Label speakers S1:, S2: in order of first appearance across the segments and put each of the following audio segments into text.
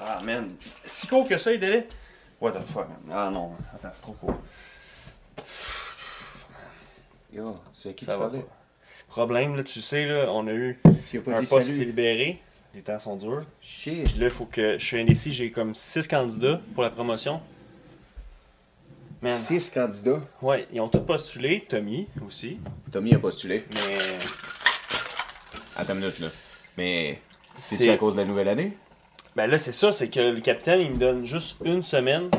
S1: Ah, man. Si court que ça, les délais. What the fuck, man. Ah non, attends, c'est trop court.
S2: Yo, c'est à qui
S1: Ça
S2: tu
S1: va
S2: parlais?
S1: pas. Problème, là, tu sais, là, on a eu
S2: S'il a pas
S1: un
S2: dit
S1: poste qui s'est
S2: salut.
S1: libéré. Les temps sont durs.
S2: Shit.
S1: Puis là, il faut que je suis indécis. J'ai comme 6 candidats pour la promotion. Man,
S2: Six candidats.
S1: ouais, ils ont tous postulé. Tommy aussi.
S2: Tommy a postulé.
S1: Mais
S2: Attends une minute, là. Mais c'est-tu à
S1: c'est.
S2: cause de la nouvelle année?
S1: Ben là, c'est ça, c'est que le capitaine, il me donne juste une semaine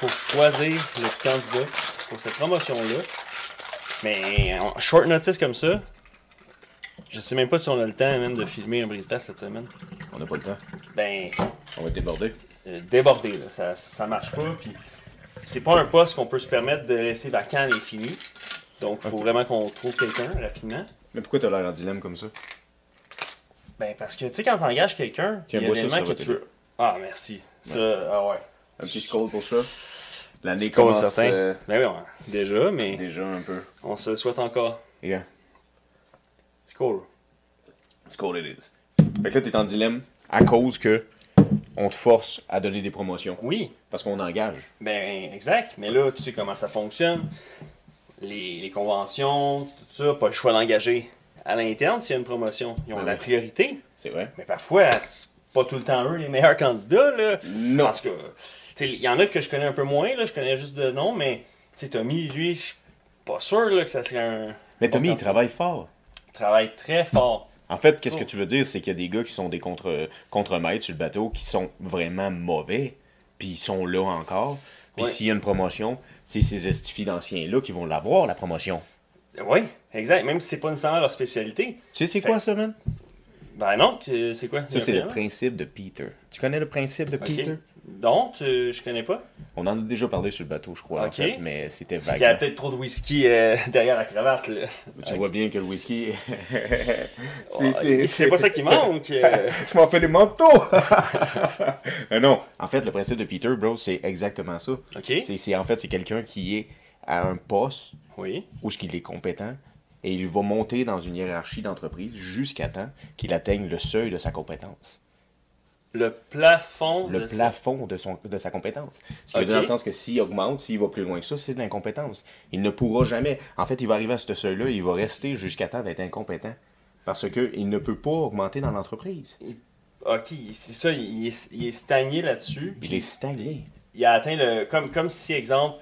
S1: pour choisir le candidat pour cette promotion-là. Mais en short notice comme ça, je sais même pas si on a le temps même de filmer un brise cette semaine.
S2: On n'a pas le temps.
S1: Ben,
S2: On va être débordé.
S1: euh, débordé, là. Ça, ça marche pas. Puis c'est pas un poste qu'on peut se permettre de laisser vacant à l'infini. Donc, il faut vraiment qu'on trouve quelqu'un rapidement.
S2: Mais pourquoi t'as l'air en dilemme comme ça?
S1: Ben, parce que, tu sais, quand t'engages quelqu'un,
S2: Tiens,
S1: il y a
S2: bois ça,
S1: éléments
S2: ça
S1: que
S2: va
S1: tu
S2: t'aider.
S1: veux. Ah, merci. Ça, ah ouais.
S2: Un petit scroll pour ça. L'année
S1: C'est cool,
S2: commence
S1: certain.
S2: euh,
S1: Ben oui, on- déjà, mais
S2: déjà un peu.
S1: on se le souhaite encore.
S2: Yeah.
S1: C'est cool.
S2: Scroll it is. Fait que là, t'es en dilemme à cause que on te force à donner des promotions.
S1: Oui,
S2: Parce qu'on engage.
S1: ben exact. Mais là, tu sais comment ça fonctionne. Les, les conventions, tout ça, pas le choix d'engager. À l'interne, s'il y a une promotion, ils ont
S2: Ah
S1: la
S2: oui.
S1: priorité.
S2: C'est vrai?
S1: Mais parfois, c'est pas tout le temps eux les meilleurs candidats. Là.
S2: Non.
S1: En tout cas, tu sais, il y en a que je connais un peu moins, là, je connais juste de nom, mais tu sais, Tommy, lui, je suis pas sûr là, que ça serait un.
S2: Mais Tommy,
S1: bon
S2: il travaille fort.
S1: candidat. travaille très fort.
S2: En fait, qu'est-ce que
S1: Oh.
S2: tu veux dire? C'est qu'il y a des gars qui sont des contre- contre-maîtres sur le bateau qui sont vraiment mauvais, puis ils sont là encore. Puis
S1: Ouais.
S2: s'il y a une promotion, c'est ces estifis d'anciens-là qui vont l'avoir, la promotion.
S1: Oui, exact. Même si c'est pas nécessairement leur spécialité.
S2: Tu sais, c'est
S1: Fait-
S2: quoi ça, man?
S1: Ben non, que- c'est quoi?
S2: Ça, c'est le
S1: Ok.
S2: principe de Peter. Tu connais le principe de Peter?
S1: Non, tu- je connais pas.
S2: On en a déjà parlé sur le bateau, je crois, en
S1: Ok.
S2: fait, mais c'était
S1: Il y a
S2: vague. hein.
S1: peut-être trop de whisky euh, derrière la cravate. Là.
S2: Tu vois bien que le whisky.
S1: Oh, c'est pas ça qui manque. euh.
S2: Je m'en fais des manteaux! Mais non, en fait, le principe de Peter, bro, c'est exactement ça.
S1: ok.
S2: C'est, c'est- en fait, c'est quelqu'un qui est à un poste
S1: Oui.
S2: où ce qu'il est compétent et il va monter dans une hiérarchie d'entreprise jusqu'à temps qu'il atteigne le seuil de sa compétence,
S1: Le plafond.
S2: le
S1: de ce-
S2: plafond de, son, de sa compétence. Ce qui veut
S1: Ok.
S2: dire dans le sens que s'il augmente, s'il va plus loin que ça, c'est de l'incompétence. Il ne pourra jamais. En fait, il va arriver à ce seuil-là, il va rester jusqu'à temps d'être incompétent parce qu'il ne peut pas augmenter dans l'entreprise.
S1: Ok, c'est ça, il est, il est stagné là-dessus.
S2: Il est stagné.
S1: Il a atteint le. Comme, comme si, exemple,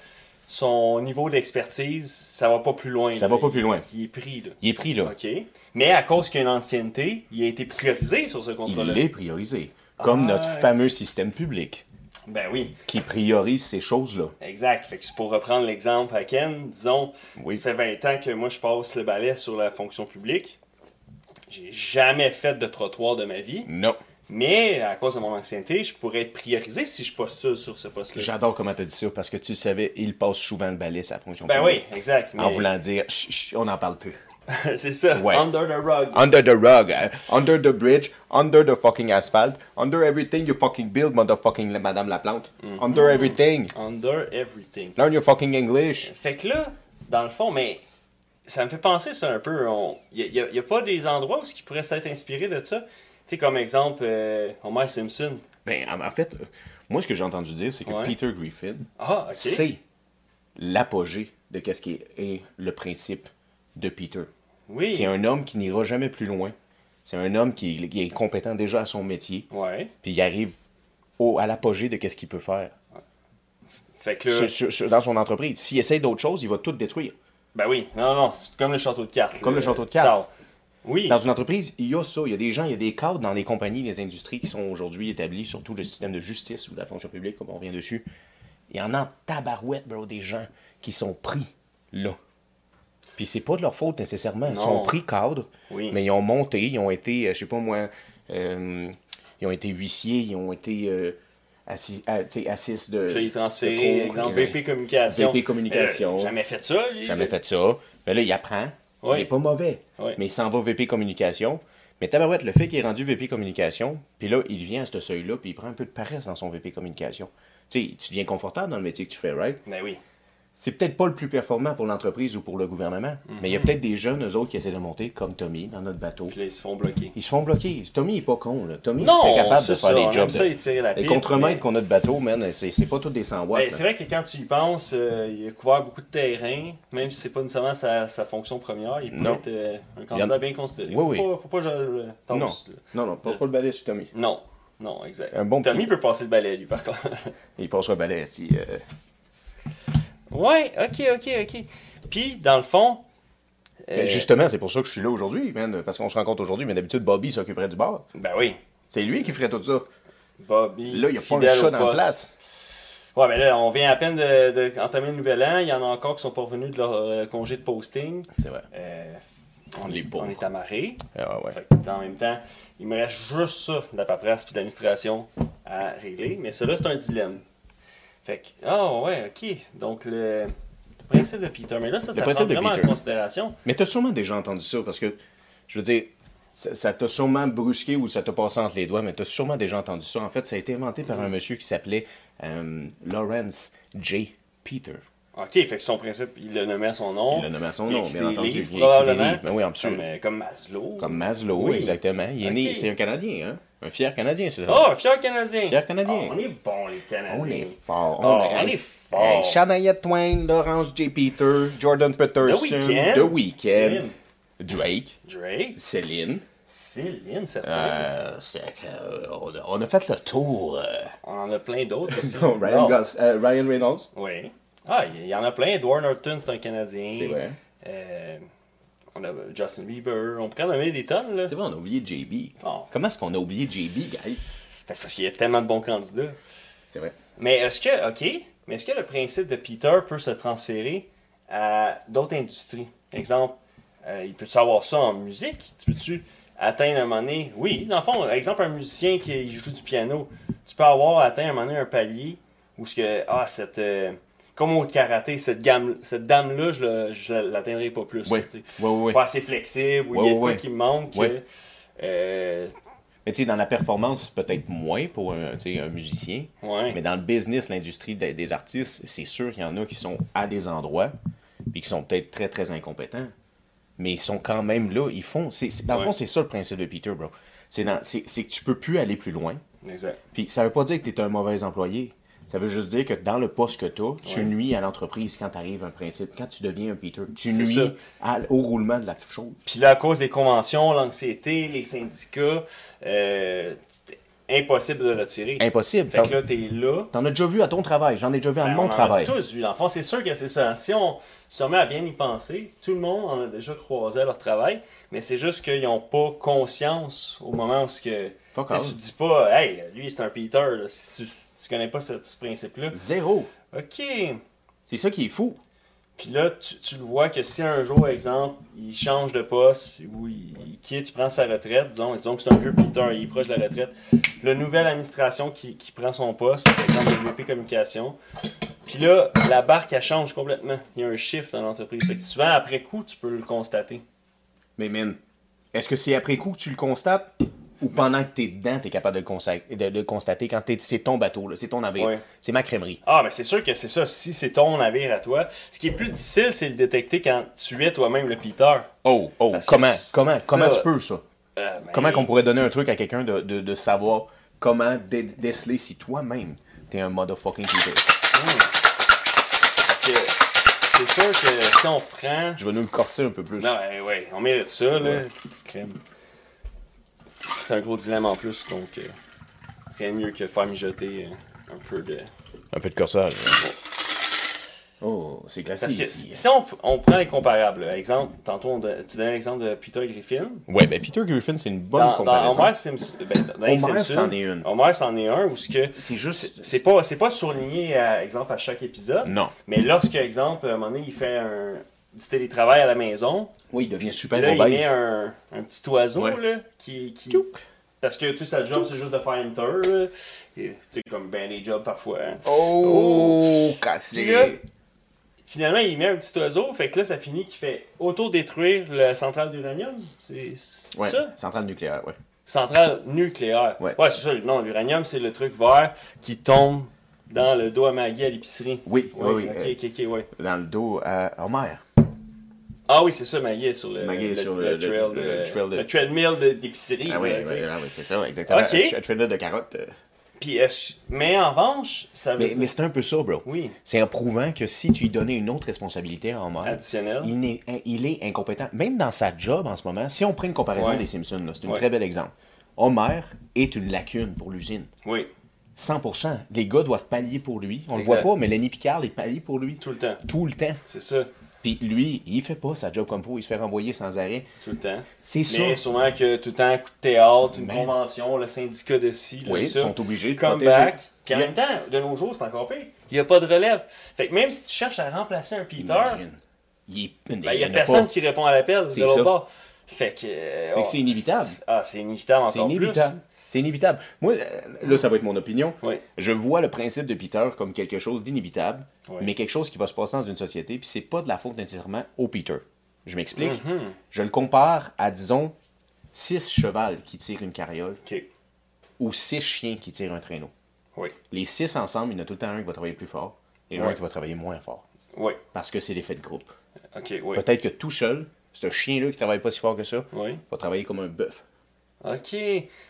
S1: son niveau d'expertise, ça va pas plus loin.
S2: Ça
S1: là.
S2: va pas plus loin.
S1: Il, il est pris, là.
S2: Il est pris là.
S1: Ok. Mais à cause qu'il y a une ancienneté, il a été priorisé sur ce contrat-là.
S2: Il est priorisé. Comme
S1: Ah,
S2: notre
S1: ouais.
S2: fameux système public
S1: Ben oui,
S2: qui priorise ces choses-là.
S1: exact. Fait que c'est pour reprendre l'exemple à Ken, disons,
S2: Oui.
S1: Ça fait 20 ans que moi je passe le balai sur la fonction publique. J'ai jamais fait de trottoir de ma vie,
S2: Non.
S1: mais à cause de mon ancienneté, je pourrais être priorisé si je postule sur ce poste-là.
S2: J'adore comment tu dit ça parce que tu le savais, il passe souvent le balai sa fonction
S1: Ben oui,
S2: publique.
S1: exact.
S2: En
S1: mais-
S2: voulant dire, Chut, chut, on n'en parle plus.
S1: c'est ça,
S2: Ouais.
S1: under the rug.
S2: Under the rug, hein. under the bridge, under the fucking asphalt, under everything you fucking build, motherfucking la- Madame Laplante.
S1: Mm-hmm.
S2: Under everything.
S1: Under everything.
S2: Learn your fucking English.
S1: Fait que là, dans le fond, mais ça me fait penser ça un peu. Il n'y a, y a pas des endroits où ils pourraient s'être inspirés de ça. Tu sais, comme exemple, euh, Homer Simpson.
S2: Ben, en en fait, euh, moi, ce que j'ai entendu dire, c'est que
S1: Ouais.
S2: Peter Griffin,
S1: Ah, ok.
S2: c'est l'apogée de qu'est-ce qui est- est le principe de Peter.
S1: Oui.
S2: C'est un homme qui n'ira jamais plus loin. C'est un homme qui- qui est compétent déjà à son métier.
S1: Ouais.
S2: puis il arrive au, à l'apogée de qu'est-ce qu'il peut faire
S1: Fait que là.
S2: Sur- sur- sur- dans son entreprise. S'il essaie d'autres choses, il va tout détruire.
S1: Ben oui, non, non, c'est comme le château de cartes.
S2: Comme le château de cartes.
S1: tard. Oui,
S2: Dans une entreprise, il y a ça. Il y a des gens, il y a des cadres dans les compagnies, les industries qui sont aujourd'hui établies, surtout le système de justice ou de la fonction publique, comme on revient dessus. Il y en a en tabarouette, bro, des gens qui sont pris là. Puis c'est pas de leur faute nécessairement. Ils
S1: Non.
S2: sont pris cadres,
S1: Oui.
S2: mais ils ont monté, ils ont été, euh, je sais pas moi, euh, ils ont été huissiers, ils ont été euh, assis, à- tu sais, assistes de.
S1: je l'ai transféré,
S2: de cours. euh,
S1: exemple,
S2: Ouais.
S1: VP Communication.
S2: VP Communication.
S1: Euh, jamais fait ça, lui.
S2: jamais fait ça. Mais là, il apprend.
S1: Oui.
S2: Il n'est pas mauvais.
S1: Oui.
S2: Mais il s'en va VP communication. Mais tabarouette, le fait qu'il est rendu VP communication, puis là, il vient à ce seuil-là, puis il prend un peu de paresse dans son VP communication. Tu sais, tu deviens confortable dans le métier que tu fais, right?
S1: Ben oui.
S2: c'est peut-être pas le plus performant pour l'entreprise ou pour le gouvernement, mais il y a peut-être des jeunes, eux autres, qui essaient de monter, comme Tommy, dans notre bateau.
S1: Mhm. Puis là, ils se font bloquer.
S2: Ils se font bloquer. Tommy est pas con, là. Tommy,
S1: Non,
S2: il est capable
S1: c'est
S2: de faire
S1: ça, on
S2: des jobs.
S1: aime ça,
S2: de-
S1: il tire la
S2: Les
S1: pipe,
S2: contre-mètres
S1: mais-
S2: qu'on a de bateau, man, c'est c'est pas tout des 100 watts.
S1: Ben,
S2: là.
S1: c'est vrai que quand tu y penses, euh, il a couvert beaucoup de terrain, même si c'est pas nécessairement sa, sa fonction première, il peut
S2: Non.
S1: être euh, un candidat bien considéré.
S2: Oui,
S1: faut, Pas, faut pas genre, euh, tendre
S2: Non,
S1: sur-
S2: non, non, passe pas le balai sur Tommy.
S1: non, non, exact.
S2: C'est un bon
S1: Tommy peut passer le balai, lui, par contre.
S2: Il passera le balai si. euh,
S1: ouais, ok, ok, ok. Puis, dans le fond.
S2: Ben,
S1: euh,
S2: justement, c'est pour ça que je suis là aujourd'hui, man, parce qu'on se rencontre aujourd'hui, mais d'habitude, Bobby s'occuperait du bar.
S1: Ben oui,
S2: C'est lui qui ferait tout ça.
S1: Bobby.
S2: Là, il n'y a pas un
S1: fidèle au
S2: chat dans la
S1: poste.
S2: place.
S1: Ouais, mais là, on vient à peine d'entamer de, entamer le nouvel an. Il y en a encore qui sont pas revenus de leur euh, congé de posting.
S2: C'est vrai.
S1: Euh, on,
S2: Les
S1: est,
S2: pauvres.
S1: on est amarré.
S2: Ah ouais.
S1: Fait que, en même temps, il me reste juste ça de la paperasse puis de l'administration à régler. Mais cela, c'est un dilemme. Fait que, ah ouais, ok. Donc, le, le principe de Peter. Mais là, ça, c'est à
S2: principe
S1: prendre
S2: de
S1: vraiment
S2: Peter.
S1: en considération.
S2: Mais t'as sûrement déjà entendu ça, parce que, je veux dire, ça ça t'a sûrement brusqué ou ça t'a passé entre les doigts, mais t'as sûrement déjà entendu ça. En fait, ça a été inventé par un
S1: Mm.
S2: monsieur qui s'appelait euh, Lawrence J. Peter.
S1: Ah, Ok, fait que son principe, il le nommait à son nom.
S2: Il le nommé à son
S1: Il a
S2: nom,
S1: écrit
S2: bien
S1: des
S2: entendu.
S1: livres,
S2: il a écrit des
S1: probablement.
S2: livres. Mais oui, en plus.
S1: Comme, euh, comme Maslow.
S2: Comme Maslow,
S1: Oui.
S2: exactement. Il est
S1: Ok.
S2: né, c'est un Canadien, hein? Un fier Canadien, c'est ça?
S1: Oh, un fier Canadien.
S2: Fier Canadien.
S1: Ah, on est bon, les Canadiens.
S2: Ah, On est fort.
S1: Oh, on est fort.
S2: Hey, Shania Twain, Laurence J. Peter, Jordan Peterson,
S1: The Weeknd.
S2: The Weeknd,
S1: Céline.
S2: Drake,
S1: Drake.
S2: Céline.
S1: Céline, certain.
S2: Euh, c'est que, euh, on, a, on a fait le tour. euh.
S1: On en a plein d'autres aussi.
S2: Non, Ryan,
S1: Non.
S2: Gos- euh, Ryan Reynolds.
S1: Oui. Ah, il y en a plein. Edward Norton, c'est un Canadien.
S2: C'est vrai.
S1: Euh, on a Justin Bieber. On pourrait en nommer des tonnes, là.
S2: C'est vrai, on a oublié JB.
S1: Oh.
S2: Comment est-ce qu'on a oublié JB, guys?
S1: Parce parce qu'il y a tellement de bons candidats.
S2: C'est vrai.
S1: Mais est-ce que, OK, mais est-ce que le principe de Peter peut se transférer à d'autres industries? Exemple, euh, il peut savoir ça en musique? Tu peux-tu atteindre un moment donné... Oui, dans le fond, exemple, un musicien qui joue du piano, tu peux avoir atteint un moment donné un palier où ce que, ah, cette... euh, comme au karaté, cette gamme, cette dame-là, je, le- je l'atteindrai pas plus.
S2: Oui,
S1: tu sais.
S2: oui, oui.
S1: Pas assez flexible, ou il
S2: Ouais,
S1: y a de
S2: ouais,
S1: quoi
S2: ouais.
S1: qui me manque.
S2: Ouais.
S1: euh,
S2: Mais tu sais, dans la performance, peut-être moins pour un, tu sais, un musicien.
S1: ouais.
S2: Mais dans le business, l'industrie des, des artistes, c'est sûr qu'il y en a qui sont à des endroits et qui sont peut-être très, très incompétents. Mais ils sont quand même là. Ils font. c'est- c'est- dans le
S1: Ouais.
S2: fond, c'est ça le principe de Peter, bro. C'est dans- c'est- c'est que tu peux plus aller plus loin.
S1: Exact.
S2: Puis ça veut pas dire que tu es un mauvais employé. Ça veut juste dire que dans le poste que tu tu
S1: Ouais.
S2: nuis à l'entreprise quand tu arrives un principe. Quand tu deviens un Peter, tu
S1: C'est
S2: nuis
S1: ça.
S2: à- au roulement de la chose.
S1: Puis là, à cause des conventions, l'anxiété, les syndicats, euh, c'était impossible de le tirer.
S2: Impossible.
S1: Fait
S2: T'en,
S1: que là, t'es là.
S2: t'en as déjà vu à ton travail. J'en ai déjà vu à
S1: Ben, on
S2: mon
S1: en a
S2: travail.
S1: tous vu. Dans le fond, c'est sûr que c'est ça. Si on se met à bien y penser, tout le monde en a déjà croisé à leur travail, mais c'est juste qu'ils n'ont pas conscience au moment où ce que,
S2: Fuck
S1: tu sais,
S2: all.
S1: tu te dis pas, hey, lui, c'est un Peter, là, si tu, tu connais pas ce, ce principe-là.
S2: Zéro.
S1: Ok.
S2: C'est ça qui est fou.
S1: Puis là, tu, tu le vois que si un jour, exemple, il change de poste ou il, il quitte, il prend sa retraite, disons, disons que c'est un vieux Peter, il est proche de la retraite, la nouvelle administration qui, qui prend son poste, par exemple le VP Communication, puis là, la barque, elle change complètement. Il y a un shift dans l'entreprise. Fait que souvent, après coup, tu peux le constater.
S2: Mais man, est-ce que c'est après coup que tu le constates ou pendant que t'es dedans, t'es capable de le, consa- de, de le constater quand t'es- c'est ton bateau, là, c'est ton navire,
S1: Ouais.
S2: c'est ma crèmerie.
S1: Ah, mais c'est sûr que c'est ça, si c'est ton navire à toi. Ce qui est plus difficile, c'est de le détecter quand tu es toi-même le Peter.
S2: Oh, oh,
S1: Parce que
S2: comment,
S1: c'est-
S2: comment,
S1: ça-
S2: comment tu peux ça?
S1: Euh, ben,
S2: Comment qu'on pourrait donner un truc à quelqu'un de, de- de savoir comment dé- déceler si toi-même t'es un motherfucking Peter?
S1: Parce que c'est sûr que si on prend...
S2: Je vais nous le corser un peu plus.
S1: Non, ouais, ouais, on mérite ça, là.
S2: Ouais.
S1: Crème. C'est un gros dilemme en plus, donc euh, rien de mieux que de faire mijoter euh, un peu de.
S2: Un peu de corsage. Oh, c'est
S1: Parce
S2: classique.
S1: que
S2: ici.
S1: si si on, on prend les comparables, là, exemple, tantôt on don- tu donnais l'exemple de Peter Griffin.
S2: Ouais, ben Peter Griffin, c'est une bonne
S1: Dans, dans
S2: comparaison.
S1: Homer Simpson. Ben, dans- dans les
S2: Homer,
S1: Simpsons,
S2: c'en est une.
S1: Homer, c'en est un où ce que.
S2: c'est juste.
S1: C'est pas, c'est pas surligné, à, exemple, à chaque épisode.
S2: Non.
S1: Mais lorsque, exemple, à un moment donné, il fait un, du télétravail à la maison,
S2: Oui, ben, il devient super
S1: Puis là, il met
S2: obèse.
S1: un, un petit oiseau
S2: Ouais.
S1: là, qui, qui...
S2: Tchouk.
S1: Parce que tout sa job, c'est juste de faire enter. là. Et, Tu sais, comme ben les jobs parfois. hein.
S2: Oh,
S1: Puis là,
S2: cassé.
S1: Finalement, il met un petit oiseau, fait que là, ça finit qu'il fait autodétruire la centrale d'uranium. C'est c'est
S2: Ouais,
S1: ça?
S2: centrale nucléaire, ouais.
S1: Centrale nucléaire.
S2: Ouais.
S1: c'est ça. Non, l'uranium, c'est le truc vert qui tombe Dans le dos à Maggie à l'épicerie.
S2: Oui, oui,
S1: Ouais,
S2: oui.
S1: ok,
S2: euh,
S1: ok, ok, ouais.
S2: Dans le dos à Homer.
S1: Ah oui, c'est ça, Maggie est sur le,
S2: Maggie est
S1: le-
S2: sur
S1: le
S2: le- le-
S1: trail de-
S2: le trail de-
S1: le treadmill de- d'épicerie.
S2: Ah oui,
S1: là, euh, tu sais.
S2: c'est ça, exactement.
S1: Ok.
S2: Un trailer de carottes. euh.
S1: Puis, euh, je- mais en revanche, ça veut
S2: Mais,
S1: dire
S2: mais c'est un peu ça, bro.
S1: Oui.
S2: C'est en prouvant que si tu lui donnais une autre responsabilité à
S1: Ah,
S2: Homer,
S1: additionnel.
S2: Hein? il, n'est- il est incompétent. Même dans sa job en ce moment, si on prend une comparaison
S1: Ouais.
S2: des Simpsons, là, c'est un
S1: Ouais.
S2: très bel exemple. Homer est une lacune pour l'usine.
S1: Oui,
S2: 100%. Les gars doivent pallier pour lui. On le
S1: Exact.
S2: voit pas, mais Lenny Picard est pallié pour lui
S1: tout le temps.
S2: tout le temps.
S1: C'est ça,
S2: Puis lui, il fait pas sa job comme faut, il se fait renvoyer sans arrêt.
S1: tout le temps.
S2: C'est
S1: Mais
S2: ça.
S1: sûrement que tout le temps, coup de théâtre, une
S2: Man.
S1: convention, le syndicat de ci, le
S2: Oui, ils
S1: ça.
S2: sont obligés de
S1: comeback.
S2: protéger.
S1: Puis en
S2: Yeah.
S1: même temps, de nos jours, c'est encore pire. Il n'y a pas de relève. Fait que même si tu cherches à remplacer un Peter, ben,
S2: Imagine. Il est-
S1: il n'y a
S2: en
S1: personne
S2: pas.
S1: qui répond à l'appel de
S2: C'est
S1: l'autre
S2: ça.
S1: bord. Fait que. euh,
S2: que
S1: oh,
S2: c'est inévitable.
S1: c'est- Ah, c'est inévitable
S2: C'est
S1: encore plus.
S2: inévitable. C'est inévitable. Moi, euh, là, ça va être mon opinion.
S1: Oui.
S2: Je vois le principe de Peter comme quelque chose d'inévitable,
S1: Oui.
S2: mais quelque chose qui va se passer dans une société, puis c'est pas de la faute nécessairement au Peter. Je m'explique.
S1: Mhm.
S2: Je le compare à, disons, six chevals qui tirent une carriole
S1: Ok.
S2: ou six chiens qui tirent un traîneau.
S1: Oui.
S2: Les six ensemble, il y en a tout le temps un qui va travailler plus fort et
S1: Ouais.
S2: un qui va travailler moins fort,
S1: Oui.
S2: parce que c'est l'effet de groupe.
S1: Ok, oui.
S2: Peut-être que tout seul, ce chien-là qui travaille pas si fort que ça,
S1: Oui.
S2: va travailler comme un bœuf.
S1: Ok.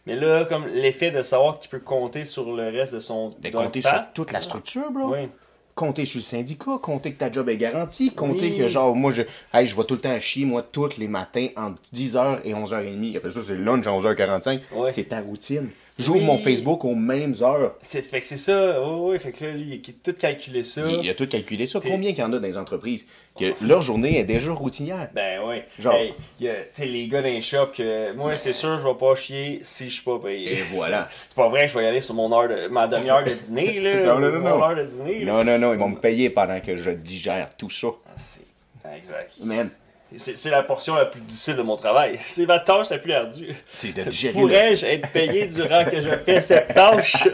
S1: Mais là, comme l'effet de savoir qu'il peut compter sur le reste de son.
S2: Mais
S1: d'un
S2: compter
S1: pack,
S2: sur toute la structure, bro.
S1: Oui.
S2: Compter sur le syndicat, compter que ta job est garantie, compter
S1: Oui.
S2: que genre, moi, je, hey, je vais tout le temps chier, moi, tous les matins, entre 10h et 11h30. Après ça, c'est le lunch à 11h45.
S1: Ouais.
S2: C'est ta routine. J'ouvre
S1: Oui.
S2: mon Facebook aux mêmes heures.
S1: C'est, fait que c'est ça, oui, oui, fait que là, lui, il a tout calculé ça.
S2: Il, il a tout calculé ça.
S1: T'es-
S2: Combien qu'il y en a dans les entreprises que leur journée est déjà routinière?
S1: Ben oui.
S2: Genre-
S1: Hey, y a- t'sais, les gars d'un shop que moi, c'est sûr, je vais pas chier si je suis pas payé.
S2: Et voilà.
S1: C'est pas vrai, que je vais y aller sur mon heure de, ma demi-heure de dîner, là.
S2: Non, non, non,
S1: mon
S2: non.
S1: heure de dîner, là.
S2: Non, non, non, ils vont me payer pendant que je digère tout ça.
S1: Ah, c'est- ah, Exact.
S2: Man,
S1: C'est, c'est la portion la plus difficile de mon travail. C'est ma tâche la plus ardue.
S2: c'est de digérer. le-
S1: Pourrais-je être payé durant que je fais cette tâche?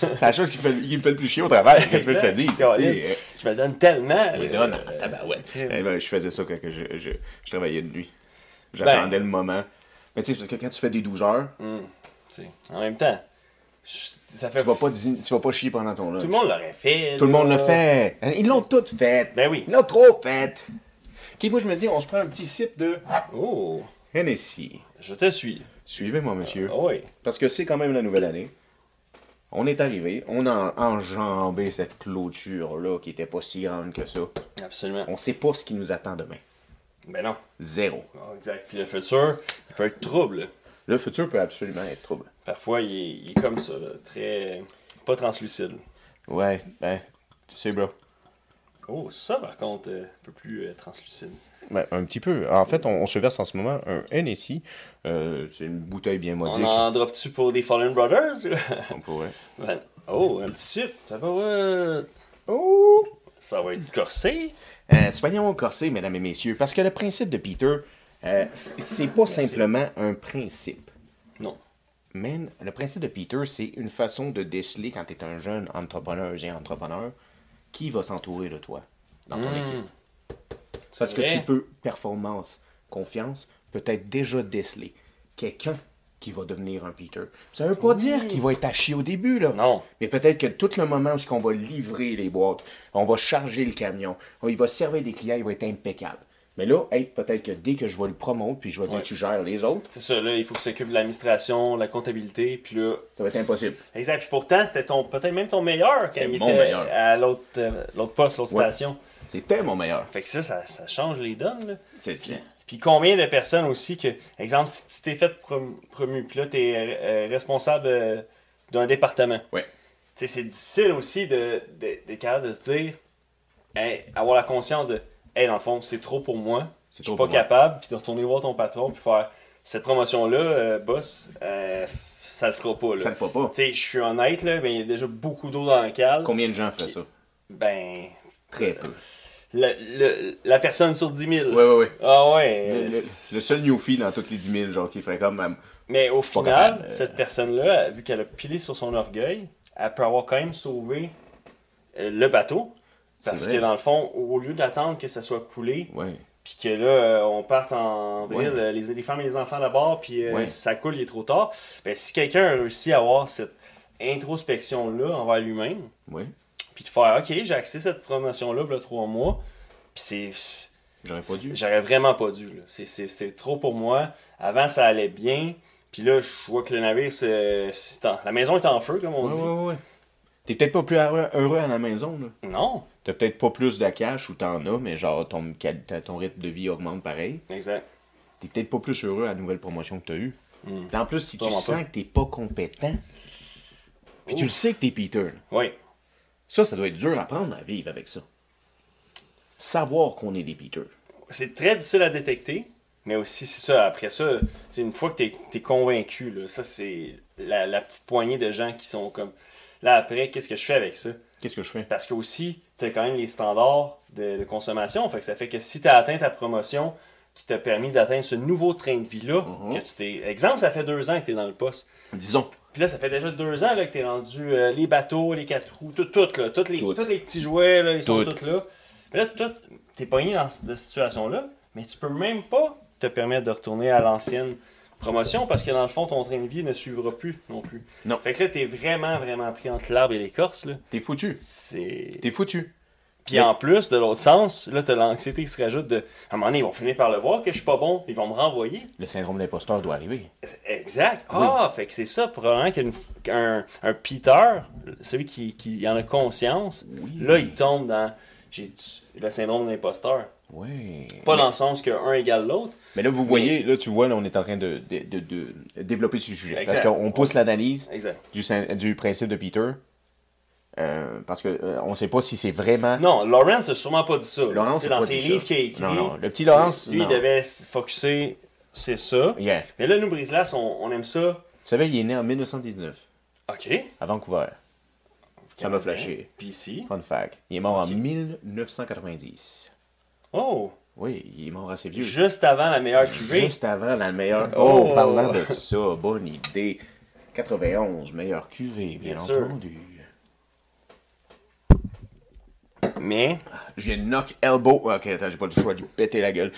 S2: C'est la chose qui, me fait- qui me fait le plus chier au travail. Qu'est-ce que je te dis? tu sais,
S1: Caroline,
S2: euh,
S1: Je me donne tellement.
S2: me
S1: là.
S2: donne en tabarouette.
S1: euh,
S2: Eh ben, je faisais ça quand que je, je- je travaillais de nuit. J'attendais le moment. Mais tu sais, c'est parce que quand tu fais des 12 heures,
S1: T'sais, en même temps, je- ça fait...
S2: tu vas pas, dîner- tu vas pas chier pendant ton lunch.
S1: Tout le monde l'aurait fait.
S2: Tout le
S1: là.
S2: monde le fait. Hein, Ils l'ont toutes fait.
S1: Ben oui.
S2: Ils l'ont trop fait. Ok, moi je me dis, on se prend un petit sip de
S1: Oh,
S2: Hennessy.
S1: je te suis.
S2: Suivez-moi, monsieur.
S1: Ah oui.
S2: Parce que c'est quand même la nouvelle année. On est arrivé, on a enjambé cette clôture-là qui était pas si grande que ça.
S1: Absolument.
S2: On sait pas ce qui nous attend demain.
S1: Ben non.
S2: Zéro.
S1: Ah, Exact. Puis le futur, il peut être trouble.
S2: Le futur peut absolument être trouble.
S1: Parfois, il est, il est comme ça, là, très. pas translucide.
S2: Ouais, ben, tu sais, bro.
S1: Oh, ça, par contre, euh, un peu plus euh, translucide.
S2: Ben, un petit peu. En fait, on, on se verse en ce moment un NSI. Euh, c'est une bouteille bien
S1: On
S2: modique.
S1: en drop-tu pour des Fallen Brothers
S2: On pourrait.
S1: Ben, Oh, un petit sucre. Ça va, ouais.
S2: Oh!
S1: Ça va être corsé.
S2: Euh, soyons corsés, mesdames et messieurs, parce que le principe de Peter, euh, c- c'est pas simplement un principe.
S1: Non.
S2: Man, le principe de Peter, c'est une façon de déceler quand tu es un jeune entrepreneur et entrepreneur qui va s'entourer de toi dans ton
S1: Hmm.
S2: équipe. Parce que
S1: vrai.
S2: tu peux, performance, confiance, peut-être déjà déceler quelqu'un qui va devenir un Peter. Ça veut pas dire qu'il va être à chier au début, là.
S1: Hmm. Non.
S2: Mais peut-être que tout le moment où on va livrer les boîtes, on va charger le camion, on- il va servir des clients, il va être impeccable. Mais là, hey, peut-être que dès que je vais le promouvoir, puis je vais
S1: Ouais.
S2: dire tu gères les autres,
S1: C'est ça, là, il faut que s'occupe de l'administration, la comptabilité, puis là.
S2: ça va être impossible.
S1: Exact. Puis pourtant, c'était ton peut-être même ton meilleur quand
S2: C'était
S1: il
S2: mon
S1: était
S2: meilleur.
S1: à l'autre euh, l'autre poste, l'autre
S2: Ouais.
S1: station.
S2: C'était mon meilleur.
S1: Fait que ça, ça, ça change les donnes, là.
S2: C'est
S1: Puis combien de personnes aussi que, exemple, si tu t'es fait prom- promu, puis là, tu es responsable euh, d'un département.
S2: Ouais.
S1: Tu sais, c'est difficile aussi de, de, d'être capable de se dire, Hey, avoir la conscience de, hey, dans le fond, c'est trop pour moi, je
S2: C'est
S1: suis
S2: trop
S1: pas
S2: pour moi.
S1: capable, puis de retourner voir ton patron, puis faire, cette promotion-là, euh, boss, euh, ça le fera pas, là.
S2: Ça le fera pas.
S1: Tu sais, je suis honnête, là, mais il y a déjà beaucoup d'eau dans le cale.
S2: Combien de gens feraient ça?
S1: Ben,
S2: Très peu.
S1: le- le- la personne sur 10 000.
S2: Ouais, ouais, ouais.
S1: Ah ouais.
S2: Le, le- le seul newfie dans toutes les 10 000, genre, qui ferait comme... euh,
S1: Mais au
S2: suis pas
S1: final,
S2: capable, euh.
S1: cette personne-là, vu qu'elle a pilé sur son orgueil, elle peut avoir quand même sauvé euh, le bateau.
S2: C'est
S1: Parce
S2: vrai.
S1: que dans le fond, au lieu d'attendre que ça soit coulé,
S2: Ouais.
S1: puis que là, euh, on parte en
S2: Ouais.
S1: ville, euh, les, les femmes et les enfants d'abord, puis euh,
S2: Ouais.
S1: si ça coule, il est trop tard. Ben, si quelqu'un a réussi à avoir cette introspection-là envers lui-même,
S2: Oui.
S1: puis de faire OK, j'ai accès à cette promotion-là, il y a trois mois, puis c'est.
S2: J'aurais pas dû.
S1: J'aurais vraiment pas dû. là. C'est- C'est c'est trop pour moi. Avant, ça allait bien. Puis là, je vois que le navire, c'est- c'est en- la maison est en feu, comme on
S2: Ouais,
S1: dit.
S2: ouais, ouais. T'es peut-être pas plus heureux heureux à la maison, là.
S1: Non,
S2: T'as peut-être pas plus de cash ou t'en as, mais genre ton, quali- ta- ton rythme de vie augmente pareil.
S1: exact.
S2: T'es peut-être pas plus heureux à la nouvelle promotion que t'as eue.
S1: Mm.
S2: Puis En plus, si tu
S1: Sûrement
S2: sens
S1: pas. Oh.
S2: que t'es pas compétent, puis tu
S1: Ouh.
S2: le sais que t'es Peter, là.
S1: Oui,
S2: ça, ça doit être dur à prendre à vivre avec ça. Savoir qu'on est des Peter.
S1: c'est très difficile à détecter. Mais aussi, c'est ça, après ça, tu sais, une fois que t'es es convaincu, là, ça, c'est la, la petite poignée de gens qui sont comme là après, qu'est-ce que je fais avec ça?
S2: Qu'est-ce que je fais?
S1: Parce que aussi, tu as quand même les standards de, de consommation. Fait que ça fait que si tu as atteint ta promotion qui t'a permis d'atteindre ce nouveau train de vie-là,
S2: Mhm.
S1: que tu t'es. Exemple, ça fait deux ans que tu es dans le poste.
S2: Disons,
S1: Puis là, ça fait déjà deux ans là, que tu es rendu euh, les bateaux, les quatre roues, tout, tout, là, toutes les,
S2: Tout.
S1: tous les petits jouets, là, ils sont
S2: Tout.
S1: tous là. Mais là, tout, tu es pogné dans cette situation-là, mais tu peux même pas te permettre de retourner à l'ancienne promotion parce que dans le fond, ton train de vie ne suivra plus non plus.
S2: Non.
S1: Fait que là, tu es vraiment, vraiment pris entre l'arbre et l'écorce. là.
S2: t'es foutu.
S1: C'est.
S2: T'es foutu.
S1: Puis
S2: Mais-
S1: en plus, de l'autre sens, là, t'as l'anxiété qui se rajoute de à un moment donné, ils vont finir par le voir que je suis pas bon, ils vont me renvoyer.
S2: Le syndrome de l'imposteur doit arriver.
S1: Exact.
S2: Oui.
S1: Ah, fait que c'est ça, probablement qu'un qu'un- un Peter, celui qui, qui en a conscience,
S2: Oui.
S1: là, il tombe dans j'ai du- le syndrome de l'imposteur.
S2: Ouais.
S1: Pas dans le sens que un égale l'autre.
S2: Mais là, vous voyez, là, tu vois, là, on est en train de, de- de- de développer ce sujet.
S1: Exact.
S2: Parce qu'on pousse l'analyse
S1: Exact.
S2: du, syn- du principe de Peter. euh, parce qu'on on ne sait pas si c'est vraiment.
S1: Non, Lawrence a sûrement pas dit ça.
S2: Lawrence
S1: c'est
S2: a
S1: dans
S2: pas
S1: ses
S2: dit ça.
S1: livres qu'il a écrit.
S2: Non, non, le petit Lawrence,
S1: Lui,
S2: non.
S1: il devait se focusser, c'est ça.
S2: Yeah.
S1: Mais là, nous, Brise-Glace, on, on aime ça.
S2: Tu savais, il est né en 1919,
S1: OK.
S2: à Vancouver. Ça m'a flashé.
S1: Puis ici.
S2: Fun fact. Il est mort en 1990.
S1: Oh!
S2: Oui, il est mort assez vieux.
S1: Juste avant la meilleure cuvée.
S2: Juste avant la meilleure. Oh,
S1: Oh.
S2: parlant de ça, bonne idée. 91, meilleure cuvée, bien,
S1: Bien sûr.
S2: entendu.
S1: Mais.
S2: Je viens de knock elbow. Ah, Ok, attends, j'ai pas le choix de lui péter la gueule.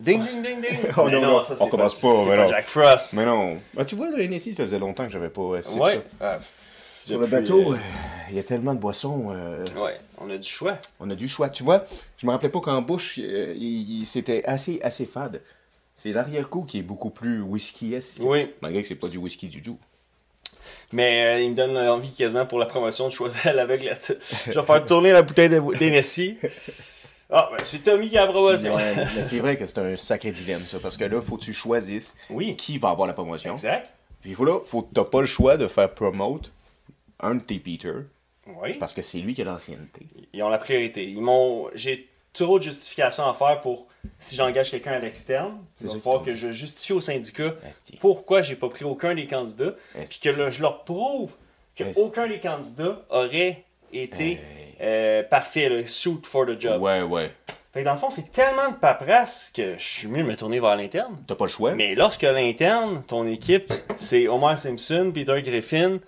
S2: Ding, ding, ding, ding. Oh
S1: Mais
S2: non, non,
S1: ça,
S2: on
S1: c'est
S2: commence pas,
S1: C'est
S2: mais
S1: pas
S2: non.
S1: Jack Frost.
S2: Mais non. Ah, tu vois, le NSI, ça faisait longtemps que j'avais pas essayé
S1: ouais.
S2: ça.
S1: Ah,
S2: Sur le
S1: depuis,
S2: bateau, euh, il y a tellement de boissons. euh,
S1: euh, ouais, on a du choix.
S2: on a du choix. Tu vois, je me rappelais pas qu'en bouche, euh, il- il- c'était assez, assez fade. C'est l'arrière-coup qui est beaucoup plus whisky-esque.
S1: Oui.
S2: Malgré que c'est pas du whisky du tout.
S1: Mais euh, il me donne envie quasiment pour la promotion de choisir à l'aveuglette. Je vais faire tourner la bouteille de- d'Hennessy. Ah, ben c'est Tommy qui a la promotion.
S2: Ouais, mais c'est vrai que c'est un sacré dilemme, ça, parce que là, faut que tu choisisses
S1: Oui.
S2: qui va avoir la promotion.
S1: Exact.
S2: Puis voilà, faut que t'as pas le choix de faire promote un de tes Peter,
S1: Oui.
S2: parce que c'est lui qui a l'ancienneté.
S1: Ils ont la priorité. Ils m'ont. J'ai trop de justifications à faire pour si j'engage quelqu'un à l'externe.
S2: C'est
S1: Il va
S2: ça
S1: falloir
S2: qui
S1: que je justifie au syndicat
S2: Asti.
S1: pourquoi j'ai pas pris aucun des candidats. Puis
S2: Asti.
S1: que là, je leur prouve que
S2: Est-ce-
S1: aucun des candidats aurait été euh, parfait, là, suit for the job.
S2: Ouais, ouais.
S1: Fait que dans le fond, c'est tellement de paperasse que je suis mieux de me tourner vers l'interne.
S2: T'as pas le choix.
S1: Mais lorsque l'interne, ton équipe, c'est Homer Simpson, Peter Griffin,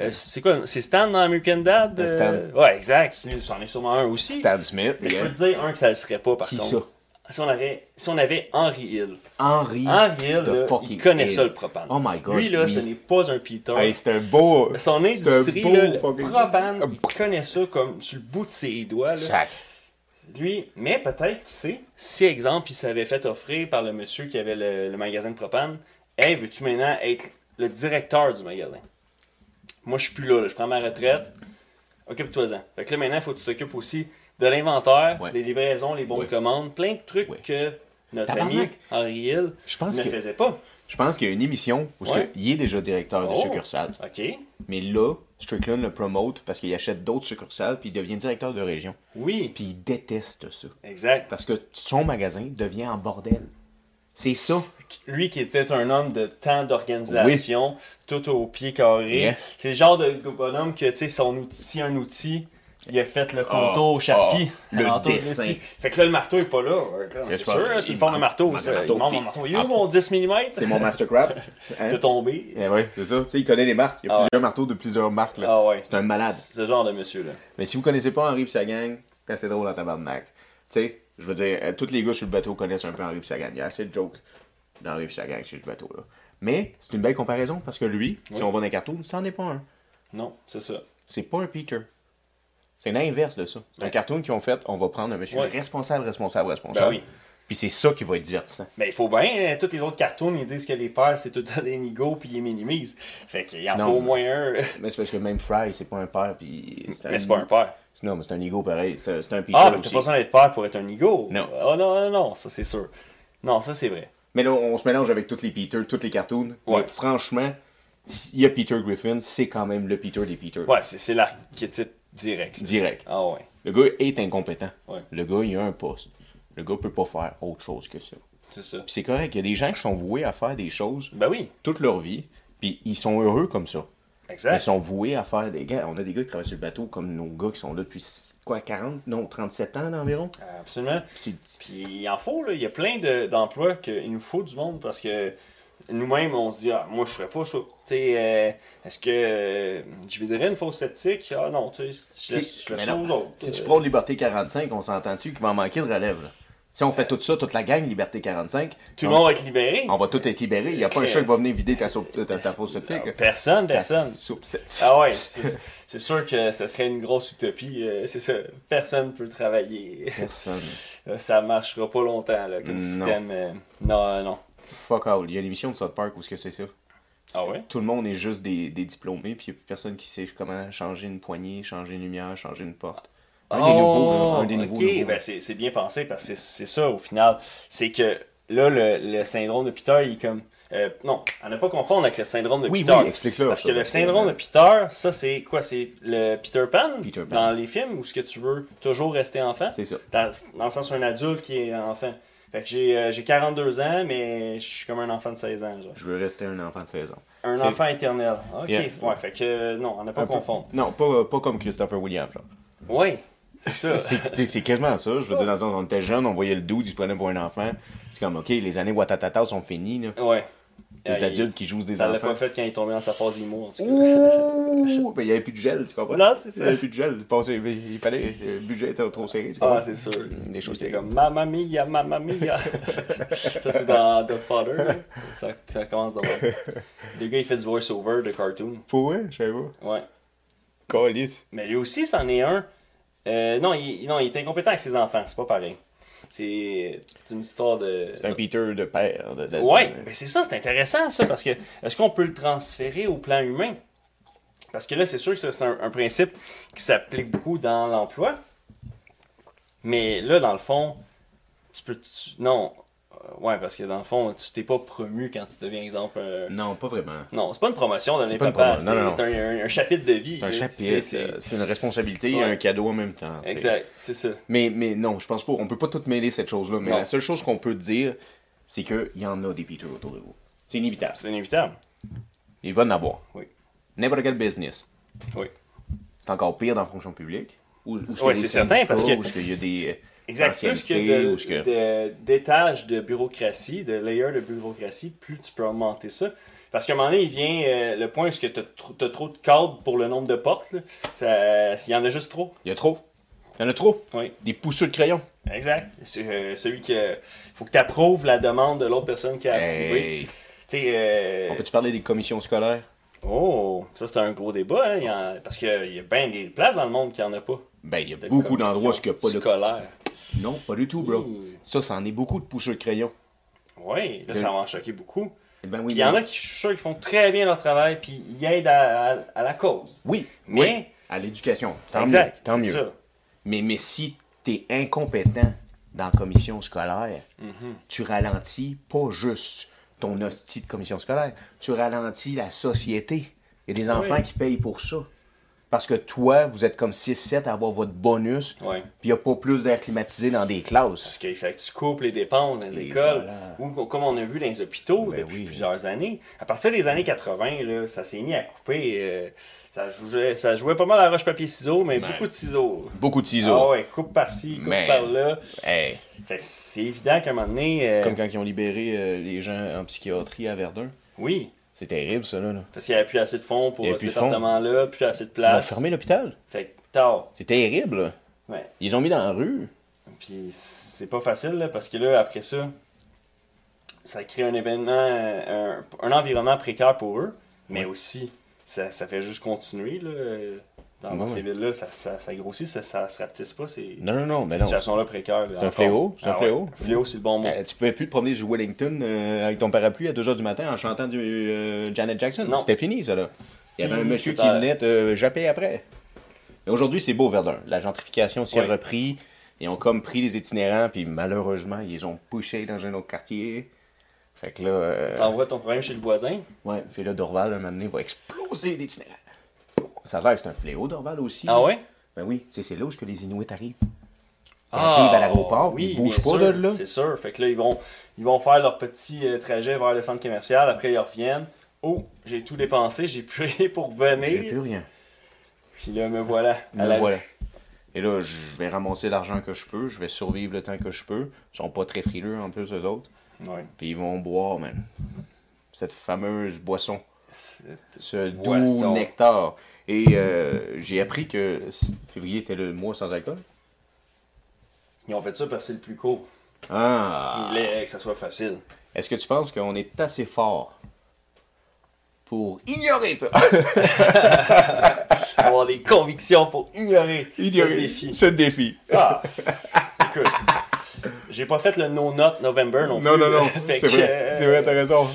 S1: euh, c'est quoi C'est Stan dans American Dad euh,
S2: Stan.
S1: Ouais, exact. Lui, c'en est sûrement un aussi.
S2: Stan Smith,
S1: Mais je peux
S2: yeah.
S1: te dire un que ça ne serait pas, par
S2: qui ça?
S1: contre. Si on, avait, si on avait Henry Hill.
S2: Henry.
S1: Henry Hill,
S2: The
S1: là,
S2: fucking
S1: il connaît
S2: Hill.
S1: ça, le propane.
S2: Oh my God,
S1: Lui, là,
S2: oui.
S1: ce n'est pas un Peter.
S2: Hey, c'est un beau.
S1: Son
S2: c'est un
S1: industrie,
S2: beau
S1: là, le
S2: fucking-
S1: propane, il connaît ça comme sur le bout de ses doigts. là.
S2: Sac.
S1: Lui, mais peut-être, qui sait, si exemple, il s'avait fait offrir par le monsieur qui avait le, le magasin de propane, Hey, veux-tu maintenant être le directeur du magasin Moi, je suis plus là, là, je prends ma retraite, occupe-toi-en. Fait que là, maintenant, il faut que tu t'occupes aussi de l'inventaire,
S2: Ouais.
S1: des livraisons, les bons
S2: Ouais.
S1: de commandes, plein de trucs
S2: Ouais.
S1: que notre
S2: Tabarnak.
S1: ami Henri Hill
S2: Je pense
S1: ne
S2: que-
S1: faisait pas.
S2: Je pense qu'il y a une émission où
S1: Ouais.
S2: il est déjà directeur de
S1: Oh.
S2: succursale.
S1: OK.
S2: Mais là, Strickland le promote parce qu'il achète d'autres succursales puis il devient directeur de région.
S1: Oui,
S2: Puis il déteste ça.
S1: exact.
S2: Parce que son magasin devient en bordel. C'est ça.
S1: Lui qui était un homme de temps d'organisation, tout au pied carré.
S2: Yeah.
S1: C'est le genre de bonhomme que, tu sais, son outil, un outil, il a fait le contour
S2: Oh,
S1: au charpie.
S2: oh, le
S1: alentour de
S2: dessin. Ah,
S1: l'outil. Fait que là, le marteau est pas là. Ouais, là, C'est
S2: J'espère.
S1: sûr, hein, c'est
S2: Il
S1: une forme de
S2: manque-
S1: marteau.
S2: manque
S1: ça.
S2: un
S1: Il
S2: marteau,
S1: manque
S2: puis-
S1: mon marteau. Il est où mon 10 mm?
S2: Ah, C'est mon mastercraft. Hein?
S1: De tomber.
S2: Eh ouais, c'est ça. Tu sais, il connaît les marques. Il y a
S1: Ah
S2: plusieurs marteaux de plusieurs marques. là.
S1: Ah ouais.
S2: C'est un malade.
S1: C'est ce genre de monsieur-là.
S2: Mais si vous connaissez pas Henri pis sa gang, c'est assez drôle en tabarnak. Tu sais, je veux dire, euh, tous les gars sur le bateau connaissent un peu Henri pis sa gang. Il y a assez de jokes d'Henri pis sa gang sur le bateau, là. Mais c'est une belle comparaison parce que lui, si on va dans les cartons, c'en est pas un.
S1: Non, c'est ça.
S2: C'est pas un Peter. C'est l'inverse de ça. C'est un
S1: Ouais.
S2: cartoon qu'ils ont fait, on va prendre un monsieur
S1: Ouais.
S2: responsable, responsable,
S1: Ben
S2: responsable.
S1: oui.
S2: Puis c'est ça qui va être divertissant.
S1: Mais il faut bien, hein, tous les autres cartoons, ils disent que les pères, c'est tout le temps des nigos, puis ils les minimisent. Fait qu'il en
S2: Non.
S1: faut au moins un.
S2: Mais c'est parce que même Fry, c'est pas un père, puis...
S1: Mais c'est pas un père.
S2: Non, mais c'est un ego pareil. C'est c'est un Peter
S1: Ah, mais t'as
S2: aussi.
S1: pas besoin d'être père pour être un nigo.
S2: Non.
S1: Ah non, non, non, ça c'est sûr. Non, ça c'est vrai.
S2: Mais là, on se mélange avec tous les Peter, tous les cartoons.
S1: Ouais.
S2: Mais franchement, s'il y a Peter Griffin, c'est quand même le Peter des Peter.
S1: Ouais, c'est c'est l'archétype direct.
S2: Direct.
S1: Ah ouais.
S2: Le gars est incompétent.
S1: Ouais.
S2: Le gars, il a un poste. Le gars peut pas faire autre chose que ça.
S1: C'est ça.
S2: Puis c'est correct, il y a des gens qui sont voués à faire des choses
S1: Ben oui,
S2: toute leur vie, puis ils sont heureux comme ça. Ils
S1: exact.
S2: sont voués à faire des gars. On a des gars qui travaillent sur le bateau comme nos gars qui sont là depuis quoi, 40, non, 37 ans environ.
S1: Absolument.
S2: Ah, C'est-
S1: Puis il en faut, là. Il y a plein de- d'emplois qu'il nous faut du monde parce que nous-mêmes, on se dit, ah, moi, je ferais pas ça. Tu sais, euh, est-ce que euh, je viderais une fausse sceptique Ah non, tu sais, je laisse,
S2: Si-
S1: je laisse
S2: mais
S1: ça
S2: non.
S1: aux autres.
S2: Si tu
S1: Euh,
S2: prends Liberté 45, on s'entend-tu qu'il va en manquer de relève, là? Si on fait tout ça, toute la gang Liberté 45,
S1: tout
S2: on,
S1: le monde va être libéré.
S2: on va tout être libéré. Il n'y a pas un
S1: Ok.
S2: chat qui va venir vider ta, soupe- ta, ta fausse sceptique.
S1: Personne,
S2: Ta
S1: personne.
S2: soupe sceptique.
S1: Ah ouais, c'est c'est sûr que ça serait une grosse utopie. euh, c'est ça, personne peut travailler.
S2: Personne.
S1: Euh, ça marchera pas longtemps là, comme
S2: Non.
S1: système. euh, non, euh, non.
S2: Fuck all. Il y a une émission de South Park où est-ce que c'est ça?
S1: Ah ouais?
S2: Tout le monde est juste des, des diplômés, puis il n'y a plus personne qui sait comment changer une poignée, changer une lumière, changer une porte. Un des nouveaux, là, un des nouveaux.
S1: Oh, ok,
S2: nouveaux.
S1: ben, c'est c'est bien pensé parce que c'est- c'est ça au final. C'est que là, le, le syndrome de Peter, il est comme. euh, non, à ne pas confondre avec le syndrome de
S2: oui,
S1: Peter.
S2: oui, explique-le.
S1: Parce
S2: ça,
S1: que le syndrome de Peter, ça c'est quoi C'est le Peter Pan,
S2: Peter Pan.
S1: dans les films où ce que tu veux toujours rester enfant.
S2: C'est ça.
S1: Dans, dans le sens un adulte qui est enfant. Fait que j'ai euh, j'ai 42 ans, mais je suis comme un enfant de 16 ans. genre.
S2: Je veux rester un enfant de 16 ans.
S1: Un
S2: C'est-
S1: enfant éternel. Ok,
S2: Yeah.
S1: ouais, fait que euh, non, on n'a pas
S2: Un peu-
S1: confondre.
S2: Non, pas, pas comme Christopher Williams. là.
S1: Oui, c'est ça.
S2: C'est- C'est c'est quasiment ça. Je veux dire, dans le sens, on était jeunes, on voyait le dude, il se prenait pour un enfant. C'est comme, OK, les années Watatata sont finies. Là.
S1: Ouais.
S2: Les
S1: Euh,
S2: adultes qui jouent
S1: il-
S2: des
S1: Ça l'a
S2: enfants.
S1: pas fait quand il est tombé dans sa phase IMO, en tout cas.
S2: Ouh! Ben, il n'y avait plus de gel, tu comprends?
S1: Non, c'est ça.
S2: Il n'y avait plus de gel. Il passait- Il fallait. Le budget était trop serré. tu comprends?
S1: Ah, c'est sûr.
S2: Des choses
S1: J'étais
S2: qui
S1: comme Mamma mia, Mamma mia. ça, c'est dans The Father. là. Ça, ça commence dans le. Le gars, il fait du voice-over de cartoon.
S2: Pour ouais, je savais pas.
S1: Ouais.
S2: Calice.
S1: Mais lui aussi, c'en est un. Euh, non, il, non, il est incompétent avec ses enfants, c'est pas pareil. C'est c'est une histoire de.
S2: C'est un Peter de père. de- de-
S1: Ouais,
S2: de-
S1: mais c'est ça, c'est intéressant ça, parce que est-ce qu'on peut le transférer au plan humain? Parce que là, c'est sûr que ça, c'est un, un principe qui s'applique beaucoup dans l'emploi. Mais là, dans le fond, tu peux. tu- non. Euh, Ouais, parce que dans le fond, tu t'es pas promu quand tu deviens, exemple, un-
S2: Non, pas vraiment.
S1: Non, c'est pas une promotion d'un
S2: C'est pas une
S1: papa,
S2: promo- non, non,
S1: c'est c'est un, un- un chapitre de vie.
S2: C'est un
S1: là,
S2: chapitre.
S1: c'est-
S2: euh, C'est une responsabilité et
S1: Ouais.
S2: un cadeau en même temps. c'est-
S1: Exact, c'est ça.
S2: Mais, mais non, je pense pas. On peut pas tout mêler cette chose-là. Mais
S1: Non.
S2: la seule chose qu'on peut dire, c'est qu'il y en a des Peter autour de vous. C'est inévitable.
S1: C'est inévitable.
S2: Il va en avoir.
S1: Oui.
S2: N'importe quel business.
S1: Oui.
S2: C'est encore pire dans la fonction publique. Ou,
S1: Ouais, c'est certain, parce que-
S2: Où il y a des. euh,
S1: Exact. Plus que
S2: anciennités,
S1: de-
S2: ou ce que-
S1: de- d'étages de, bureaucratie, de layers de bureaucratie, plus tu peux augmenter ça. Parce qu'à un moment donné, il vient euh, le point où tu as, trop de cadres pour le nombre de portes. là. Ça, euh, il y en a juste trop.
S2: Il y a trop. Il y en a trop.
S1: Oui,
S2: Des pousseux de crayon.
S1: exact. C'est, euh, celui que faut que tu approuves la demande de l'autre personne qui a approuvé.
S2: Hey.
S1: Tu sais, euh,
S2: On peut-tu parler des commissions scolaires?
S1: Oh, ça c'est un gros débat. hein. Il y en- Parce qu'il y a bien des places dans le monde qui en a pas.
S2: Ben, il y a
S1: de
S2: beaucoup d'endroits où il
S1: commission
S2: n'y a pas de.
S1: scolaire.
S2: Non, pas du tout, bro.
S1: Ouh.
S2: Ça, c'en est beaucoup de pousseux de crayon.
S1: Oui, là
S2: De-
S1: ça va en choquer beaucoup.
S2: Ben oui.
S1: Puis il y en a qui, je suis sûr, qui font très bien leur travail, puis ils aident à, à- à la cause.
S2: Oui,
S1: Mais-
S2: oui, à l'éducation. Tant
S1: exact,
S2: mieux. Tant
S1: c'est
S2: mieux.
S1: ça.
S2: Mais, mais si t'es incompétent dans la commission scolaire, tu ralentis pas juste ton hostie de commission scolaire, tu ralentis la société. Il y a des enfants qui payent pour ça. Parce que toi, vous êtes comme 6-7 à avoir votre bonus,
S1: Ouais.
S2: puis il n'y a pas plus d'air climatisé dans des classes.
S1: Parce qu'il fait que tu coupes les dépenses dans les
S2: Et
S1: écoles,
S2: voilà.
S1: ou co- comme on a vu dans les hôpitaux
S2: Ben
S1: depuis
S2: oui.
S1: plusieurs années. À partir des années 80, là, ça s'est mis à couper. euh, ça, jouait, ça jouait pas mal à roche-papier-ciseaux, mais
S2: Ouais.
S1: beaucoup de ciseaux.
S2: Beaucoup de ciseaux.
S1: Ah ouais, coupe par-ci, coupe
S2: Man.
S1: par-là.
S2: Hey,
S1: Fait que c'est évident qu'à un moment donné. euh,
S2: Comme quand ils ont libéré euh, les gens en psychiatrie à Verdun.
S1: Oui,
S2: C'est terrible, ça, là. là.
S1: parce qu'il n'y avait plus assez de fonds pour
S2: Il y avait
S1: cet
S2: plus de fonds.
S1: département-là, plus assez de
S2: Ils ont
S1: place.
S2: fermé l'hôpital.
S1: Fait que tard.
S2: C'est terrible. là.
S1: Ouais.
S2: Ils les ont mis dans la rue.
S1: Puis c'est pas facile là, parce que là, après ça, ça crée un événement, euh, un, un environnement précaire pour eux, mais aussi ça, ça fait juste continuer, là. euh, Dans
S2: Ouais,
S1: dans
S2: ouais.
S1: ces villes-là, ça, ça, ça grossit, ça, ça se rapetisse pas, ces,
S2: Non, non, non, mais
S1: ces
S2: non.
S1: situations-là précaires. là,
S2: C'est un
S1: encore.
S2: fléau, c'est un
S1: Ah ouais,
S2: fléau.
S1: Fléau, c'est le bon mot.
S2: Euh, tu pouvais plus te promener sur Wellington euh, avec ton parapluie à 2h du matin en chantant du euh, Janet Jackson.
S1: Non.
S2: C'était fini, ça, là. Il y avait un
S1: Fini,
S2: monsieur qui
S1: c'était-
S2: venait te japper après. Mais aujourd'hui, c'est beau, Verdun. La gentrification s'y
S1: Ouais.
S2: a repris. Ils ont comme pris les itinérants, puis malheureusement, ils les ont pushés dans un autre quartier. Fait que là... euh,
S1: T'envoies ton problème chez le voisin.
S2: Ouais, puis là, Dorval, un moment donné, va exploser d'itinérants. Ça a l'air que c'est un fléau, Dorval, aussi.
S1: Ah ouais?
S2: Ben oui, tu sais, c'est là où est-ce que les Inuits arrivent. Ils arrivent à l'aéroport, puis ils bougent
S1: Ah, bien
S2: pas
S1: sûr,
S2: de là.
S1: C'est sûr. Fait que là, ils vont, ils vont faire leur petit euh, trajet vers le centre commercial. Après, ils reviennent. Oh, j'ai tout dépensé, j'ai plus rien pour
S2: J'ai
S1: venir.
S2: plus rien.
S1: Puis là, me voilà. à
S2: Me
S1: la-
S2: voilà. Et là, je vais ramasser l'argent que je peux, je vais survivre le temps que je peux. Ils sont pas très frileux en plus, eux autres.
S1: Ouais.
S2: Puis ils vont boire, man. Cette fameuse boisson.
S1: C'est-
S2: Ce doux
S1: Boisson.
S2: nectar. Et euh, j'ai appris que s- février était le mois sans alcool.
S1: Ils ont fait ça parce que c'est le plus court.
S2: Ah!
S1: Il voulaient que ça soit facile.
S2: Est-ce que tu penses qu'on est assez fort pour ignorer ça?
S1: Avoir des convictions pour ignorer, ce défi.
S2: Ce défi.
S1: Ah! Écoute, j'ai pas fait le No Not November non plus.
S2: Non, non, non.
S1: Fait
S2: C'est
S1: que,
S2: vrai,
S1: euh,
S2: c'est vrai, t'as raison.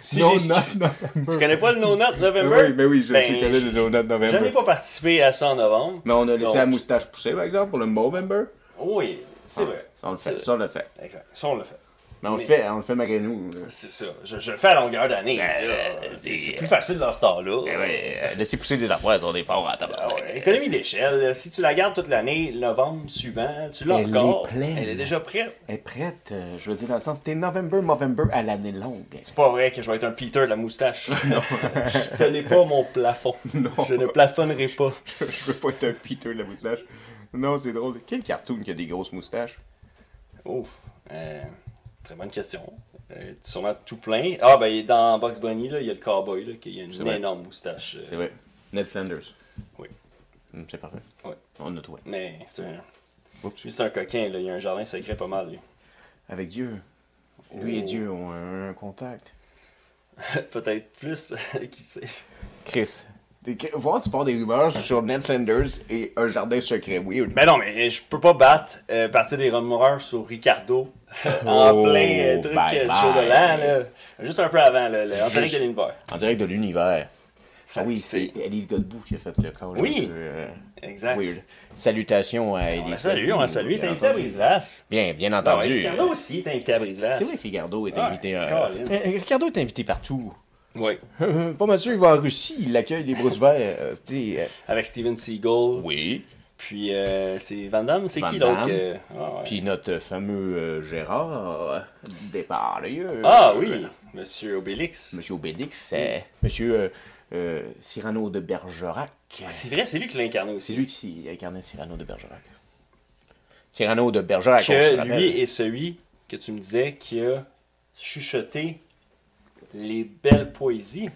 S1: si
S2: non,
S1: j'ai-
S2: non, non.
S1: Tu connais pas le No Not November?
S2: Oui, mais oui, je
S1: Ben,
S2: je connais le Donut
S1: Je
S2: November.
S1: n'ai pas participé à ça en novembre.
S2: Mais on a laissé
S1: Donc-
S2: la moustache pousser, par exemple, pour le Movember.
S1: Oui, c'est vrai.
S2: Ça, on le
S1: C'est
S2: fait. Ça, on le fait.
S1: vrai. Exact. Ça, on le fait.
S2: Mais on le
S1: Mais-
S2: fait, hein, on le fait malgré nous.
S1: C'est ça. Je, je le fais à longueur d'année.
S2: Euh,
S1: là.
S2: c'est-
S1: Ben, c'est ben c'est plus facile dans ce temps-là.
S2: euh, laisser pousser des affaires, on est fort à
S1: Ah
S2: ben,
S1: ouais, Économie d'échelle, là. si tu la gardes toute l'année, novembre suivant, tu l'as
S2: Elle
S1: encore.
S2: est pleine.
S1: Elle est déjà prête.
S2: Elle est prête, euh, je veux dire, dans le sens, c'était November, Movember à l'année longue.
S1: C'est pas vrai que je vais être un Peter de la moustache. Non. Ce n'est pas mon plafond.
S2: Non.
S1: Je ne plafonnerai pas.
S2: je veux pas être un piteux de la moustache. Non, c'est drôle. Quel cartoon qui a des grosses moustaches
S1: Ouf. Euh, très bonne question. Euh, sûrement tout plein. Ah, ben, il est dans Box Bunny, là, il y a le cowboy là, qui a une
S2: vrai.
S1: énorme moustache. euh,
S2: C'est vrai. Ned Flanders.
S1: Oui.
S2: Hum, C'est parfait.
S1: Ouais.
S2: On a trouvé.
S1: Mais c'est un,
S2: Oups.
S1: lui, c'est un coquin, là. il a un jardin secret pas mal. lui.
S2: Avec Dieu. Lui et
S1: Oh.
S2: Dieu ont un contact.
S1: Peut-être plus, qui sait.
S2: Chris. Des- Voir, tu pars des rumeurs sur Ned Flanders et un jardin secret. Weird.
S1: Ben non, mais je peux pas battre euh, partir des rumeurs sur Ricardo en
S2: Oh,
S1: plein euh, truc
S2: bye
S1: euh,
S2: bye.
S1: chaud de l'an, là. Juste un peu avant, là, là, en direct
S2: Juste.
S1: de l'univers.
S2: En direct de l'univers. Ah oui,
S1: C'est-
S2: c'est Elise Godbout qui a fait le call.
S1: Oui.
S2: Un peu, euh,
S1: Exact.
S2: weird. Salutations à Elise.
S1: On la salue, on la salue. T'es
S2: Bien
S1: invité à
S2: entendu.
S1: Brise-Glace.
S2: Bien, bien
S1: Ah
S2: entendu.
S1: ouais, Ricardo aussi, t'es invité à Brise-Glace.
S2: C'est vrai que Ricardo est
S1: Ah,
S2: invité. euh,
S1: Colin.
S2: euh, Ricardo est invité partout.
S1: Oui.
S2: Pas mal sûr, il va en Russie, il l'accueille des bras verts. euh, tu sais, euh,
S1: Avec Steven Seagal.
S2: oui.
S1: Puis euh, c'est Van Damme, c'est
S2: Van
S1: qui l'autre
S2: Damme.
S1: que- Ah, ouais.
S2: Puis notre fameux euh, Gérard départ.
S1: Ah oui, Monsieur Obélix.
S2: euh, Monsieur Obélix, c'est Monsieur euh, euh, Cyrano de Bergerac.
S1: Ah, C'est vrai, c'est lui qui l'a incarné
S2: C'est
S1: aussi.
S2: lui qui incarnait Cyrano de Bergerac. Cyrano de Bergerac, on se
S1: que
S2: rappelle.
S1: lui est celui que tu me disais qui a chuchoté les belles poésies.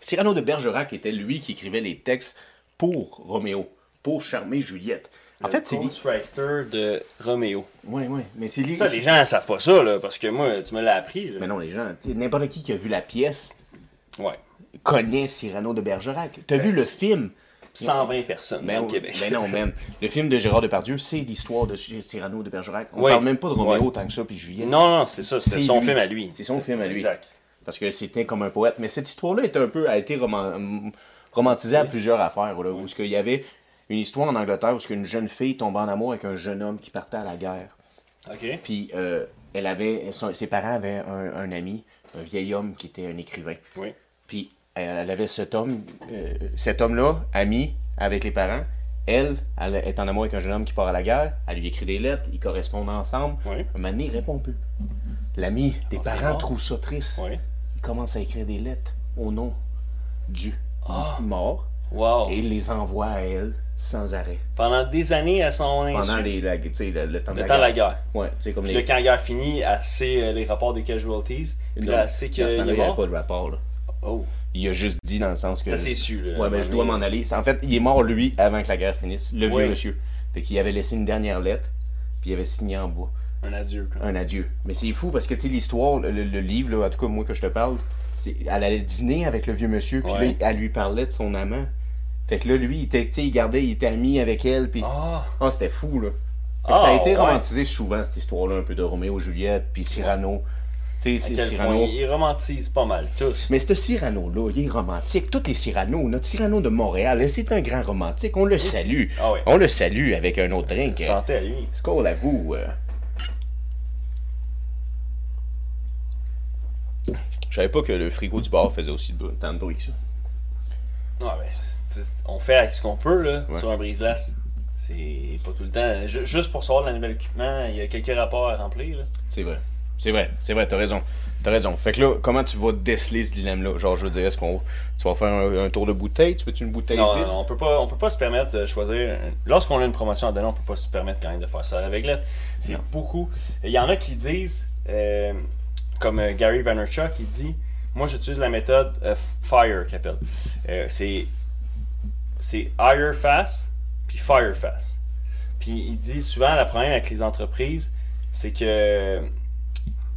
S2: Cyrano de Bergerac était lui qui écrivait les textes pour Roméo, pour charmer Juliette. En fait, c'est...
S1: Ghost Rider de Roméo.
S2: Oui, oui, mais c'est... li-
S1: Ça, les gens ne savent pas ça, là, parce que moi, tu me l'as appris. là.
S2: Mais non, les gens... t'sais, N'importe qui qui a vu la pièce
S1: Ouais.
S2: connaît Cyrano de Bergerac. T'as vu le film
S1: 120 personnes
S2: Mais
S1: au Québec.
S2: non, man. Le film de Gérard Depardieu, c'est l'histoire de Cyrano de Bergerac. On
S1: Ouais.
S2: parle même pas de Roméo
S1: Ouais.
S2: tant que ça, puis Juliette.
S1: Non, non, c'est ça, c'est
S2: C'est
S1: son
S2: lui.
S1: film à lui.
S2: C'est son film à lui.
S1: Exact.
S2: parce que c'était comme un poète. Mais cette histoire-là est un peu, a été roman- romantisée à plusieurs affaires, là, où il y avait une histoire en Angleterre où une jeune fille tombe en amour avec un jeune homme qui partait à la guerre.
S1: OK.
S2: Puis euh, elle avait, son- ses parents avaient un, un ami, un vieil homme qui était un écrivain.
S1: Oui.
S2: Puis elle avait cet homme, euh, cet homme-là, ami avec les parents. Elle, elle est en amour avec un jeune homme qui part à la guerre. Elle lui écrit des lettres, ils correspondent ensemble.
S1: Oui.
S2: Un moment donné, il répond plus. L'ami des
S1: Ah, c'est
S2: parents
S1: rare.
S2: trouve ça triste.
S1: Oui.
S2: Il commence à écrire des lettres au nom du
S1: Ah.
S2: mort
S1: Wow.
S2: et il les envoie à elle sans arrêt.
S1: Pendant des années, à son
S2: Pendant
S1: insu,
S2: les, la- tu sais, le, le temps de
S1: le
S2: la
S1: temps de la
S2: guerre.
S1: guerre.
S2: Ouais, tu sais, comme
S1: Puis
S2: les.
S1: là, quand la guerre finit, elle sait euh, les rapports des casualties. Puis là, elle sait qu'il
S2: Dans ce
S1: est
S2: temps-là, il n'y avait
S1: mort.
S2: pas de rapport. là.
S1: Oh,
S2: Il a juste dit dans le sens que.
S1: ça c'est sûr. là.
S2: Ouais, mais je dois m'en aller. En fait, il est mort, lui, avant que la guerre finisse. Le vieux
S1: Oui.
S2: monsieur. Fait qu'il avait laissé une dernière lettre, puis il avait signé en bois.
S1: Un adieu. Quand
S2: un adieu. Mais c'est fou parce que tu sais, l'histoire, le, le livre, là, en tout cas, moi que je te parle, c'est elle allait dîner avec le vieux monsieur, puis
S1: Ouais.
S2: là, elle lui parlait de son amant. Fait que là, lui, il, était, tu sais, il gardait, il était ami avec elle, puis. Ah,
S1: Ah!
S2: c'était fou, là. Fait que ça
S1: Ah,
S2: a été
S1: ouais.
S2: romantisé souvent, cette histoire-là, un peu de Roméo et Juliette, puis Cyrano. Tu
S1: À
S2: sais, c'est
S1: quel
S2: Cyrano.
S1: point ils romantisent pas mal tous.
S2: Mais ce Cyrano-là, il est romantique. Tous les Cyrano, notre Cyrano de Montréal, c'est un grand romantique. On le salue.
S1: Ah ouais.
S2: On le salue avec un autre drink.
S1: Santé à lui.
S2: Skål à vous. euh. Je savais pas que le frigo du bar faisait aussi de bon- tant de bruit que ça.
S1: Ouais, ben, c'est- c'est- on fait avec ce qu'on peut là,
S2: Ouais.
S1: sur un brise-glace. C'est pas tout le temps. Ju- juste pour savoir dans le nouvel équipement, il y a quelques rapports à remplir. Là.
S2: C'est vrai. C'est vrai, c'est vrai, t'as raison. T'as raison. Fait que là, comment tu vas déceler ce dilemme-là? Genre, je veux dire, est-ce qu'on. Tu vas faire un, un tour de bouteille? Tu veux-tu une bouteille
S1: Non,
S2: vide?
S1: non, non, on peut pas, on peut pas se permettre de choisir. Lorsqu'on a une promotion à donner, on peut pas se permettre quand même de faire ça. Avec là, c'est
S2: Non.
S1: beaucoup. Il y en a qui disent, euh, comme euh, Gary Vaynerchuk, il dit, moi j'utilise la méthode euh, Fire qu'il appelle. Euh, c'est c'est hire fast puis fire fast. Puis il dit souvent le problème avec les entreprises, c'est que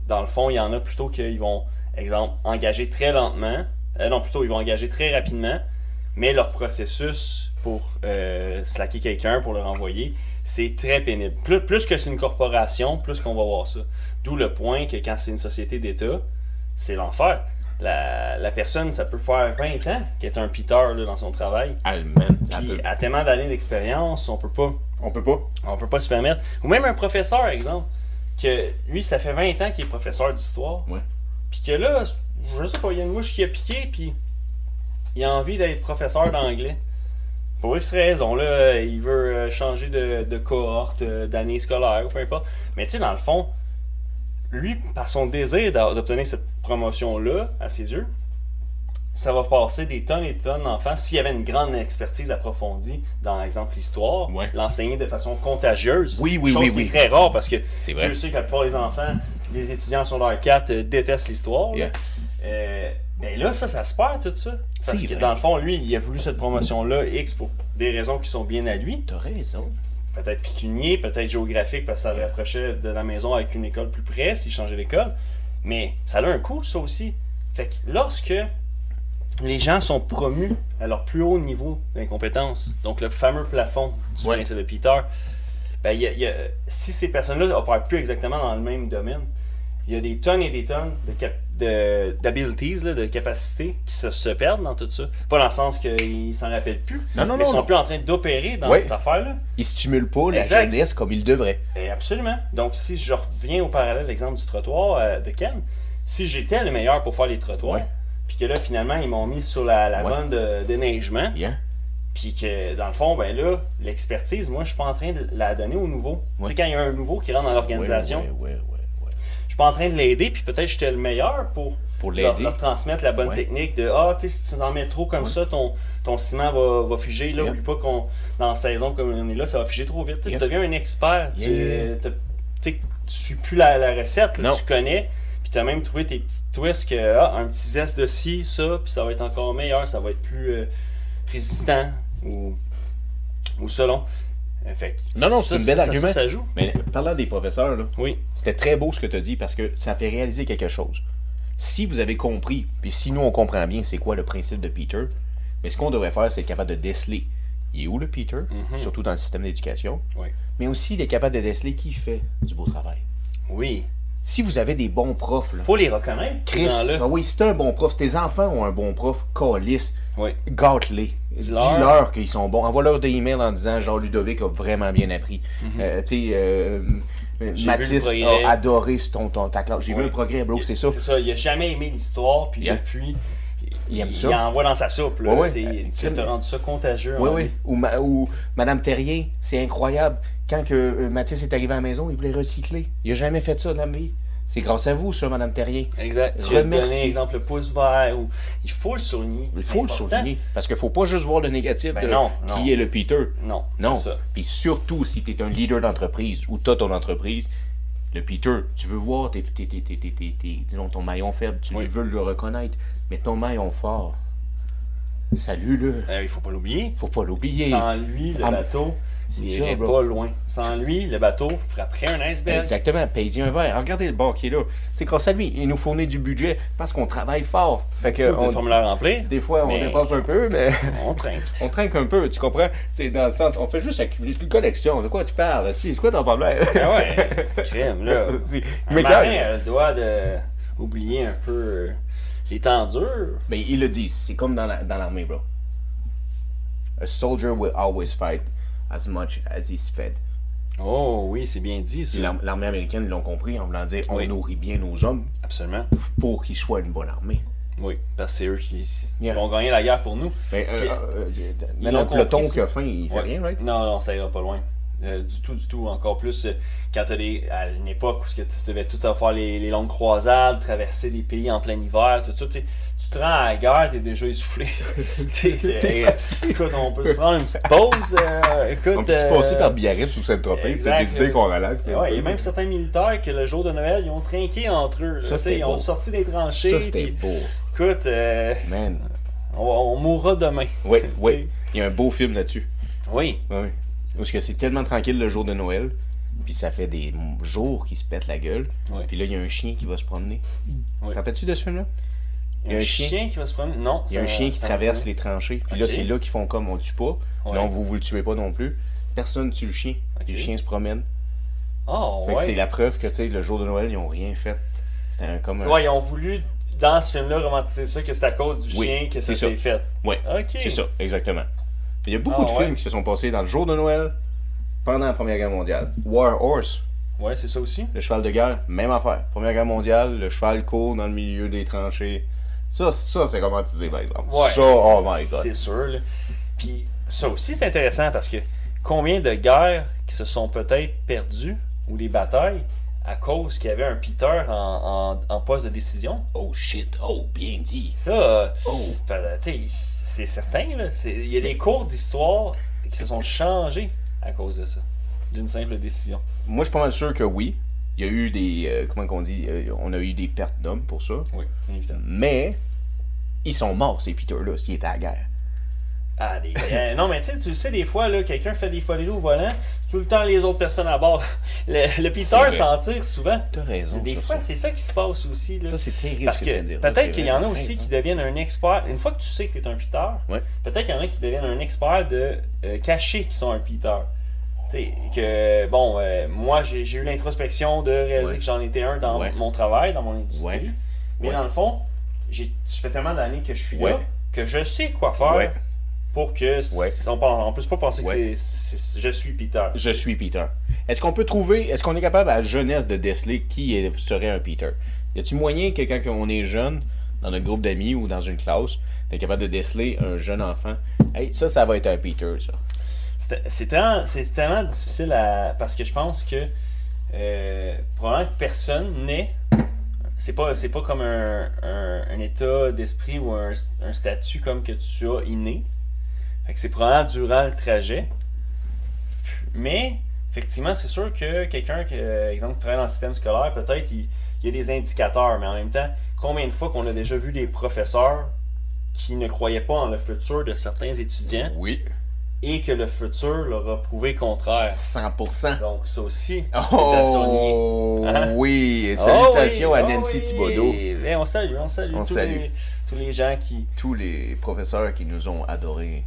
S1: dans le fond, il y en a plutôt qu'ils vont, exemple, engager très lentement. Euh, non, plutôt, ils vont engager très rapidement, mais leur processus pour euh, slacker quelqu'un, pour le renvoyer, c'est très pénible. Plus, plus que c'est une corporation, plus qu'on va voir ça. D'où le point que quand c'est une société d'État, c'est l'enfer. La, la personne, ça peut faire 20 ans qu'elle est un piteur là, dans son travail.
S2: Allemand. Ben, ça
S1: Puis,
S2: peut-
S1: à tellement d'années d'expérience, on peut pas
S2: On peut pas.
S1: on peut pas se permettre. Ou même un professeur, exemple, que lui, ça fait 20 ans qu'il est professeur d'histoire.
S2: Ouais.
S1: Puis que là, je sais pas, il y a une mouche qui a piqué, puis il a envie d'être professeur d'anglais. Pour X raison, là, il veut euh, changer de, de cohorte, euh, d'année scolaire, ou peu importe. Mais tu sais, dans le fond, lui, par son désir d'a- d'obtenir cette promotion-là, à ses yeux, ça va passer des tonnes et des tonnes d'enfants. S'il y avait une grande expertise approfondie dans, par exemple, l'histoire,
S2: Ouais.
S1: l'enseigner de façon contagieuse.
S2: Oui, oui,
S1: chose
S2: oui,
S1: qui
S2: oui.
S1: est très rare parce que
S2: C'est vrai.
S1: Dieu sait que la plupart des enfants, des étudiants sur leur 4 détestent l'histoire. là.
S2: Yeah.
S1: Euh, ben là, ça, ça se perd tout ça. Parce
S2: C'est
S1: que
S2: vrai.
S1: dans le fond, lui, il a voulu cette promotion-là, X, pour des raisons qui sont bien à lui.
S2: T'as raison.
S1: Peut-être pécunier, peut-être géographique, parce que ça le rapprochait de la maison avec une école plus près s'il changeait d'école. Mais ça a un coût, ça aussi. Fait que lorsque les gens sont promus à leur plus haut niveau d'incompétence, donc le fameux plafond du
S2: Ouais.
S1: principe de Peter, ben, il y a- il y a- si ces personnes-là opèrent plus exactement dans le même domaine, il y a des tonnes et des tonnes de cap- de- d'abilities, là, de capacités qui se, se perdent dans tout ça. Pas dans le sens qu'ils s'en rappellent plus,
S2: Non, non,
S1: mais
S2: non,
S1: ils sont
S2: non.
S1: plus en train d'opérer dans
S2: Ouais.
S1: cette affaire-là.
S2: Il stimule pas la
S1: Exact.
S2: jeunesse comme il devrait.
S1: Et Eh, absolument. Donc, si je reviens au parallèle, l'exemple du trottoir euh, de Cannes, si j'étais le meilleur pour faire les trottoirs,
S2: Ouais.
S1: puis que là, finalement, ils m'ont mis sur la, la
S2: Ouais.
S1: vanne de déneigement,
S2: Bien.
S1: puis que dans le fond, ben là, l'expertise, moi, je suis pas en train de la donner au nouveau.
S2: Ouais.
S1: Tu sais, quand il y a un nouveau qui rentre dans l'organisation,
S2: Ouais, ouais, ouais, ouais, ouais.
S1: je suis pas en train de l'aider, puis peut-être j'étais le meilleur pour,
S2: Pour
S1: leur,
S2: l'aider.
S1: leur transmettre la bonne
S2: Ouais.
S1: technique de Ah, tu sais, si tu en mets trop comme ça, ton, ton ciment va, va figer. Là,
S2: Yep.
S1: oublie pas qu'on dans la saison comme on est là, ça va figer trop vite. Tu sais,
S2: Yep.
S1: Tu deviens un expert. Tu
S2: Yeah.
S1: t'as- tu sais, tu suis plus la, la recette, là,
S2: Non.
S1: tu connais. Puis tu as même trouvé tes petits twists que ah, un petit zeste de ci, ça, puis ça va être encore meilleur, ça va être plus euh, résistant ou, ou selon. Euh, Fait que
S2: Non, non,
S1: ça,
S2: c'est une
S1: ça,
S2: belle
S1: ça,
S2: argument.
S1: Ça, ça joue.
S2: Mais parlant des professeurs, là,
S1: Oui.
S2: C'était très beau ce que tu as dit parce que ça fait réaliser quelque chose. Si vous avez compris, puis si nous on comprend bien c'est quoi le principe de Peter, mais ce qu'on devrait faire, c'est être capable de déceler il est où le Peter,
S1: Mhm.
S2: surtout dans le système d'éducation,
S1: Oui.
S2: mais aussi d'être capable de déceler qui fait du beau travail.
S1: Oui.
S2: Si vous avez des bons profs, là,
S1: Faut les reconnaître. ces
S2: Chris,
S1: gens-là.
S2: ah oui, si t'as un bon prof, si tes enfants ont un bon prof, calisse,
S1: Oui.
S2: gâte-les.
S1: Dis-leur.
S2: Dis-leur qu'ils sont bons. Envoie-leur des emails en disant genre Ludovic a vraiment bien appris. Euh, tu sais, euh, euh,
S1: Mhm. J'ai vu le
S2: Mathis
S1: progrès.
S2: a adoré ce- ton, ton, ta classe. J'ai
S1: Ouais.
S2: vu un progrès, bro,
S1: Il-
S2: c'est ça.
S1: C'est ça, il a jamais aimé l'histoire, puis
S2: Yeah.
S1: depuis,
S2: Il aime
S1: Il
S2: ça.
S1: envoie dans sa soupe, là.
S2: Ouais, ouais.
S1: T'es-
S2: Euh,
S1: Tu as
S2: crime.
S1: rendu ça contagieux.
S2: Oui,
S1: hein.
S2: oui. Ou, ma- ou Madame Terrien, c'est incroyable. Quand que euh, Mathis est arrivé à la maison, il voulait recycler. Il a jamais fait ça de la vie. C'est grâce à vous, ça, Madame Terrien.
S1: Exact. Tu as
S2: Remercie.
S1: donné, exemple, le pouce vert. Ou... Il faut le souligner.
S2: Il
S1: C'est
S2: faut le
S1: important.
S2: souligner. Parce qu'il faut pas juste voir le négatif
S1: Ben
S2: de
S1: non, non.
S2: qui est le Peter.
S1: Non,
S2: Non.
S1: c'est ça.
S2: Puis surtout, si tu es un leader d'entreprise ou tu ton entreprise, le Peter, tu veux voir tes, tes- tes- tes- tes- tes- tes- disons, ton maillon faible, tu
S1: Oui.
S2: veux le reconnaître, mais ton maillon fort, salut-le.
S1: Euh, il faut pas l'oublier.
S2: Faut pas l'oublier.
S1: Sans lui, le
S2: Ah,
S1: bateau,
S2: C'est
S1: Il
S2: ça,
S1: irait
S2: bro.
S1: pas loin. Sans lui, le bateau frapperait un iceberg.
S2: Exactement, payez un verre. Regardez le bar qui est là. C'est grâce à lui. Il nous fournit du budget parce qu'on travaille fort. Fait que
S1: On...
S2: on-
S1: Le formulaire rempli.
S2: des fois, on
S1: Mais-
S2: dépense un peu, mais
S1: On trinque.
S2: on trinque un peu, tu comprends? C'est dans le sens, on fait juste accumuler. C'est une collection. De quoi tu parles? Si, c'est quoi ton problème?
S1: Ah ouais, crème, là.
S2: Si.
S1: Un
S2: mais
S1: marin
S2: quand...
S1: a le droit de oublier un peu euh, les temps durs.
S2: Mais ils le disent, c'est comme dans la- dans l'armée, bro. A soldier will always fight as much as he's fed.
S1: Oh oui, c'est bien dit,
S2: Puis
S1: ça.
S2: l'ar- L'armée américaine, ils l'ont compris en voulant dire on
S1: Oui.
S2: nourrit bien nos hommes
S1: Absolument.
S2: pour qu'ils soient une bonne armée.
S1: Oui, parce que c'est eux qui ils
S2: Yeah.
S1: vont gagner la guerre pour nous.
S2: Mais euh,
S1: Puis-
S2: euh, euh,
S1: Ils
S2: même
S1: l'ont
S2: un peloton
S1: compris, ça.
S2: qui a faim, il fait
S1: Ouais.
S2: rien, right?
S1: Non, non, ça ira pas loin. Euh, du tout, du tout. Encore plus euh, quand t'as des- à une époque où tu devais tout à faire les, les longues croisades, traverser des pays en plein hiver, tout ça. tu sais, Tu te rends à la guerre, t'es déjà essoufflé. T'es- t'es-
S2: T'es fatigué.
S1: Écoute, on peut se prendre une petite pause. euh, écoute,
S2: On peut se
S1: euh,
S2: passer par Biarritz ou Saint-Tropez, c'est
S1: exact,
S2: des idées
S1: euh,
S2: qu'on relaxe.
S1: Ouais,
S2: un
S1: il y a
S2: peu.
S1: même certains militaires que le jour de Noël, ils ont trinqué entre eux. là,
S2: Ça,
S1: tu sais,
S2: c'était
S1: ils
S2: beau.
S1: ont sorti des tranchées.
S2: Ça, c'était
S1: puis,
S2: beau.
S1: Écoute, euh,
S2: Man.
S1: on, va- on mourra demain.
S2: Oui, oui. Il y a un beau film là-dessus.
S1: Oui.
S2: Oui. Parce que c'est tellement tranquille le jour de Noël, puis ça fait des jours qu'ils se pètent la gueule.
S1: Ouais.
S2: Puis là, il y a un chien qui va se promener.
S1: Ouais.
S2: T'en rappelles-tu de ce film-là?
S1: Il y a un chien, qui va se promener. Non,
S2: Il y a un chien qui traverse les tranchées. Puis là,
S1: Ok.
S2: c'est là qu'ils font comme on le tue pas.
S1: Ouais.
S2: Non, vous vous le tuez pas non plus. Personne tue le chien.
S1: Ok.
S2: Le chien se promène.
S1: Oh,
S2: Fait que c'est
S1: ouais.
S2: la preuve que tu sais, le jour de Noël, ils ont rien fait. C'était un- comme un-
S1: Ouais, ils ont voulu, dans ce film-là, romantiser ça, que c'est à cause du
S2: Oui,
S1: chien que ça
S2: c'est ça.
S1: s'est fait.
S2: Ouais.
S1: Ok.
S2: C'est ça, exactement. Il y a beaucoup
S1: Ah,
S2: de
S1: ouais.
S2: films qui se sont passés dans le jour de Noël pendant la Première Guerre mondiale. War Horse,
S1: Ouais, c'est ça aussi.
S2: le cheval de guerre, même affaire. Première Guerre mondiale, le cheval court dans le milieu des tranchées. Ça, ça c'est romantisé, par exemple.
S1: Ouais.
S2: Ça, oh my god.
S1: C'est sûr, là. Puis ça aussi, c'est intéressant parce que combien de guerres qui se sont peut-être perdues ou des batailles à cause qu'il y avait un Peter en, en- en poste de décision.
S2: Oh shit, oh bien dit.
S1: Ça, euh,
S2: Oh.
S1: fait, euh, tu sais, c'est certain, là. C'est- Il y a des cours d'histoire qui se sont changés à cause de ça. D'une simple décision.
S2: Moi, je suis pas mal sûr que oui. Il y a eu des. euh, comment qu'on dit euh, On a eu des pertes d'hommes pour ça.
S1: Oui, bien évidemment.
S2: Mais. Ils sont morts, ces Peter-là, s'ils étaient à la guerre.
S1: Ah, des... euh, non, mais tu sais, tu le sais, des fois, là, quelqu'un fait des folies au volant, tout le temps, les autres personnes à bord. Le, le
S2: C'est
S1: Peter
S2: vrai.
S1: s'en tire souvent.
S2: T'as raison.
S1: Des
S2: sur
S1: fois,
S2: ça.
S1: c'est ça qui se passe aussi. Là.
S2: Ça, c'est terrible.
S1: Parce
S2: ce que tu viens de
S1: que
S2: dire, là, c'est
S1: peut-être qu'il y
S2: vrai,
S1: en a
S2: t'as
S1: aussi
S2: raison.
S1: qui deviennent un expert. Une fois que tu sais que tu es un piteur,
S2: Ouais.
S1: peut-être qu'il y en a qui deviennent un expert de euh, cacher qu'ils sont un piteur. Tu sais, que bon, euh, moi j'ai j'ai eu l'introspection de réaliser
S2: Ouais.
S1: que j'en étais un dans
S2: Ouais.
S1: mon travail, dans mon industrie.
S2: Ouais.
S1: Mais
S2: Ouais.
S1: dans le fond, j'ai je fais tellement d'années que je suis là
S2: Ouais.
S1: que je sais quoi faire
S2: Ouais.
S1: pour que c-
S2: Ouais.
S1: on, pen- on peut pas penser que
S2: Ouais.
S1: c'est- c'est- c'est- je suis piteur.
S2: Je suis Peter. Est-ce qu'on peut trouver, est-ce qu'on est capable à la jeunesse de déceler qui est- serait un Peter Y a-t-il moyen que quand on est jeune, dans notre groupe d'amis ou dans une classe, d'être capable de déceler un jeune enfant Hey, ça, ça va être un Peter, ça.
S1: C'est c'est tellement, c'est tellement difficile à. Parce que je pense que. euh, probablement que personne n'est. C'est pas, c'est pas comme un, un- un état d'esprit ou un, un statut comme que tu as inné. Fait que c'est probablement durant le trajet. Mais, effectivement, c'est sûr que quelqu'un, que, euh, exemple, qui travaille dans le système scolaire, peut-être il, il y a des indicateurs, mais en même temps, combien de fois qu'on a déjà vu des professeurs qui ne croyaient pas en le futur de certains étudiants
S2: Oui.
S1: et que le futur leur a prouvé contraire.
S2: 100%.
S1: Donc, ça aussi, c'est à souligner.
S2: Oh
S1: Hein?
S2: oui, et
S1: Oh
S2: salutations
S1: oui,
S2: à
S1: oh
S2: Nancy
S1: oui.
S2: Thibodeau,
S1: Ben, on salue, on salue,
S2: On
S1: tous,
S2: salue.
S1: Les, tous les gens qui.
S2: tous les professeurs qui nous ont adorés.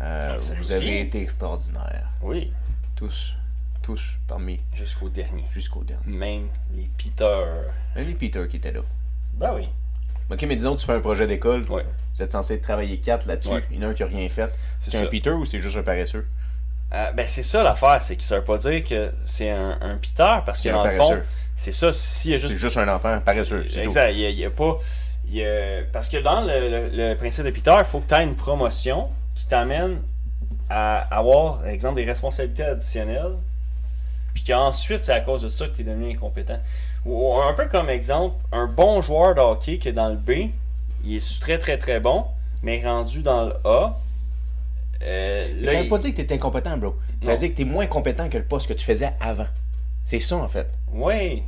S2: Euh,
S1: Ah, ça
S2: vous
S1: aussi.
S2: avez été extraordinaires,
S1: Oui,
S2: tous, tous parmi
S1: jusqu'au dernier.
S2: jusqu'au dernier.
S1: Même les piteurs.
S2: Même les Peter qui étaient là.
S1: Ben oui.
S2: Ok, mais disons que tu fais un projet d'école,
S1: Ouais.
S2: vous êtes censé travailler quatre là-dessus,
S1: Ouais.
S2: il y en a un qui a rien fait.
S1: C'est
S2: C'est un
S1: ça.
S2: Peter ou c'est juste un paresseux
S1: Euh, ben, c'est ça l'affaire, c'est qu'ils ne savent pas dire que c'est un, un piteur, parce que
S2: C'est un
S1: dans le fond,
S2: paresseux.
S1: c'est ça, s'il y a juste
S2: C'est juste un enfant paresseux. c'est tout.
S1: Exact. Il n'y a, pas. il y a- parce que dans le, le- le principe de Peter, il faut que tu aies une promotion qui t'amène à avoir, exemple, des responsabilités additionnelles. Puis qu'ensuite, c'est à cause de ça que tu es devenu incompétent. Ou, ou un peu comme exemple, un bon joueur de hockey qui est dans le B, il est très très très bon, mais rendu dans le A. euh,
S2: Mais
S1: là,
S2: Ça veut
S1: il-
S2: pas dire que t'es incompétent, bro. Ça
S1: Non.
S2: veut dire que t'es moins compétent que le poste que tu faisais avant. C'est ça, en fait.
S1: Oui.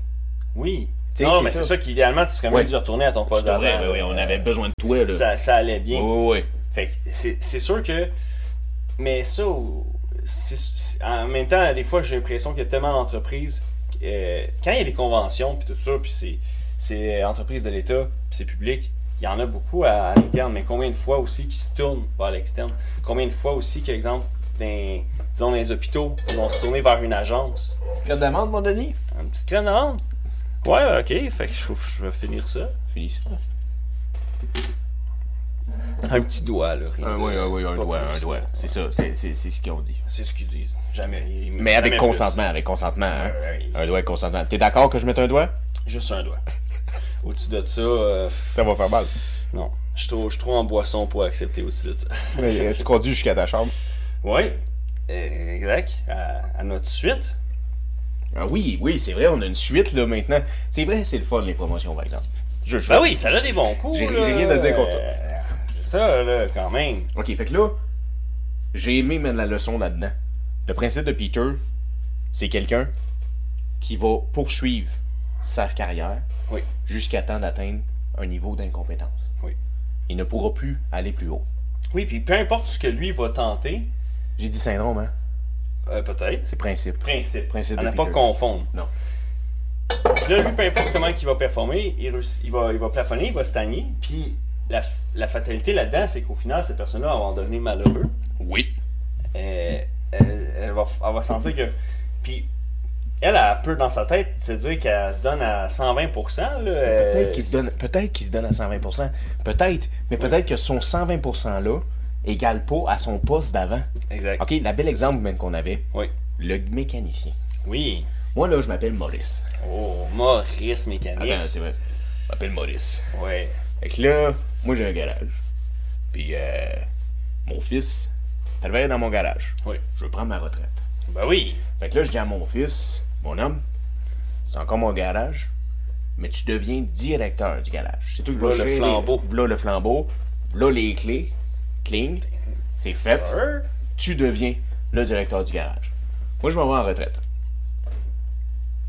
S1: Oui.
S2: Tu sais,
S1: Non,
S2: c'est
S1: mais
S2: ça.
S1: c'est ça qu'idéalement, tu serais
S2: Ouais.
S1: mieux de retourner à ton poste
S2: C'est vrai,
S1: d'avant.
S2: oui, oui, on avait besoin de toi, là.
S1: Ça, ça allait bien.
S2: Oui, oui, oui.
S1: Fait que c'est c'est sûr que. Mais ça, au- c'est- c'est- en même temps, des fois, j'ai l'impression qu'il y a tellement d'entreprises. euh, quand il y a des conventions, puis tout ça, puis c'est, c'est entreprise de l'État, puis c'est public, il y en a beaucoup à, à l'interne, mais combien de fois aussi qui se tournent vers l'externe Combien de fois aussi, par exemple, dans, disons, dans les hôpitaux, ils vont se tourner vers une agence
S2: C'est la demande, mon Denis?
S1: Un petit crâne avant Ouais, ok, fait que je, je vais finir ça.
S2: Fini ça.
S1: Un petit doigt, là. rien
S2: Un,
S1: de-
S2: Euh, oui, oui, oui, un
S1: pas
S2: doigt,
S1: plus.
S2: un doigt. C'est ça, c'est c'est- c'est ce qu'ils ont dit.
S1: C'est ce qu'ils disent. Jamais. ils-
S2: Mais avec
S1: jamais plus.
S2: consentement, avec consentement. hein.
S1: Ouais, ouais.
S2: Un doigt avec consentement. T'es d'accord que je mette un doigt?
S1: Juste un doigt. Au-dessus de ça, euh,
S2: Ça va faire mal.
S1: non. Je suis trop, je suis trop en boisson pour accepter au-dessus de ça.
S2: Mais euh, tu conduis jusqu'à ta chambre.
S1: Oui, exact. À, à notre suite.
S2: Ah oui, oui, c'est vrai, on a une suite là maintenant. C'est vrai, c'est le fun les promotions par exemple. Je, je-
S1: Ben oui, ça a des bons coups.
S2: J'ai-
S1: là.
S2: j'ai rien à dire contre ça.
S1: Euh, C'est ça, là, quand même.
S2: Ok, fait que là, j'ai aimé mettre la leçon là-dedans. Le principe de Peter, c'est quelqu'un qui va poursuivre sa carrière
S1: Oui.
S2: jusqu'à temps d'atteindre un niveau d'incompétence.
S1: Oui.
S2: Il ne pourra plus aller plus haut.
S1: Oui, puis peu importe ce que lui va tenter,
S2: J'ai dit syndrome, hein?
S1: euh, peut-être.
S2: C'est principe.
S1: Principe.
S2: Principe
S1: À
S2: de
S1: ne pas
S2: Peter.
S1: confondre.
S2: Non.
S1: Puis là, lui, peu importe comment il va performer, il, réussit- il va, il va plafonner, il va stagner. Puis la, f- la fatalité là-dedans, c'est qu'au final, cette personne-là va en devenir malheureux.
S2: Oui.
S1: Euh, elle, elle va, elle va sentir que. Puis, elle a un peu dans sa tête, c'est dire qu'elle se donne à 120%. là, euh,
S2: Peut-être qu'il se donne, peut-être qu'il se donne à 120%. Peut-être, mais peut-être que son 120% là égale pas à son poste d'avant.
S1: Exact.
S2: OK, la belle exemple même qu'on avait,
S1: Oui.
S2: le mécanicien.
S1: Oui.
S2: Moi, là, je m'appelle Maurice.
S1: Oh, Maurice Mécanique.
S2: Attends, c'est vrai. Je m'appelle Maurice.
S1: Ouais.
S2: Fait que là, moi, j'ai un garage. Puis, euh, mon fils travaille dans mon garage.
S1: Oui.
S2: Je veux prendre ma retraite.
S1: Ben oui.
S2: Fait que là, je dis à mon fils, mon homme, c'est encore mon garage, mais tu deviens directeur du garage. C'est toi qui
S1: V'là
S2: vas
S1: le
S2: gérer-
S1: flambeau.
S2: V'là le flambeau. V'là les clés. Cling. C'est fait.
S1: Sir?
S2: tu deviens le directeur du garage. Moi, je m'en vais en retraite.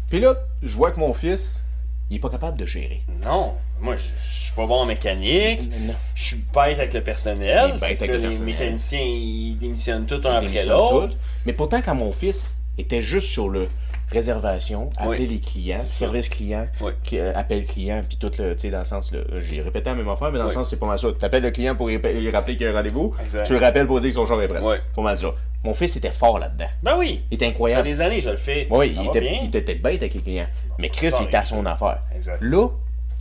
S2: Puis là, je vois que mon fils, il est pas capable de gérer.
S1: Non. Moi, je je suis pas bon en mécanique.
S2: Non.
S1: Je suis bête avec le personnel.
S2: Il est bête
S1: Fait
S2: avec
S1: que
S2: le
S1: là,
S2: personnel.
S1: Les mécaniciens, ils démissionnent tout un
S2: Des
S1: après
S2: missions
S1: l'autre.
S2: toutes. Mais pourtant, quand mon fils était juste sur le réservation, appeler
S1: Oui.
S2: les clients, service client,
S1: Oui.
S2: qui- euh, appel client, puis tout le, tu sais, dans le sens, le, j'ai répété la même affaire, mais dans
S1: Oui.
S2: le sens, c'est pas mal ça. Tu appelles le client pour lui lui rappeler qu'il y a un rendez-vous,
S1: Exact.
S2: tu le rappelles pour dire que son char est prêt.
S1: Oui.
S2: Pas mal ça. Mon fils était fort là-dedans.
S1: Ben oui.
S2: Il était
S1: Ça fait
S2: incroyable.
S1: des années, je le fais.
S2: Oui,
S1: Ça
S2: il
S1: va
S2: était,
S1: bien.
S2: il était peut-être bête avec les clients. Mais Chris,
S1: Bon,
S2: il était à
S1: il-
S2: son affaire.
S1: Exact.
S2: Là,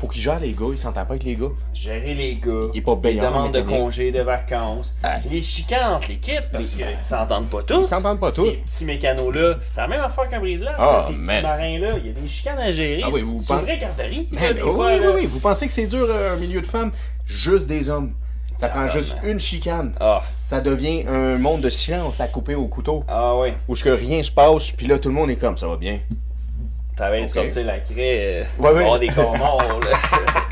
S2: faut qu'il gère les gars, il s'entend pas avec les gars.
S1: Gérer les gars.
S2: Il est pas
S1: Les
S2: payant.
S1: demandes de
S2: mécanique.
S1: congés, de vacances.
S2: Aïe.
S1: Les chicanes entre l'équipe. Parce qu'ils
S2: ben,
S1: s'entendent pas tous.
S2: ils s'entendent pas tous.
S1: Ces petits mécanos-là. C'est la même affaire qu'un brise-là.
S2: Ah,
S1: ces
S2: man.
S1: petits marins-là. Il y a des chicanes à gérer.
S2: Ah oui, vous
S1: C'est une
S2: pensez-
S1: vraie garderie.
S2: Man,
S1: là, des
S2: oui,
S1: fois,
S2: oui,
S1: là.
S2: oui, vous pensez que c'est dur euh, un milieu de femmes? Juste des hommes. Ça,
S1: Ça
S2: prend
S1: va,
S2: juste une chicane.
S1: Ah,
S2: Ça devient un monde de silence à couper au couteau.
S1: ah oui.
S2: Où ce que rien se passe, puis là tout le monde est comme ça va bien.
S1: T'avais
S2: Ok.
S1: de sortir la craie. Euh,
S2: Ouais, ouais.
S1: avoir des corps morts, là.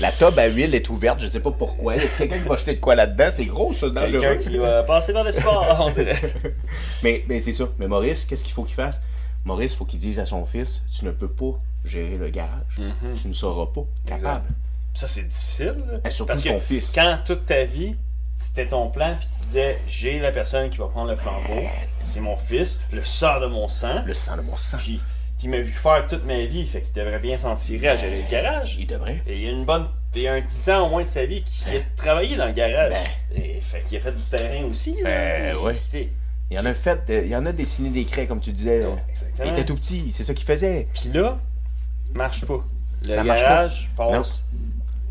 S2: La table à huile est ouverte, je sais pas pourquoi. Est-ce quelqu'un qui va jeter de quoi là-dedans? C'est gros ça, dangereux.
S1: Quelqu'un qui va passer dans le sport, on dirait.
S2: mais mais c'est ça. Mais Maurice, qu'est-ce qu'il faut qu'il fasse? Maurice, il faut qu'il dise à son fils, tu ne peux pas gérer le garage.
S1: Mhm. Mm-hmm.
S2: Tu ne seras pas capable.
S1: Ça, c'est difficile. là.
S2: Et Ben, surtout
S1: Parce que
S2: ton fils.
S1: quand toute ta vie, c'était ton plan, puis tu disais, j'ai la personne qui va prendre le flambeau, c'est mon fils, le sort de mon sang,
S2: Le sang de mon sang.
S1: puis qui m'a vu faire toute ma vie, fait qu'il devrait bien s'en tirer à gérer le garage.
S2: Il devrait.
S1: Et il y a une bonne. Il y a un 10 ans au moins de sa vie qui a travaillé dans le garage.
S2: Ben.
S1: Et fait qu'il a fait du terrain aussi. là.
S2: Ben, ouais.
S1: Tu sais,
S2: Il y en a fait, euh, il y en a dessiné des craies, comme tu disais. là.
S1: Exactement.
S2: Il était tout petit, c'est ça qu'il faisait.
S1: Puis là, marche pas. Le
S2: Ça marche
S1: garage passe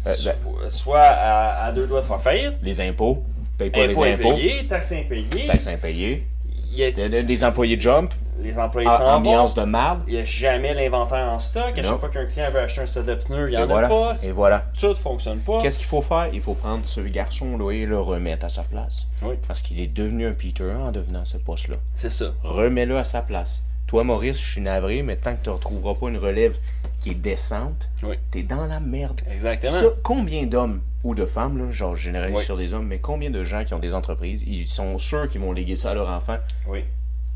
S2: Euh,
S1: so- soit à, à deux doigts de faire faillite,
S2: Les impôts, paye pas
S1: impôts
S2: les impôts,
S1: impayés, taxes impayées,
S2: taxes impayées,
S1: il y a-
S2: Il y en a des employés de jump,
S1: les employés
S2: a-
S1: s'en vont,
S2: ambiance de marde.
S1: il n'y a jamais l'inventaire en stock, à
S2: Non.
S1: chaque fois qu'un client veut acheter un set de pneus, il n'y
S2: Et
S1: en a
S2: voilà.
S1: pas,
S2: Et voilà.
S1: tout ne fonctionne pas.
S2: Qu'est-ce qu'il faut faire Il faut prendre ce garçon-là et le remettre à sa place.
S1: Oui,
S2: Parce qu'il est devenu un Peter en devenant ce poste-là.
S1: c'est ça.
S2: Remets-le à sa place. Toi, Maurice, je suis navré, mais tant que tu ne retrouveras pas une relève qui est décente,
S1: Oui,
S2: t'es dans la merde.
S1: exactement.
S2: Ça, combien d'hommes ou de femmes, là, genre je généralise
S1: Oui.
S2: sur des hommes, mais combien de gens qui ont des entreprises, ils sont sûrs qu'ils vont léguer ça à leur enfant.
S1: Oui.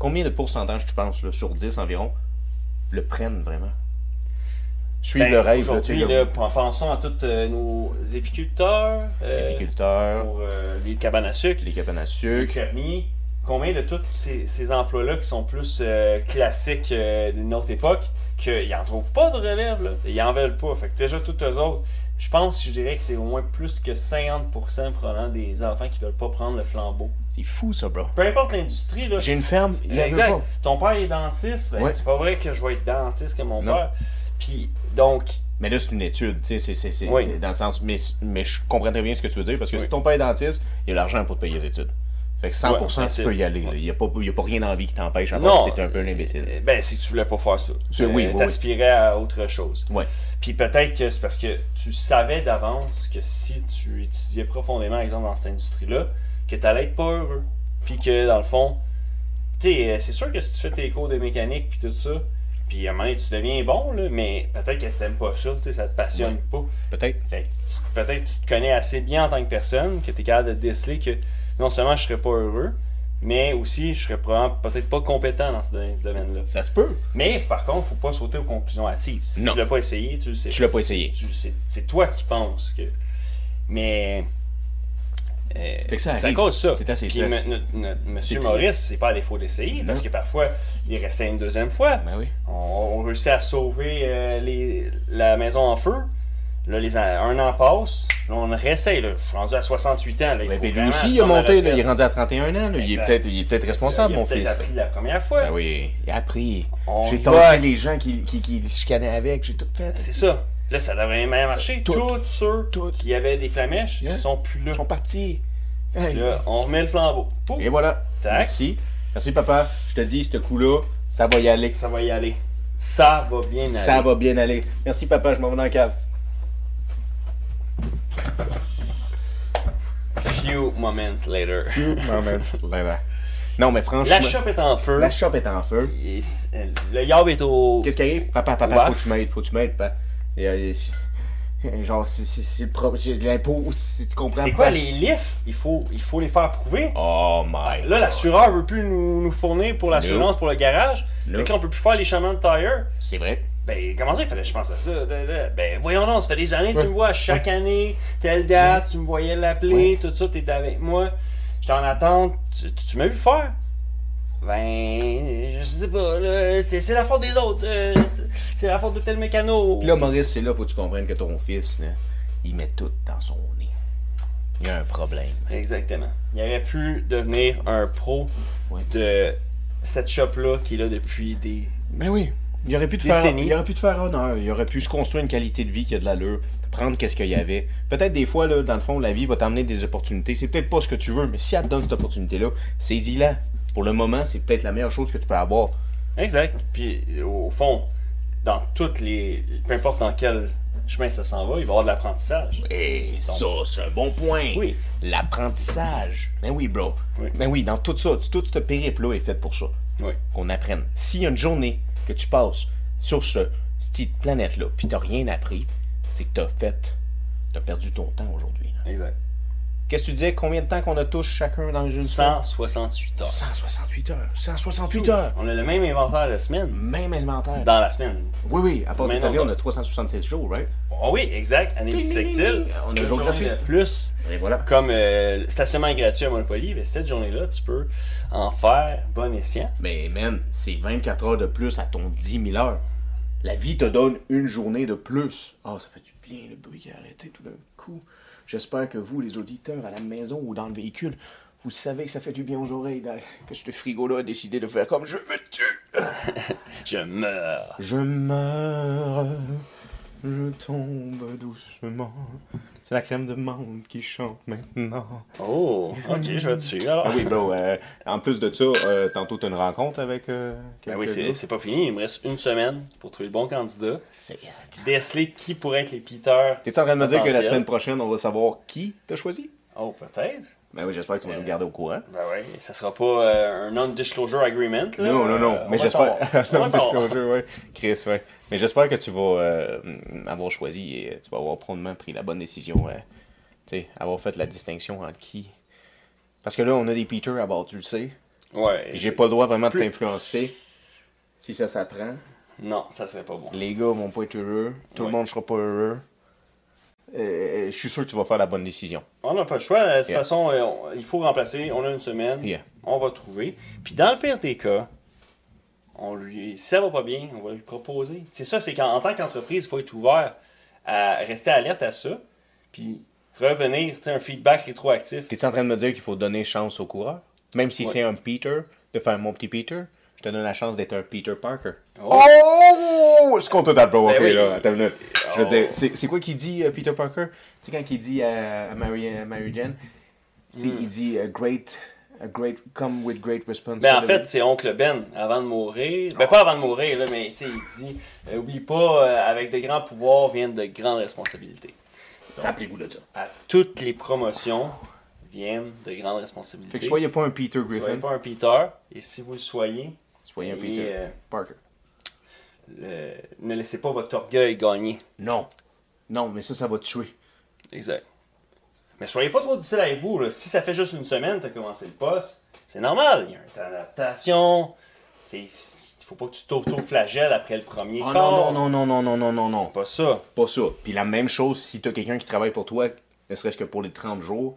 S2: Combien de pourcentage, tu penses, là, sur 10 environ, le prennent vraiment? Suivent
S1: Ben,
S2: le rêve, là, tu
S1: Aujourd'hui,
S2: sais,
S1: là,
S2: le
S1: pen- pensons à tous euh, nos épiculteurs, euh,
S2: apiculteur,
S1: pour euh, les cabanes à sucre,
S2: les cabanes à
S1: les
S2: sucre,
S1: fermiers, combien de tous ces, ces emplois-là qui sont plus euh, classiques euh, d'une autre époque, qu'ils n'en trouvent pas de relève, là. ils n'en veulent pas. Fait que déjà, toutes eux autres, je pense, je dirais que c'est au moins plus que 50% prenant des enfants qui veulent pas prendre le flambeau.
S2: C'est fou, ça, bro.
S1: Peu importe l'industrie, là.
S2: J'ai une ferme, il y en a
S1: Exact.
S2: pas.
S1: Ton père est dentiste, ben,
S2: Ouais.
S1: c'est pas vrai que je vais être dentiste comme mon
S2: Non.
S1: père. Puis, donc,
S2: Mais là, c'est une étude, tu sais, c'est- c'est c'est-
S1: Oui.
S2: c'est dans le sens. Mais, mais je comprends très bien ce que tu veux dire, parce que
S1: Oui.
S2: si ton père est dentiste, il y a l'argent pour te payer les études. Fait que 100%,
S1: Ouais,
S2: tu
S1: c'est-
S2: peux y aller. là. Il n'y a, pas- il y a pas rien dans la vie qui t'empêche, à
S1: Non.
S2: part si t'es un peu un imbécile.
S1: euh, ben, si tu voulais pas faire ça, Euh,
S2: Tu- oui, oui, oui.
S1: t'aspirais à autre chose.
S2: Ouais.
S1: Puis peut-être que c'est parce que tu savais d'avance que si tu étudiais profondément, exemple, dans cette industrie-là, que tu être pas heureux. Puis que dans le fond, tu sais, euh, c'est sûr que si tu fais tes cours de mécanique puis tout ça, puis à un moment donné, tu deviens bon, là, mais peut-être que t'aimes pas ça, tu sais, ça te passionne pas.
S2: Peut-être.
S1: Fait que tu- peut-être que tu te connais assez bien en tant que personne que tu es capable de déceler que non seulement je serais pas heureux, mais aussi je serais probablement peut-être pas compétent dans ce do- domaine-là.
S2: Ça se peut.
S1: Mais par contre, faut pas sauter aux conclusions hâtives. Si
S2: Non.
S1: tu l'as pas essayé, tu le sais.
S2: Tu l'as pas essayé.
S1: Tu- c'est- C'est toi qui penses que. Mais. euh,
S2: Fait que ça
S1: c'est à
S2: arrive.
S1: cause de ça.
S2: C'est assez
S1: Puis
S2: triste.
S1: me- notre- notre- Monsieur
S2: triste.
S1: Maurice, c'est pas à défaut d'essayer, parce
S2: Non.
S1: que parfois, il restait une deuxième fois
S2: Ben oui.
S1: on, on réussit à sauver euh, les, la maison en feu. Là, les, an- un an passe. Là, on réessaye. Là. Je suis rendu à 68 ans. Là, il faut
S2: Ben, ben, lui
S1: vraiment
S2: aussi,
S1: se
S2: il a
S1: prendre la
S2: monté, là, il est
S1: retraite.
S2: rendu à 31 ans. là. Il est
S1: Exact.
S2: peut-être il est peut-être responsable,
S1: Il a
S2: mon
S1: peut-être
S2: fils.
S1: appris la première fois.
S2: Ben oui, il a appris.
S1: On y
S2: J'ai
S1: va. Ben,
S2: tassé les gens qui, qui, qui se chicanaient avec, j'ai tout fait.
S1: C'est ça. Là, ça devrait même marcher.
S2: Tout.
S1: Tous ceux
S2: Tout.
S1: qui avaient des flamèches
S2: Yeah.
S1: sont plus là.
S2: Ils sont partis. Hey.
S1: Là, on remet le flambeau. Pouf,
S2: Et voilà.
S1: Tac.
S2: Merci. Merci, papa. Je te dis, ce coup-là, ça va y aller.
S1: Ça va y aller. Ça va bien aller.
S2: Ça va bien aller. Merci, papa. Je m'en vais dans la cave.
S1: Few moments later.
S2: non, mais... Vraiment. Non, mais franchement,
S1: La shop est en feu.
S2: la shop est en feu.
S1: Et c'est- le yard est au.
S2: Qu'est-ce qui arrive? Papa, papa,
S1: Ouais.
S2: faut que tu m'aides, faut que tu m'aides, papa. Et, euh, et- Genre, c'est- c'est c'est le pro- c'est l'impôt, si tu comprends.
S1: C'est quoi
S2: pas.
S1: les lifts? Il faut, il faut les faire prouver.
S2: Oh
S1: Là,
S2: my. God.
S1: l'assureur veut plus nous, nous fournir pour l'assurance pour le garage.
S2: No.
S1: Fait que là, on peut plus faire les chemins de tire.
S2: C'est vrai.
S1: Ben, comment ça, il fallait que je pense à ça? là, là? Ben, voyons donc, ça fait des années que tu me vois à chaque année, telle date, tu me voyais l'appeler, tout ça, t'étais avec moi. J'étais en attente. Tu, tu- tu m'as vu faire? Ben, je sais pas, là, c'est c'est la faute des autres. euh, c'est- c'est la faute de tel mécano.
S2: Puis là, Maurice, c'est là, faut que tu comprennes que ton fils, là, il met tout dans son nez. Il y a un problème.
S1: Exactement. Il aurait pu devenir un pro
S2: Ouais.
S1: de cette shop-là qui est là depuis des
S2: Ben oui. Il aurait pu te faire,
S1: Décennie.
S2: il aurait pu te faire honneur. Il aurait pu se construire une qualité de vie qui a de l'allure, prendre qu'est-ce qu'il y avait. Peut-être des fois là, dans le fond, la vie va t'amener des opportunités. C'est peut-être pas ce que tu veux, mais si elle te donne cette opportunité-là, saisis-la. Pour le moment, c'est peut-être la meilleure chose que tu peux avoir.
S1: Exact. Puis euh, au fond, dans toutes les. Peu importe dans quel chemin ça s'en va, il va y avoir de l'apprentissage.
S2: Et ça, c'est un bon point.
S1: Oui.
S2: L'apprentissage. Ben oui, bro.
S1: Oui.
S2: Ben oui, dans tout ça, tout ce périple-là est fait pour ça.
S1: Oui.
S2: qu'on apprenne. S'il y a une journée que tu passes sur ce, cette planète-là, puis t'as rien appris, c'est que t'as fait, t'as perdu ton temps aujourd'hui. là.
S1: Exact.
S2: Qu'est-ce que tu disais? Combien de temps qu'on a tous chacun dans une semaine?
S1: 168 heures.
S2: 168 heures. 168 heures.
S1: On a le même inventaire la semaine.
S2: Même inventaire.
S1: Dans la semaine.
S2: Oui, oui. À part
S1: Mais
S2: cette
S1: non,
S2: année, on
S1: non.
S2: a 376 jours, right?
S1: Ah oui, exact. Année
S2: Ding, ding,
S1: bissextile.
S2: ding. On a
S1: Une
S2: jour
S1: journée
S2: gratuit.
S1: de Plus,
S2: Et voilà.
S1: comme euh, le stationnement est gratuit à Monopoly, ben, cette journée-là, tu peux en faire bon escient.
S2: Mais man, c'est 24 heures de plus à ton 10 000 heures. La vie te donne une journée de plus. Ah, ça fait du bien le bruit qui a arrêté tout d'un coup. J'espère que vous, les auditeurs à la maison ou dans le véhicule, vous savez que ça fait du bien aux oreilles de- que ce frigo-là a décidé de faire comme je me tue.
S1: Je meurs.
S2: Je meurs, je tombe doucement. C'est la crème de menthe qui chante maintenant.
S1: Oh, ok, je vais te suivre alors.
S2: Ah oui, bro, euh, en plus de ça, euh, tantôt t'as une rencontre avec euh,
S1: Ben
S2: quelqu'un.
S1: oui, c'est c'est pas fini. Il me reste une semaine pour trouver le bon candidat.
S2: c'est... euh,
S1: déceler qui pourrait être les piteurs.
S2: T'es-tu en train de me dire que la
S1: potentiels.
S2: semaine prochaine, on va savoir qui t'as choisi?
S1: Oh, peut-être.
S2: Ben oui, j'espère que tu vas nous garder au courant.
S1: Ben oui, ça sera pas euh, un non-disclosure agreement. Là.
S2: Non, non, non,
S1: Euh, on
S2: mais
S1: va
S2: j'espère.
S1: savoir. On
S2: Non,
S1: va
S2: c'est ce
S1: savoir.
S2: qu'on veut, ouais. Chris, ouais. Mais j'espère que tu vas euh, avoir choisi et euh, tu vas avoir promptement pris la bonne décision. euh, tu sais, avoir fait la distinction entre qui. Parce que là, on a des Peter à bord, tu le sais.
S1: Ouais.
S2: Et j'ai
S1: c'est-
S2: pas le droit vraiment de
S1: plus-
S2: t'influencer. Si ça s'apprend,
S1: Non, ça serait pas bon.
S2: les gars vont pas être heureux. Tout
S1: Ouais.
S2: le monde sera pas heureux. Euh, je suis sûr que tu vas faire la bonne décision.
S1: On n'a pas le choix. De toute
S2: Yeah.
S1: façon, euh, on- il faut remplacer. On a une semaine.
S2: Yeah.
S1: on va trouver. Puis dans le pire des cas, on lui, si ça va pas bien, on va lui proposer. C'est ça, c'est qu'en en tant qu'entreprise, il faut être ouvert à rester alerte à ça, puis revenir, tu sais, un feedback rétroactif.
S2: T'es-tu en train de me dire qu'il faut donner chance au coureur? Même si
S1: Ouais.
S2: c'est un Peter, de faire mon petit Peter, je te donne la chance d'être un Peter Parker.
S1: Oh!
S2: Oh! Je compte tout bro.
S1: Ben
S2: ok,
S1: oui.
S2: là, attends une minute. Je veux
S1: Oh.
S2: dire, c'est c'est quoi qu'il dit, euh, Peter Parker? Tu sais, quand il dit euh, à Mary, à Mary Jane, tu sais, il dit euh, great, a great, come with great
S1: Mais Ben, en
S2: responsibility.
S1: fait, c'est Oncle Ben, avant de mourir.
S2: Ah.
S1: Ben, pas avant de mourir, là, mais tu sais, il dit euh, Oublie pas, euh, avec de grands pouvoirs viennent de grandes responsabilités.
S2: rappelez-vous de ça.
S1: À toutes les promotions viennent de grandes responsabilités.
S2: Fait que soyez pas un Peter
S1: Soyez
S2: Griffin,
S1: pas un Peter, et si vous le soyez,
S2: soyez un
S1: Et,
S2: Peter
S1: euh,
S2: Parker.
S1: le- ne laissez pas votre orgueil gagner.
S2: Non. Non, mais ça, ça va te tuer.
S1: Exact. Mais soyez pas trop difficile avec vous. là. Si ça fait juste une semaine que tu as commencé le poste, c'est normal. Il y a un temps d'adaptation. Tu sais, Il faut pas que tu t'auto-flagelles après le premier
S2: Oh
S1: corps.
S2: non, non, non, non, non, non, non, non.
S1: Pas ça.
S2: Pas ça. Puis la même chose, si t'as quelqu'un qui travaille pour toi, ne serait-ce que pour les 30 jours,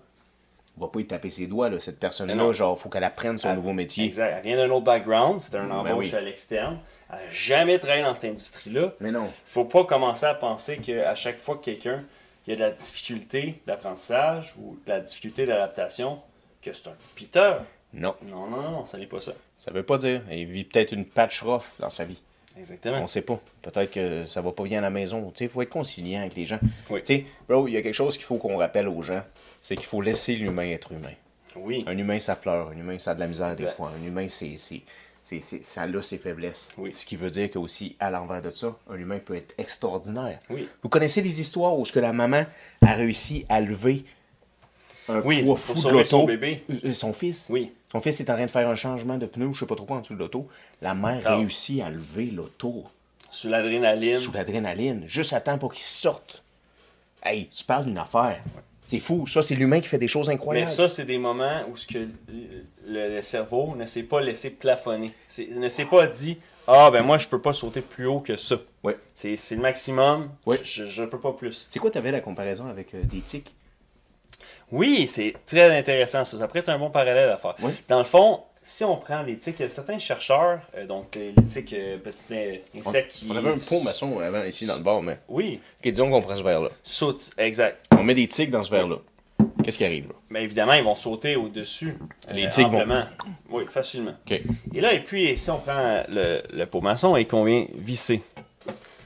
S2: va pas y taper ses doigts, là, cette
S1: Mais non.
S2: personne-là. Genre, faut qu'elle apprenne son
S1: Ah,
S2: nouveau métier.
S1: Exact. Elle vient d'un autre background. C'était un
S2: Ben
S1: embauche
S2: oui.
S1: à l'externe. Elle n'a jamais travaillé dans cette industrie-là.
S2: Mais non.
S1: faut pas commencer à penser qu'à chaque fois que quelqu'un il y a de la difficulté d'apprentissage ou de la difficulté d'adaptation, que c'est un Peter.
S2: Non.
S1: Non, non, non, ça n'est pas ça.
S2: Ça veut pas dire. Il vit peut-être une patch rough dans sa vie.
S1: Exactement.
S2: On sait pas. Peut-être que ça va pas bien à la maison. Tu sais, faut être conciliant avec les gens.
S1: Oui.
S2: Tu sais, bro, il y a quelque chose qu'il faut qu'on rappelle aux gens. C'est qu'il faut laisser l'humain être humain.
S1: Oui,
S2: Un humain, ça pleure. Un humain, ça a de la misère des
S1: Exact.
S2: fois. Un humain, c'est, c'est, c'est, c'est- ça a ses faiblesses.
S1: Oui.
S2: Ce qui veut dire que aussi à l'envers de ça, un humain peut être extraordinaire.
S1: Oui.
S2: Vous connaissez les histoires où ce que la maman a réussi à lever un
S1: Oui,
S2: poids
S1: pour
S2: fou de
S1: sauver son
S2: l'auto.
S1: bébé.
S2: Euh, Son fils.
S1: oui.
S2: Son fils est en train de faire un changement de pneu, ou je sais pas trop quoi, en dessous de l'auto. La mère
S1: Ah.
S2: réussit à lever l'auto
S1: Sous l'adrénaline.
S2: sous l'adrénaline, juste à temps pour qu'il sorte. Hey, tu parles d'une affaire. C'est fou. Ça, c'est l'humain qui fait des choses
S1: Mais
S2: incroyables.
S1: ça, c'est des moments où ce que le, le cerveau ne s'est pas laissé plafonner. C'est- Ne s'est pas dit Ah, ben moi, je peux pas sauter plus haut que ça.
S2: Ouais.
S1: C'est c'est le maximum.
S2: Oui.
S1: Je, je peux pas plus.
S2: C'est quoi, t'avais la comparaison avec euh, des tics?
S1: Oui, c'est très intéressant. Ça, ça pourrait être un bon parallèle à faire.
S2: Oui.
S1: Dans le fond, si on prend l'éthique, il y a certains chercheurs, euh, donc euh, l'éthique euh, petit euh,
S2: On,
S1: insecte qui.
S2: on avait un pot maçon avant ici dans le bar, mais.
S1: Oui,
S2: Ok, disons qu'on prend ce verre-là.
S1: saute, exact.
S2: On met des tics dans ce verre-là. Qu'est-ce qui arrive là?
S1: Mais évidemment, ils vont sauter au-dessus. euh,
S2: Les tiques vont-
S1: amplement. Oui, facilement.
S2: Ok.
S1: Et là, et puis, si on prend le, le pot maçon et qu'on vient visser.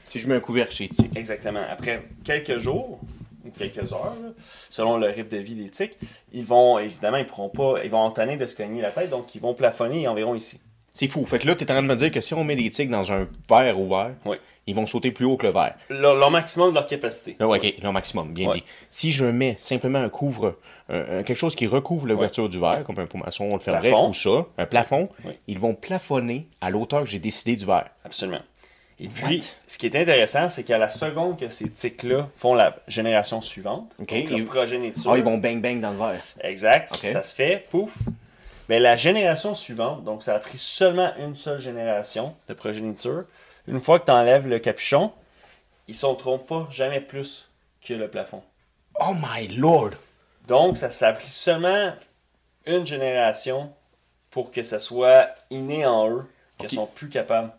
S2: Si je mets un couvert chez tic.
S1: Exactement. Après quelques jours ou quelques heures, là, selon le rythme de vie des tiques, ils vont, évidemment, ils pourront pas, ils vont entraîner de se cogner la tête, donc ils vont plafonner environ ici.
S2: C'est fou. Fait que là, t'es en train de me dire que si on met des tics dans un verre ouvert,
S1: Oui.
S2: ils vont sauter plus haut que le verre.
S1: Leur, leur maximum de leur capacité.
S2: Là, ok, là, maximum, bien
S1: Ouais.
S2: dit. Si je mets simplement un couvre, un- un- quelque chose qui recouvre l'ouverture du verre, comme un pot maçon, on le fermerait,
S1: Plafond.
S2: ou ça, un plafond,
S1: Oui.
S2: ils vont plafonner à l'auteur que j'ai décidé du verre.
S1: Absolument. Et puis,
S2: What?
S1: ce qui est intéressant, c'est qu'à la seconde que ces tics-là font la génération suivante,
S2: Ok,
S1: donc
S2: ils-
S1: leur progéniture,
S2: Ah, ils vont bang bang dans le verre.
S1: exact,
S2: Ok.
S1: ça se fait, pouf. Mais la génération suivante, donc ça a pris seulement une seule génération de progéniture, une fois que tu enlèves le capuchon, ils ne sauteront pas jamais plus que le plafond.
S2: Oh my lord!
S1: Donc, ça, ça a pris seulement une génération pour que ça soit inné en eux, qu'ils
S2: Ok.
S1: sont plus capables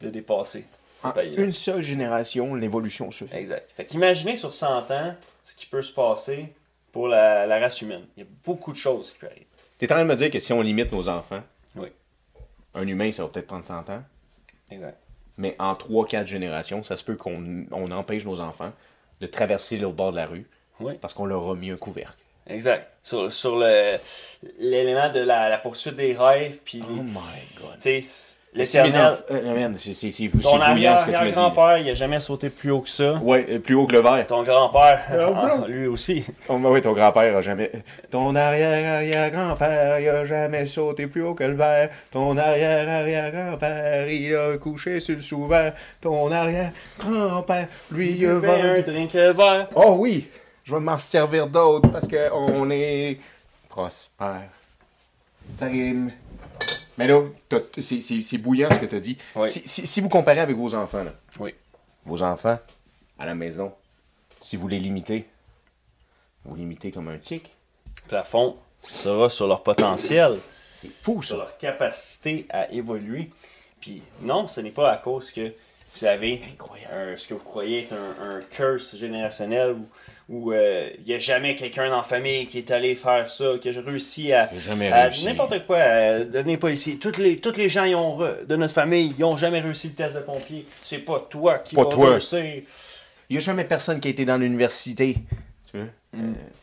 S1: de dépasser ces
S2: En
S1: paliers-là.
S2: une seule génération, l'évolution se fait.
S1: Exact. Fait qu'imaginez sur 100 ans ce qui peut se passer pour la, la race humaine. Il y a beaucoup de choses qui peuvent arriver.
S2: T'es en train de me dire que si on limite nos enfants,
S1: Oui,
S2: un humain, ça va peut-être prendre 100 ans,
S1: exact.
S2: mais en 3-4 générations, ça se peut qu'on on empêche nos enfants de traverser le bord de la rue
S1: Oui,
S2: parce qu'on leur a mis un couvercle.
S1: exact. Sur, sur le- l'élément de la, la poursuite des rêves, puis
S2: Oh my god.
S1: les, tu sais,
S2: Si mes
S1: l'éternel.
S2: enf- euh, man, c'est c'est- c'est- c'est
S1: Ton
S2: bouillant ce que tu me dis. là.
S1: arrière-grand-père, il n'a jamais sauté plus haut que ça.
S2: Ouais, euh, plus haut que le verre.
S1: Ton grand-père,
S2: Ah, bon?
S1: lui aussi.
S2: Oh, bah oui, ton grand-père a jamais. Ton arrière-arrière-grand-père, il a jamais sauté plus haut que le verre. Ton arrière-arrière-grand-père, il a couché sur le sous-verre. Ton arrière-grand-père, lui, il a
S1: Fais un
S2: vendu.
S1: drink vert.
S2: Oh oui, je vais m'en servir d'autres parce qu'on est prospère. Ça rime. Mais là, t'as- t- c'est- c'est c'est bouillant ce que tu as dit.
S1: Oui.
S2: Si, si- si vous comparez avec vos enfants, là,
S1: Oui.
S2: vos enfants à la maison, si vous les limitez, vous limitez comme un tic.
S1: Plafond sera sur leur potentiel.
S2: C'est fou,
S1: sur
S2: ça.
S1: leur capacité à évoluer. Puis non, ce n'est pas à cause que vous avez
S2: incroyable.
S1: un- ce que vous croyez être un, un curse générationnel où- où euh, il n'y a jamais quelqu'un dans la famille qui est allé faire ça, qui a réussi à,
S2: J'ai jamais
S1: à
S2: réussi.
S1: Euh, n'importe quoi, à devenir policier. Toutes les, toutes les gens ils ont re- de notre famille, ils n'ont jamais réussi le test de pompier. C'est pas toi qui
S2: Pas
S1: vas
S2: toi.
S1: réussir.
S2: Il n'y a jamais personne qui a été dans l'université. Tu veux?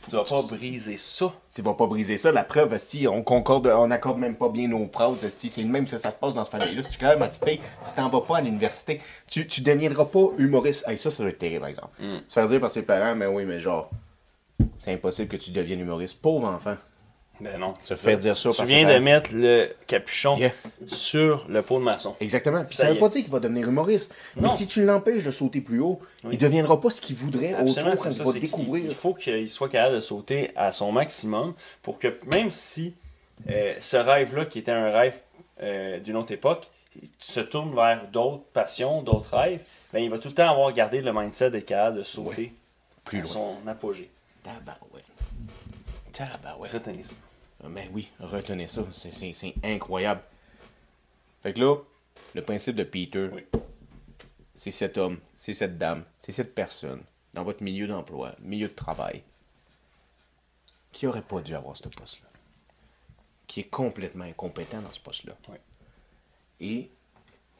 S1: Tu vas pas briser ça.
S2: Tu vas pas briser ça. La preuve, esti, on concorde, on accorde même pas bien nos phrases, esti. C'est le même que ça se passe dans ce famille-là. Si tu claires ma petite fille, tu t'en vas pas à l'université, tu, tu deviendras pas humoriste. Hey, ça, ça doit être terrible, par exemple.
S1: Mm.
S2: Se faire dire par ses parents, mais oui, mais genre, c'est impossible que tu deviennes humoriste. Pauvre enfant.
S1: Ben non.
S2: Se faire dire ça
S1: Tu
S2: par ses
S1: viens de
S2: parents.
S1: mettre le capuchon
S2: Yeah.
S1: sur le pot de maçon.
S2: Exactement. Puis
S1: Ça
S2: ça
S1: y
S2: veut
S1: est.
S2: pas dire qu'il va devenir humoriste. Mais
S1: Non.
S2: si tu l'empêches de sauter plus haut, il deviendra pas ce qu'il voudrait
S1: Absolument,
S2: autour
S1: c'est
S2: quand
S1: ça.
S2: il va
S1: c'est
S2: découvrir.
S1: qu'il- Il faut qu'il soit capable de sauter à son maximum pour que même si euh, ce rêve-là, qui était un rêve euh, d'une autre époque, il se tourne vers d'autres passions, d'autres rêves, ben, il va tout le temps avoir gardé le mindset d'être capable de sauter
S2: Plus
S1: à
S2: loin.
S1: son apogée.
S2: Tabarouette. Tabarouette.
S1: Retenez ça.
S2: Mais oui, retenez ça, c'est- c'est c'est incroyable. Fait que là, le principe de Peter,
S1: Oui.
S2: c'est cet homme, c'est cette dame, c'est cette personne dans votre milieu d'emploi, milieu de travail, qui aurait pas dû avoir ce poste-là, qui est complètement incompétent dans ce poste-là.
S1: Oui.
S2: Et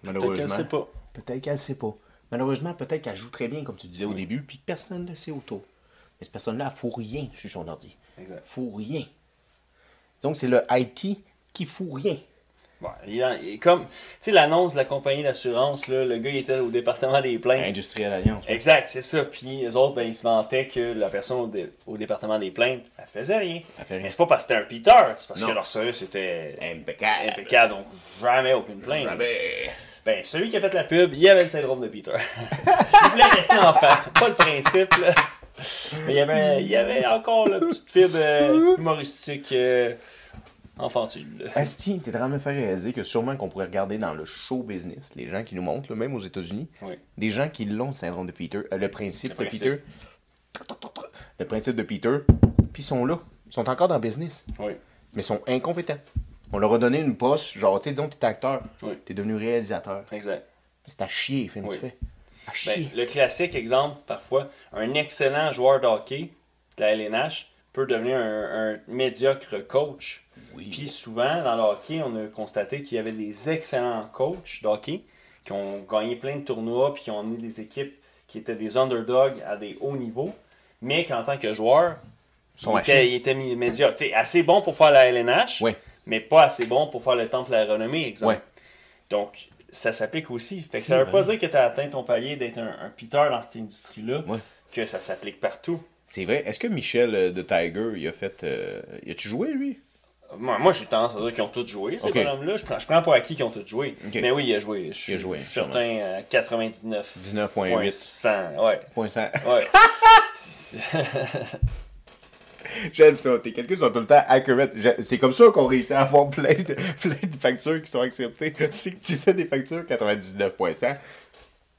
S2: malheureusement,
S1: Peut-être qu'elle sait pas.
S2: Peut-être qu'elle sait pas. Malheureusement, peut-être qu'elle joue très bien, comme tu disais au début, puis que personne ne le sait autour. Mais cette personne-là, elle fout rien sur son ordi.
S1: Exact.
S2: Fout rien. Donc, c'est le IT qui fout rien.
S1: Bon, il en- il est comme, tu sais, l'annonce de la compagnie d'assurance, là, le gars il était au département des plaintes.
S2: Industrielle Alliance.
S1: Exact, c'est ça. Puis les autres, ben, ils se vantaient que la personne au, dé- au département des plaintes, elle faisait rien.
S2: Elle fait rien.
S1: Mais c'est pas parce que c'était un Peter, c'est parce
S2: Non.
S1: que leur service était
S2: Impeccable.
S1: impeccable, donc jamais aucune plainte.
S2: Jamais.
S1: Ben, celui qui a fait la pub, il avait le syndrome de Peter. il voulait rester enfant, pas le principe, là. Mais il y avait, il y avait encore la petite fibre euh, humoristique euh, enfantile. là.
S2: Asti, t'es en train de me faire réaliser que sûrement qu'on pourrait regarder dans le show business, les gens qui nous montrent, là, même aux États-Unis,
S1: Oui.
S2: des gens qui l'ont, le syndrome de Peter, euh, le principe
S1: Le
S2: de Peter, le principe de Peter, puis ils sont là. Ils sont encore dans le business.
S1: Oui.
S2: mais sont incompétents. On leur a donné une poche, genre, tu sais, disons, t'es acteur,
S1: Oui.
S2: t'es devenu réalisateur.
S1: Exact.
S2: C'est à chier, les films que tu
S1: Oui.
S2: fais. À
S1: Ben,
S2: chier.
S1: le classique exemple, parfois, un excellent joueur de hockey de la LNH peut devenir un, un médiocre coach.
S2: Oui.
S1: Puis souvent, dans le hockey, on a constaté qu'il y avait des excellents coachs de hockey qui ont gagné plein de tournois, puis qui ont amené des équipes qui étaient des underdogs à des hauts niveaux, mais qu'en tant que joueur,
S2: Sont
S1: ils
S2: à
S1: étaient,
S2: chier.
S1: ils étaient mi- médiocres. Tu sais, assez bon pour faire la LNH,
S2: Ouais.
S1: mais pas assez bon pour faire le temple à la renommée, exemple.
S2: Ouais.
S1: Donc, ça s'applique aussi. Fait que
S2: C'est
S1: ça veut
S2: vrai.
S1: pas dire que tu as atteint ton palier d'être un, un Peter dans cette industrie-là,
S2: Ouais.
S1: que ça s'applique partout.
S2: C'est vrai. Est-ce que Michel euh, de Tiger, il a fait. euh, il a-tu joué, lui
S1: Moi, moi, j'ai tendance à dire qu'ils ont tous joué, ces
S2: Ok.
S1: bonhommes-là. Je prends, je prends pour acquis qu'ils ont tous joué.
S2: Ok.
S1: Mais oui, il a joué. Je suis
S2: Il a joué,
S1: je suis certain euh, à 99.
S2: 19,8.
S1: 100, ouais.
S2: Point cent.
S1: Ouais. C'est-
S2: J'aime ça. Tes calculs sont tout le temps accurate. J'ai- C'est comme ça qu'on réussit à avoir plein de, plein de factures qui sont acceptées. C'est que tu fais des factures 99,100.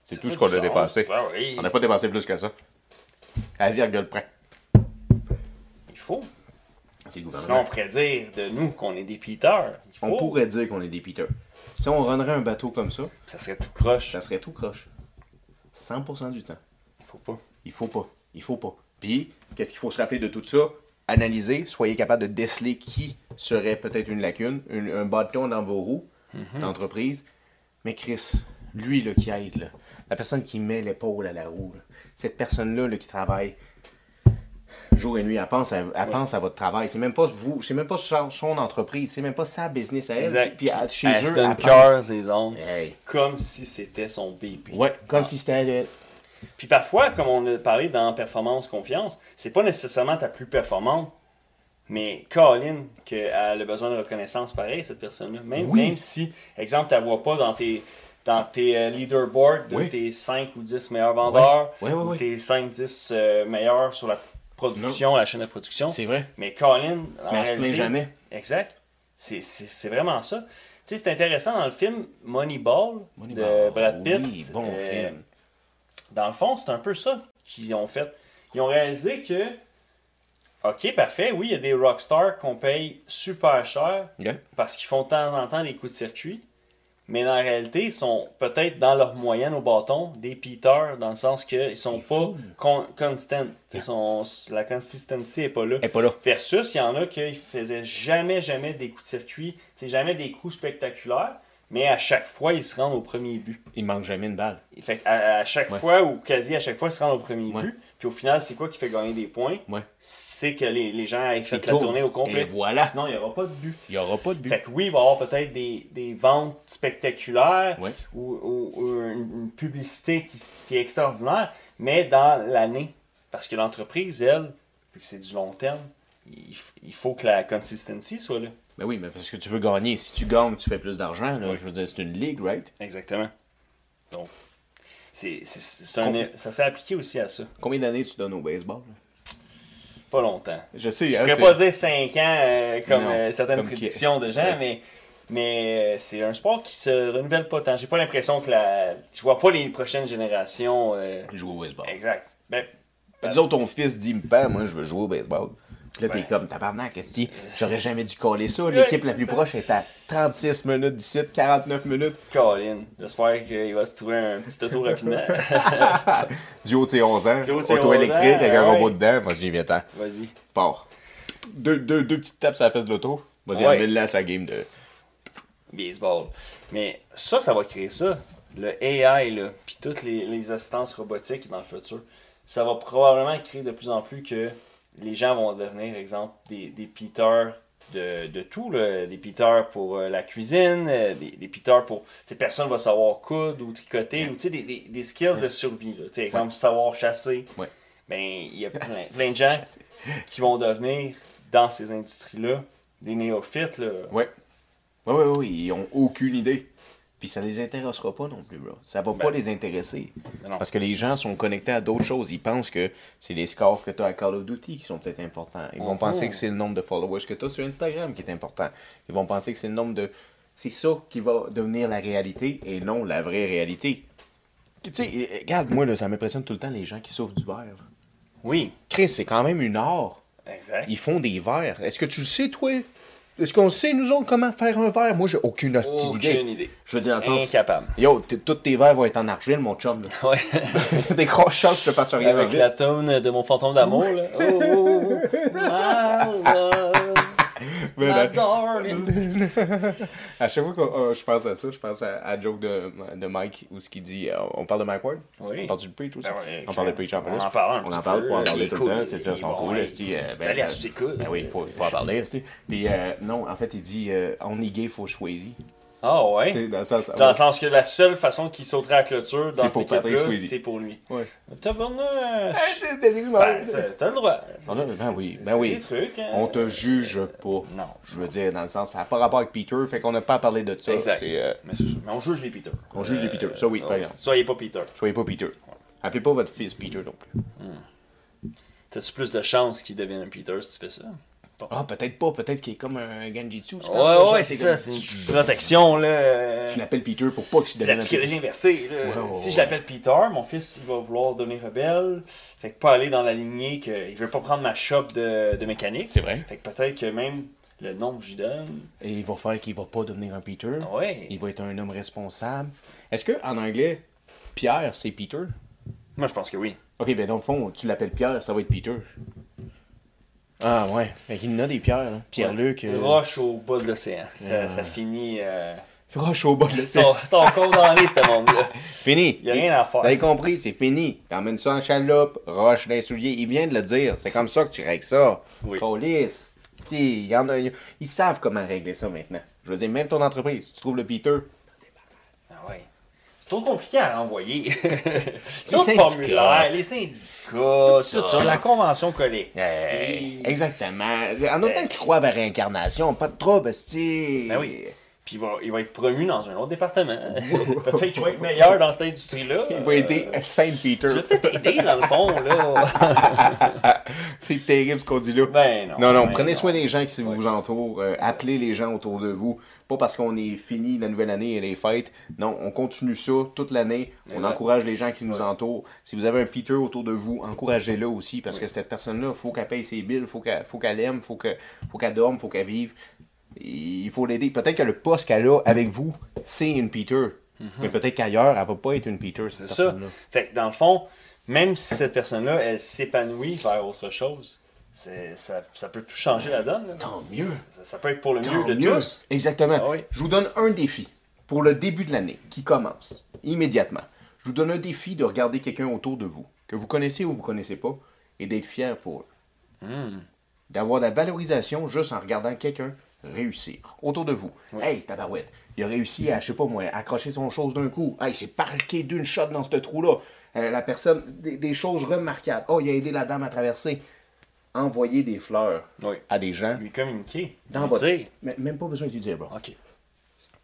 S2: C'est tout ce qu'on a
S1: bizarre.
S2: dépassé.
S1: Ben oui.
S2: On n'a pas dépassé plus que ça. À la virgule près.
S1: Il faut.
S2: C'est le
S1: Sinon, on pourrait dire de nous qu'on est des Peter. Il faut.
S2: On pourrait dire qu'on est des piteurs. Si on runnerait un bateau comme ça,
S1: Ça serait tout croche.
S2: ça serait tout croche. 100% du temps.
S1: Il faut pas.
S2: Il faut pas. Il faut pas. Puis, qu'est-ce qu'il faut se rappeler de tout ça? Analyser, soyez capable de déceler qui serait peut-être une lacune, une- un bâton dans vos roues
S1: Mhm.
S2: d'entreprise. Mais Chris, lui là, qui aide, là, la personne qui met l'épaule à la roue, là, cette personne-là là, qui travaille jour et nuit, elle pense à, elle pense à votre travail. C'est même pas vous, c'est même pas son, son entreprise, c'est même pas sa business à elle.
S1: Exact.
S2: Eh Puis à- Eh. chez
S1: Elle se
S2: eux,
S1: donne
S2: elle pense-
S1: cœur, ses ondes.
S2: Hey.
S1: Comme si c'était son bébé.
S2: Ouais, comme si c'était le-
S1: Puis parfois, comme on a parlé dans performance confiance, c'est pas nécessairement ta plus performante, mais Colin qu'elle a le besoin de reconnaissance pareil cette personne-là, même
S2: Oui.
S1: même si exemple tu la vois pas dans tes dans tes euh, leaderboards de
S2: Oui.
S1: tes 5 ou 10 meilleurs vendeurs,
S2: Ouais, ouais, ouais,
S1: ou
S2: ouais.
S1: tes 5 10 euh, meilleurs sur la production, la chaîne de production.
S2: C'est vrai.
S1: Mais Colin, en
S2: Mais elle se
S1: réalité,
S2: plaint jamais.
S1: Exact. C'est- C'est c'est vraiment ça. Tu sais, c'est intéressant dans le film Moneyball, de
S2: Moneyball.
S1: Brad Pitt.
S2: Oui, bon
S1: euh,
S2: film.
S1: Dans le fond, c'est un peu ça qu'ils ont fait. Ils ont réalisé que Ok, parfait. Oui, il y a des rockstars qu'on paye super cher
S2: Yeah.
S1: parce qu'ils font de temps en temps des coups de circuit. Mais en réalité, ils sont peut-être dans leur moyenne au bâton des piteurs, dans le sens qu'ils sont
S2: C'est
S1: pas
S2: fou.
S1: con- constant. Ils sont- la consistency n'est pas là.
S2: Elle est pas là.
S1: Versus, il y en a qui faisaient jamais, jamais des coups de circuit, c'est jamais des coups spectaculaires, mais à chaque fois, ils se rendent au premier but.
S2: Il manque jamais une balle.
S1: Fait que à, à chaque
S2: Ouais.
S1: fois, ou quasi à chaque fois, ils se rendent au premier
S2: Ouais.
S1: but. Puis au final, c'est quoi qui fait gagner des points
S2: Ouais.
S1: C'est que les, les gens aient fait
S2: Ils
S1: la
S2: tournent.
S1: tournée au complet.
S2: Et voilà.
S1: Sinon, il n'y aura pas de but.
S2: Il n'y aura pas de but.
S1: Fait que oui, il va y avoir peut-être des, des ventes spectaculaires
S2: Ouais.
S1: ou, ou- ou une, une publicité qui, s- qui est extraordinaire, mais dans l'année. Parce que l'entreprise, elle, vu que c'est du long terme, il, f- il faut que la consistency soit là.
S2: Ben oui, mais parce que tu veux gagner. Si tu gagnes, tu fais plus d'argent. là. Je veux dire, c'est une ligue, right?
S1: Exactement. Donc, c'est, c'est- c'est un-
S2: Compl-
S1: ça s'est appliqué aussi à ça.
S2: Combien d'années tu donnes au baseball? là?
S1: Pas longtemps.
S2: Je sais,
S1: Je
S2: hein,
S1: ne
S2: c'est-
S1: pourrais pas dire 5 ans euh, comme
S2: Non,
S1: euh, certaines
S2: comme qui-
S1: prédictions de gens,
S2: Ouais.
S1: mais, mais euh, c'est un sport qui se renouvelle pas tant. J'ai pas l'impression que la. Je vois pas les prochaines générations. euh,
S2: jouer au baseball.
S1: Exact. Ben,
S2: Disons, ton fils dit, père, moi, je veux jouer au baseball. Puis là, t'es
S1: Ouais.
S2: comme, tabarnak, qu'est-ce que j'aurais jamais dû coller ça. L'équipe la plus
S1: c'est ça.
S2: proche est à 36 minutes d'ici, 49 minutes.
S1: Colin, j'espère qu'il va se trouver un petit auto rapidement.
S2: Du haut de ses 11 ans,
S1: Du haut de ses
S2: auto
S1: 11
S2: électrique,
S1: ans,
S2: avec un
S1: ouais.
S2: robot dedans, vas-y, viens-t'en,
S1: Vas-y.
S2: pars. Deux, deux, deux petites tapes sur la fesse de l'auto, vas-y,
S1: Ouais.
S2: amène-la à sa game de...
S1: baseball. Mais ça, ça va créer ça. Le AI, là, puis toutes les, les assistances robotiques dans le futur, ça va probablement créer de plus en plus que les gens vont devenir, exemple, des, des piteurs de, de tout, là. des piteurs pour euh, la cuisine, euh, des, des piteurs pour... Ces personnes vont savoir coudre ou tricoter, ou tu sais, des, des, des skills de survie. Là. Tu sais, exemple, savoir chasser.
S2: Ouais.
S1: Ben, il y a plein, plein de gens qui vont devenir, dans ces industries-là, des néophytes. Là.
S2: Ouais. Ouais, ouais, ouais, ils ont aucune idée. Puis ça les intéressera pas non plus, bro. Ça va pas les intéresser.
S1: Ben non.
S2: Parce que les gens sont connectés à d'autres choses. Ils pensent que c'est les scores que tu as à Call of Duty qui sont peut-être importants. Ils vont
S1: Mhm.
S2: penser que c'est le nombre de followers que tu as sur Instagram qui est important. Ils vont penser que c'est le nombre de. C'est ça qui va devenir la réalité et non la vraie réalité. Tu sais, eh, eh, regarde, moi, là, ça m'impressionne tout le temps les gens qui souffrent du verre.
S1: Oui,
S2: Chris, c'est quand même une art.
S1: exact.
S2: Ils font des verres. Est-ce que tu le sais, toi? Est-ce qu'on sait, nous autres, comment faire un verre? Moi, j'ai aucune hostie
S1: Oh, Aucune
S2: d'idée.
S1: idée.
S2: Je veux dire, dans le sens...
S1: Incapable.
S2: Yo, t- tous tes verres vont être en argile, mon chum. là.
S1: Ouais.
S2: T'es gros chance que je te fasse rien
S1: Avec
S2: avec
S1: la tonne de mon fantôme d'amour, là. Oh, oh, oh. My love,
S2: Mais
S1: my
S2: là-
S1: darling.
S2: À chaque fois que je pense à ça, je pense à la joke de, de Mike, où ce qu'il dit... euh, on parle de Mike Ward?
S1: Oui.
S2: On parle du Preach aussi?
S1: Ben ouais,
S2: on parle de Preach en plus.
S1: on en parle un
S2: On
S1: petit
S2: en parle,
S1: peu.
S2: faut en
S1: Il
S2: parler
S1: est
S2: tout
S1: cool,
S2: le temps. C'est ça,
S1: il
S2: ils
S1: est
S2: sont
S1: bon,
S2: cool,
S1: ouais.
S2: esti, euh, ben,
S1: T'as l'air
S2: euh,
S1: sous ses coudes.
S2: Ben oui, il faut, faut en parler, esti. Puis euh, non, en fait, il dit, euh, on est gay, faut choisir.
S1: Ah
S2: Tu sais,
S1: ouais.
S2: dans le sens...
S1: Dans le sens que la seule façon qu'il sauterait à la clôture dans
S2: C'est
S1: cette
S2: pour Patrick
S1: équipe-là,
S2: Swayze.
S1: c'est pour lui.
S2: Ouais.
S1: T'as bon, euh,
S2: Ah, t'es- t'es- t'es-
S1: ben, t'as- T'as le droit. C'est-
S2: ben
S1: c'est-
S2: oui,
S1: c'est-
S2: ben
S1: c'est
S2: oui.
S1: des trucs, hein.
S2: On te juge pas.
S1: non.
S2: Je veux dire, dans le sens, ça n'a pas rapport avec Peter, fait qu'on n'a pas parlé de ça.
S1: Exact.
S2: C'est, euh,
S1: Mais c'est sûr. Mais on juge les Peter. Euh,
S2: On juge les Peter. Ça, oui, par
S1: ouais.
S2: exemple.
S1: Soyez pas Peter.
S2: soyez pas Peter. Appelez pas votre fils Peter non plus.
S1: T'as-tu plus de chances qu'il devienne un Peter si tu fais ça? Bon.
S2: Ah, peut-être pas. Peut-être qu'il est comme un Ganjitsu. tu parles,
S1: Ouais,
S2: genre,
S1: ouais, c'est ça,
S2: comme-
S1: c'est une petite protection, là. euh,
S2: Tu l'appelles Peter pour pas qu'il
S1: C'est la
S2: devienne un Peter.
S1: psychologie inversée, là.
S2: Ouais, ouais,
S1: si
S2: ouais.
S1: je l'appelle Peter, mon fils, il va vouloir devenir rebelle. Fait que pas aller dans la lignée que... Il veut pas prendre ma shop de, de mécanique.
S2: C'est vrai.
S1: Fait que peut-être que même le nom que j'y donne...
S2: Et il va faire qu'il va pas devenir un Peter.
S1: Ah Ouais.
S2: Il va être un homme responsable. Est-ce que en anglais, Pierre, c'est Peter?
S1: Moi, je pense que oui.
S2: Ok, ben dans le fond, tu l'appelles Pierre, ça va être Peter. Ah ouais. Fait qu'il y en a des Pierre, là. Pierre-Luc. euh,
S1: Roche au bas de l'océan. Ça,
S2: Euh.
S1: ça finit... Euh...
S2: Roche au bas de l'océan.
S1: Son, son condamné, ce monde-là.
S2: Fini.
S1: Y a rien à faire.
S2: T'as compris, c'est fini. T'emmènes ça en chaloupe, roche d'un soulier. Il vient de le dire. C'est comme ça que tu règles ça.
S1: Oui.
S2: Police. Si, y en a- y- ils savent comment régler ça maintenant. Je veux dire, même ton entreprise, si tu trouves le Peter,
S1: Ah ouais. C'est trop compliqué à renvoyer.
S2: Les
S1: Tout le
S2: syndicats.
S1: formulaire, les syndicats, tout ça.
S2: ça.
S1: la convention collective.
S2: euh, Hey, exactement. En autant qu'ils croient à la réincarnation, pas de trouble, si.
S1: Ben oui. Puis il va, il va être promu dans un autre département. Peut-être qu'il va être meilleur dans cette industrie-là.
S2: Il va aider à Saint-Peter.
S1: Je vais peut-être t'aider dans le fond, là.
S2: C'est terrible ce qu'on dit là.
S1: Ben non.
S2: Non, non,
S1: ben
S2: prenez soin des gens qui vous entourent. euh, appelez les gens autour de vous. Pas parce qu'on est fini la nouvelle année et les fêtes. Non, on continue ça toute l'année. On
S1: Ouais.
S2: encourage les gens qui nous entourent. Si vous avez un Peter autour de vous, encouragez-le aussi parce que cette personne-là, il faut qu'elle paye ses billes, il faut qu'elle faut qu'elle aime, il faut que- faut qu'elle dorme, il faut qu'elle vive. Il faut l'aider. Peut-être que le poste qu'elle a avec vous, c'est une Peter. Mais peut-être qu'ailleurs, elle va pas être une Peter, cette
S1: Mhm. C'est ça.
S2: personne-là.
S1: Fait que dans le fond, même si cette personne-là, elle s'épanouit vers autre chose, c'est- ça, ça peut tout changer la donne. là.
S2: Tant mieux.
S1: Ça, ça peut être pour le
S2: Tant
S1: mieux de
S2: mieux.
S1: tous.
S2: Exactement.
S1: Ah oui.
S2: Je vous donne un défi pour le début de l'année qui commence immédiatement. Je vous donne un défi de regarder quelqu'un autour de vous, que vous connaissez ou vous connaissez pas, et d'être fier pour eux.
S1: Hmm.
S2: D'avoir de la valorisation juste en regardant quelqu'un réussir autour de vous. Hey, tabarouette, il a réussi à, je sais pas moi, accrocher son chose d'un coup. Hey, c'est parqué d'une shot dans ce trou-là. Euh, la personne, des, des choses remarquables. Oh, il a aidé la dame à traverser. Envoyer des fleurs
S1: Oui.
S2: à des gens.
S1: Lui communiquer.
S2: Dans
S1: lui
S2: votre...
S1: dire.
S2: Mais- Même pas besoin de lui dire, bro
S1: OK.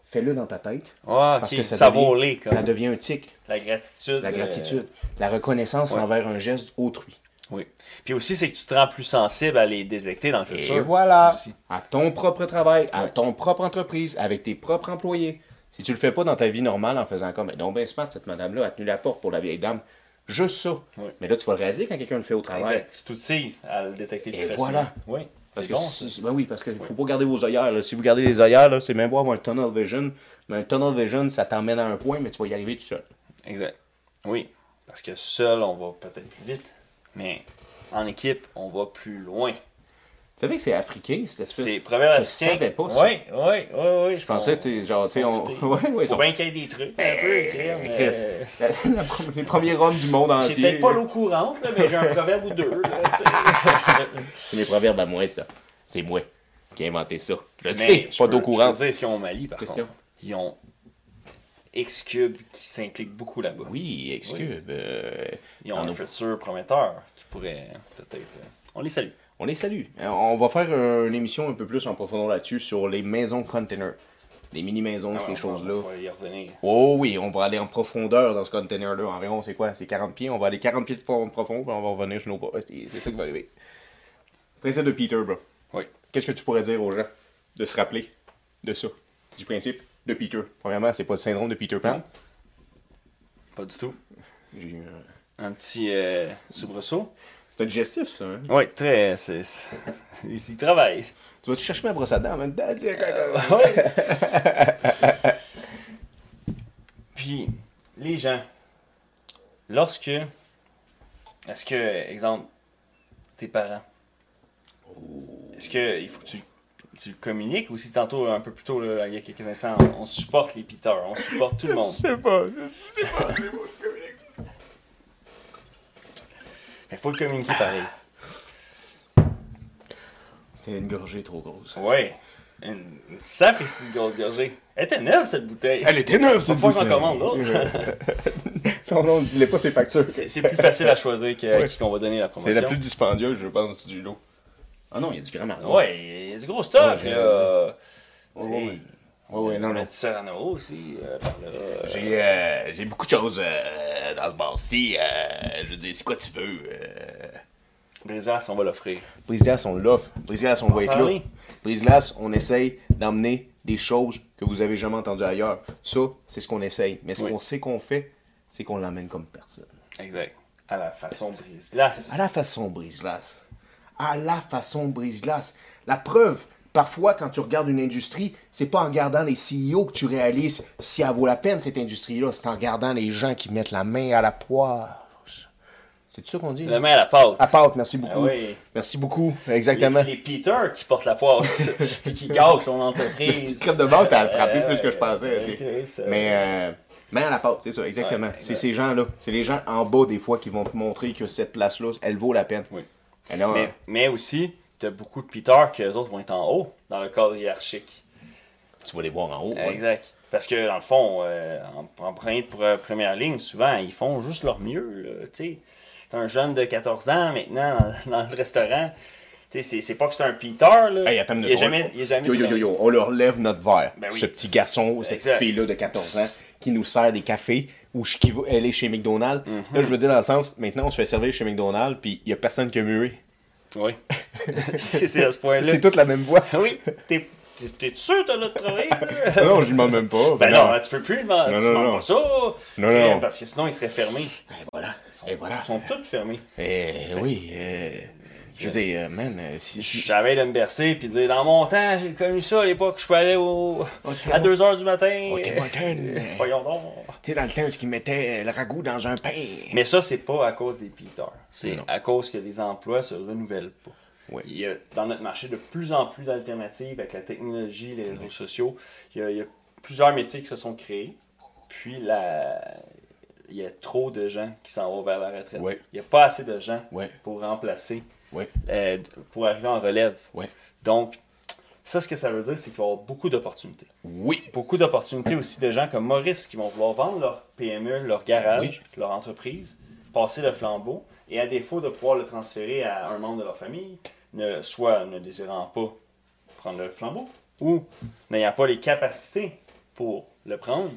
S2: fais-le dans ta tête.
S1: Ah,
S2: Parce
S1: OK.
S2: que ça,
S1: Ça vaut les,
S2: devient,
S1: comme.
S2: ça devient un tic,
S1: La gratitude.
S2: la
S1: euh,
S2: gratitude, la reconnaissance
S1: ouais.
S2: envers un geste autrui.
S1: Oui. Puis aussi, c'est que tu te rends plus sensible à les détecter dans le
S2: Et
S1: futur.
S2: voilà,
S1: Aussi.
S2: à ton propre travail, à ton propre entreprise, avec tes propres employés. Si tu le fais pas dans ta vie normale en faisant comme, mais non, ben smart, cette madame-là a tenu la porte pour la vieille dame. Juste ça.
S1: Ouais.
S2: Mais là, tu vas le réaliser quand quelqu'un le fait au travail.
S1: Exact. Tu t'outilles à le détecter
S2: Et
S1: plus
S2: voilà.
S1: facilement. Oui.
S2: Parce
S1: C'est
S2: que
S1: bon, ça.
S2: si- si- ben oui, parce qu'il ne faut pas garder vos œillères. là. Si vous gardez les œillères, là, c'est même beau avoir un tunnel vision. Mais un tunnel vision, ça t'emmène à un point, mais tu vas y arriver tout seul.
S1: Exact. Oui. Parce que seul, on va peut-être plus vite. Mais en équipe, on va plus loin.
S2: Tu savais que c'est africain, cette espèce?
S1: C'est premier
S2: Je
S1: africain.
S2: savais pas ça.
S1: Oui, oui, oui, oui.
S2: Je pensais que c'était genre, tu sais, on. Ouais, ouais, ils
S1: Faut
S2: sont-
S1: bien qu'il y ait des trucs. Un peu,
S2: Eh,
S1: écrire, mais-
S2: Chris, la- la pr- les premiers hommes du monde
S1: J'ai
S2: entier.
S1: peut-être pas l'eau courante, là, mais j'ai un proverbe ou deux. là, tu sais.
S2: C'est mes proverbes à moi, ça. C'est moi qui ai inventé ça. Je le
S1: Mais
S2: sais,
S1: je
S2: pas
S1: peux-
S2: d'eau courante.
S1: Je peux dire ce qu'ils ont au Mali, par
S2: Question.
S1: contre. Ils ont X Cube qui s'implique beaucoup là-bas.
S2: Oui, excuse. euh,
S1: Ils ont
S2: en
S1: un
S2: eau.
S1: futur prometteur qui pourrait peut-être. euh, On les salue.
S2: on les salue. Euh, On va faire euh, une émission un peu plus en profondeur là-dessus sur les maisons container. Les mini-maisons, ces choses-là.
S1: On va y revenir.
S2: Oh oui, on va aller en profondeur dans ce container-là. Environ, c'est quoi C'est 40 pieds. On va aller 40 pieds de fond profond, puis on va revenir chez nos pas. C'est c'est ça qui va arriver. Principe de Peter, bro.
S1: Oui.
S2: Qu'est-ce que tu pourrais dire aux gens de se rappeler de ça, du principe de Peter Premièrement, c'est pas le syndrome de Peter Pan.
S1: Pas du tout.
S2: J'ai eu un-
S1: Un petit euh, soubresaut.
S2: C'est un digestif, ça. Hein?
S1: Oui, très. c'est- c'est- Ils y travaillent.
S2: Tu vas-tu chercher ma brosse à dents en même temps? Tiens, euh,
S1: Puis, les gens, lorsque. Est-ce que, exemple, tes parents. Est-ce que il faut que tu, tu le communiques ou si tantôt, un peu plus tôt, là, il y a quelques instants, on supporte les piteurs, on supporte tout le monde.
S2: sais pas.
S1: Il faut le communiquer pareil.
S2: C'est une gorgée trop grosse.
S1: Ouais. Une, une sacrée petite grosse gorgée. Elle était neuve cette bouteille.
S2: Elle était neuve, cette
S1: Faut pas que j'en commande
S2: bouteille.
S1: d'autres.
S2: non, non, dis-les pas ses factures.
S1: C'est c'est plus facile à choisir que- à
S2: Ouais.
S1: qui qu'on va donner la promotion.
S2: C'est la plus dispendieuse, je pense, du lot. Ah non, il y a du grand marron.
S1: Ouais, il y a du gros stock,
S2: Ouais,
S1: là.
S2: Ouais, ouais, ouais. Ouais, ouais, non,
S1: On a
S2: non.
S1: du Serrano aussi, euh, par là.
S2: J'ai euh, j'ai beaucoup de choses euh, dans ce bar-ci. euh, je veux dire, c'est quoi tu veux? Euh...
S1: Brésas, on va l'offrir.
S2: Brise-glace, on l'offre. Brise-glace, on va être là.
S1: parler.
S2: Brise-glace, on essaye d'emmener des choses que vous avez jamais entendues ailleurs. Ça, c'est ce qu'on essaye. Mais ce
S1: Oui.
S2: qu'on sait qu'on fait, c'est qu'on l'emmène comme personne.
S1: Exact. À la façon brise-glace.
S2: À la façon brise-glace. À la façon brise-glace. La preuve, parfois, quand tu regardes une industrie, c'est pas en regardant les CEO que tu réalises si elle vaut la peine, cette industrie-là. C'est en regardant les gens qui mettent la main à la poire. C'est ça qu'on dit?
S1: La main à la pâte.
S2: À pâte, merci beaucoup.
S1: Ah oui.
S2: Merci beaucoup.
S1: Et C'est
S2: Exactement.
S1: les Peter qui portent la poisse puis qui gâchent ton
S2: Le
S1: entreprise.
S2: petit crêpe de base, t'as frappé plus que je pensais.
S1: Euh,
S2: tu sais.
S1: Chris, euh,
S2: Mais, euh, main à la pâte, c'est ça, exactement.
S1: Ouais,
S2: c'est ces gens-là. C'est les gens en bas, des fois, qui vont te montrer que cette place-là, elle vaut la peine. euh,
S1: Oui.
S2: Alors,
S1: mais, mais aussi, t'as beaucoup de Peter que les autres vont être en haut dans le cadre hiérarchique.
S2: tu vas les voir en haut. ouais.
S1: Exact. Parce que dans le fond, euh, en, en premier- pour, euh, première ligne, souvent, ils font juste leur mieux. là, Tu sais, t'as un jeune de 14 ans maintenant dans, dans le restaurant. Tu Tu sais, c'est- c'est pas que c'est un Peter, là.
S2: Hey, attends une
S1: il est
S2: minute,
S1: jamais. Il est jamais
S2: Yo, yo, yo, yo, on leur lève notre verre.
S1: Ben oui.
S2: Ce petit garçon, cette
S1: Exact.
S2: petite fille-là de 14 ans qui nous sert des cafés ou ch- qui va- elle est chez McDonald's.
S1: Mhm.
S2: Là, je veux dire dans le sens, maintenant, on se fait servir chez McDonald's, puis il n'y a personne qui a mué.
S1: Oui. c'est c'est à ce point-là.
S2: C'est toute la même voix.
S1: Ah oui, t'es t'es- t'es sûr que t'as l'autre travail? là?
S2: Ah non, je lui demande même pas.
S1: Ben non, tu peux plus le vendre.
S2: Non,
S1: tu
S2: non,
S1: vends
S2: non.
S1: pas ça.
S2: Non,
S1: Crème,
S2: non.
S1: Parce que sinon, ils seraient fermés.
S2: Et voilà. Et voilà.
S1: Ils sont tous fermés.
S2: Eh oui. euh, je veux dire, euh, man, euh, si, si-
S1: J'avais de me bercer puis de dire dans mon temps, j'ai connu ça à l'époque, je pouvais aller au...
S2: Ok,
S1: à
S2: bon.
S1: 2h du matin.
S2: Ok, bon, attends, euh,
S1: Voyons donc.
S2: Tu sais, dans le temps, ce qu'ils mettaient euh, le ragoût dans un pain.
S1: Mais ça, c'est pas à cause des piteurs. C'est
S2: Non.
S1: à cause que les emplois se renouvellent pas.
S2: Oui.
S1: Il y a dans notre marché de plus en plus d'alternatives avec la technologie, les réseaux sociaux. Il y, a, il y a plusieurs métiers qui se sont créés. Puis la... il y a trop de gens qui s'en vont vers la retraite.
S2: Oui.
S1: Il n'y a pas assez de gens
S2: Oui.
S1: pour remplacer,
S2: Ouais,
S1: euh, pour arriver en relève.
S2: ouais.
S1: Donc, ça, ce que ça veut dire, c'est qu'il va y avoir beaucoup d'opportunités.
S2: Oui.
S1: Beaucoup d'opportunités aussi de gens comme Maurice qui vont vouloir vendre leur PME, leur garage, leur entreprise, passer le flambeau et à défaut de pouvoir le transférer à un membre de leur famille, ne, soit ne désirant pas prendre le flambeau ou n'ayant pas les capacités pour le prendre,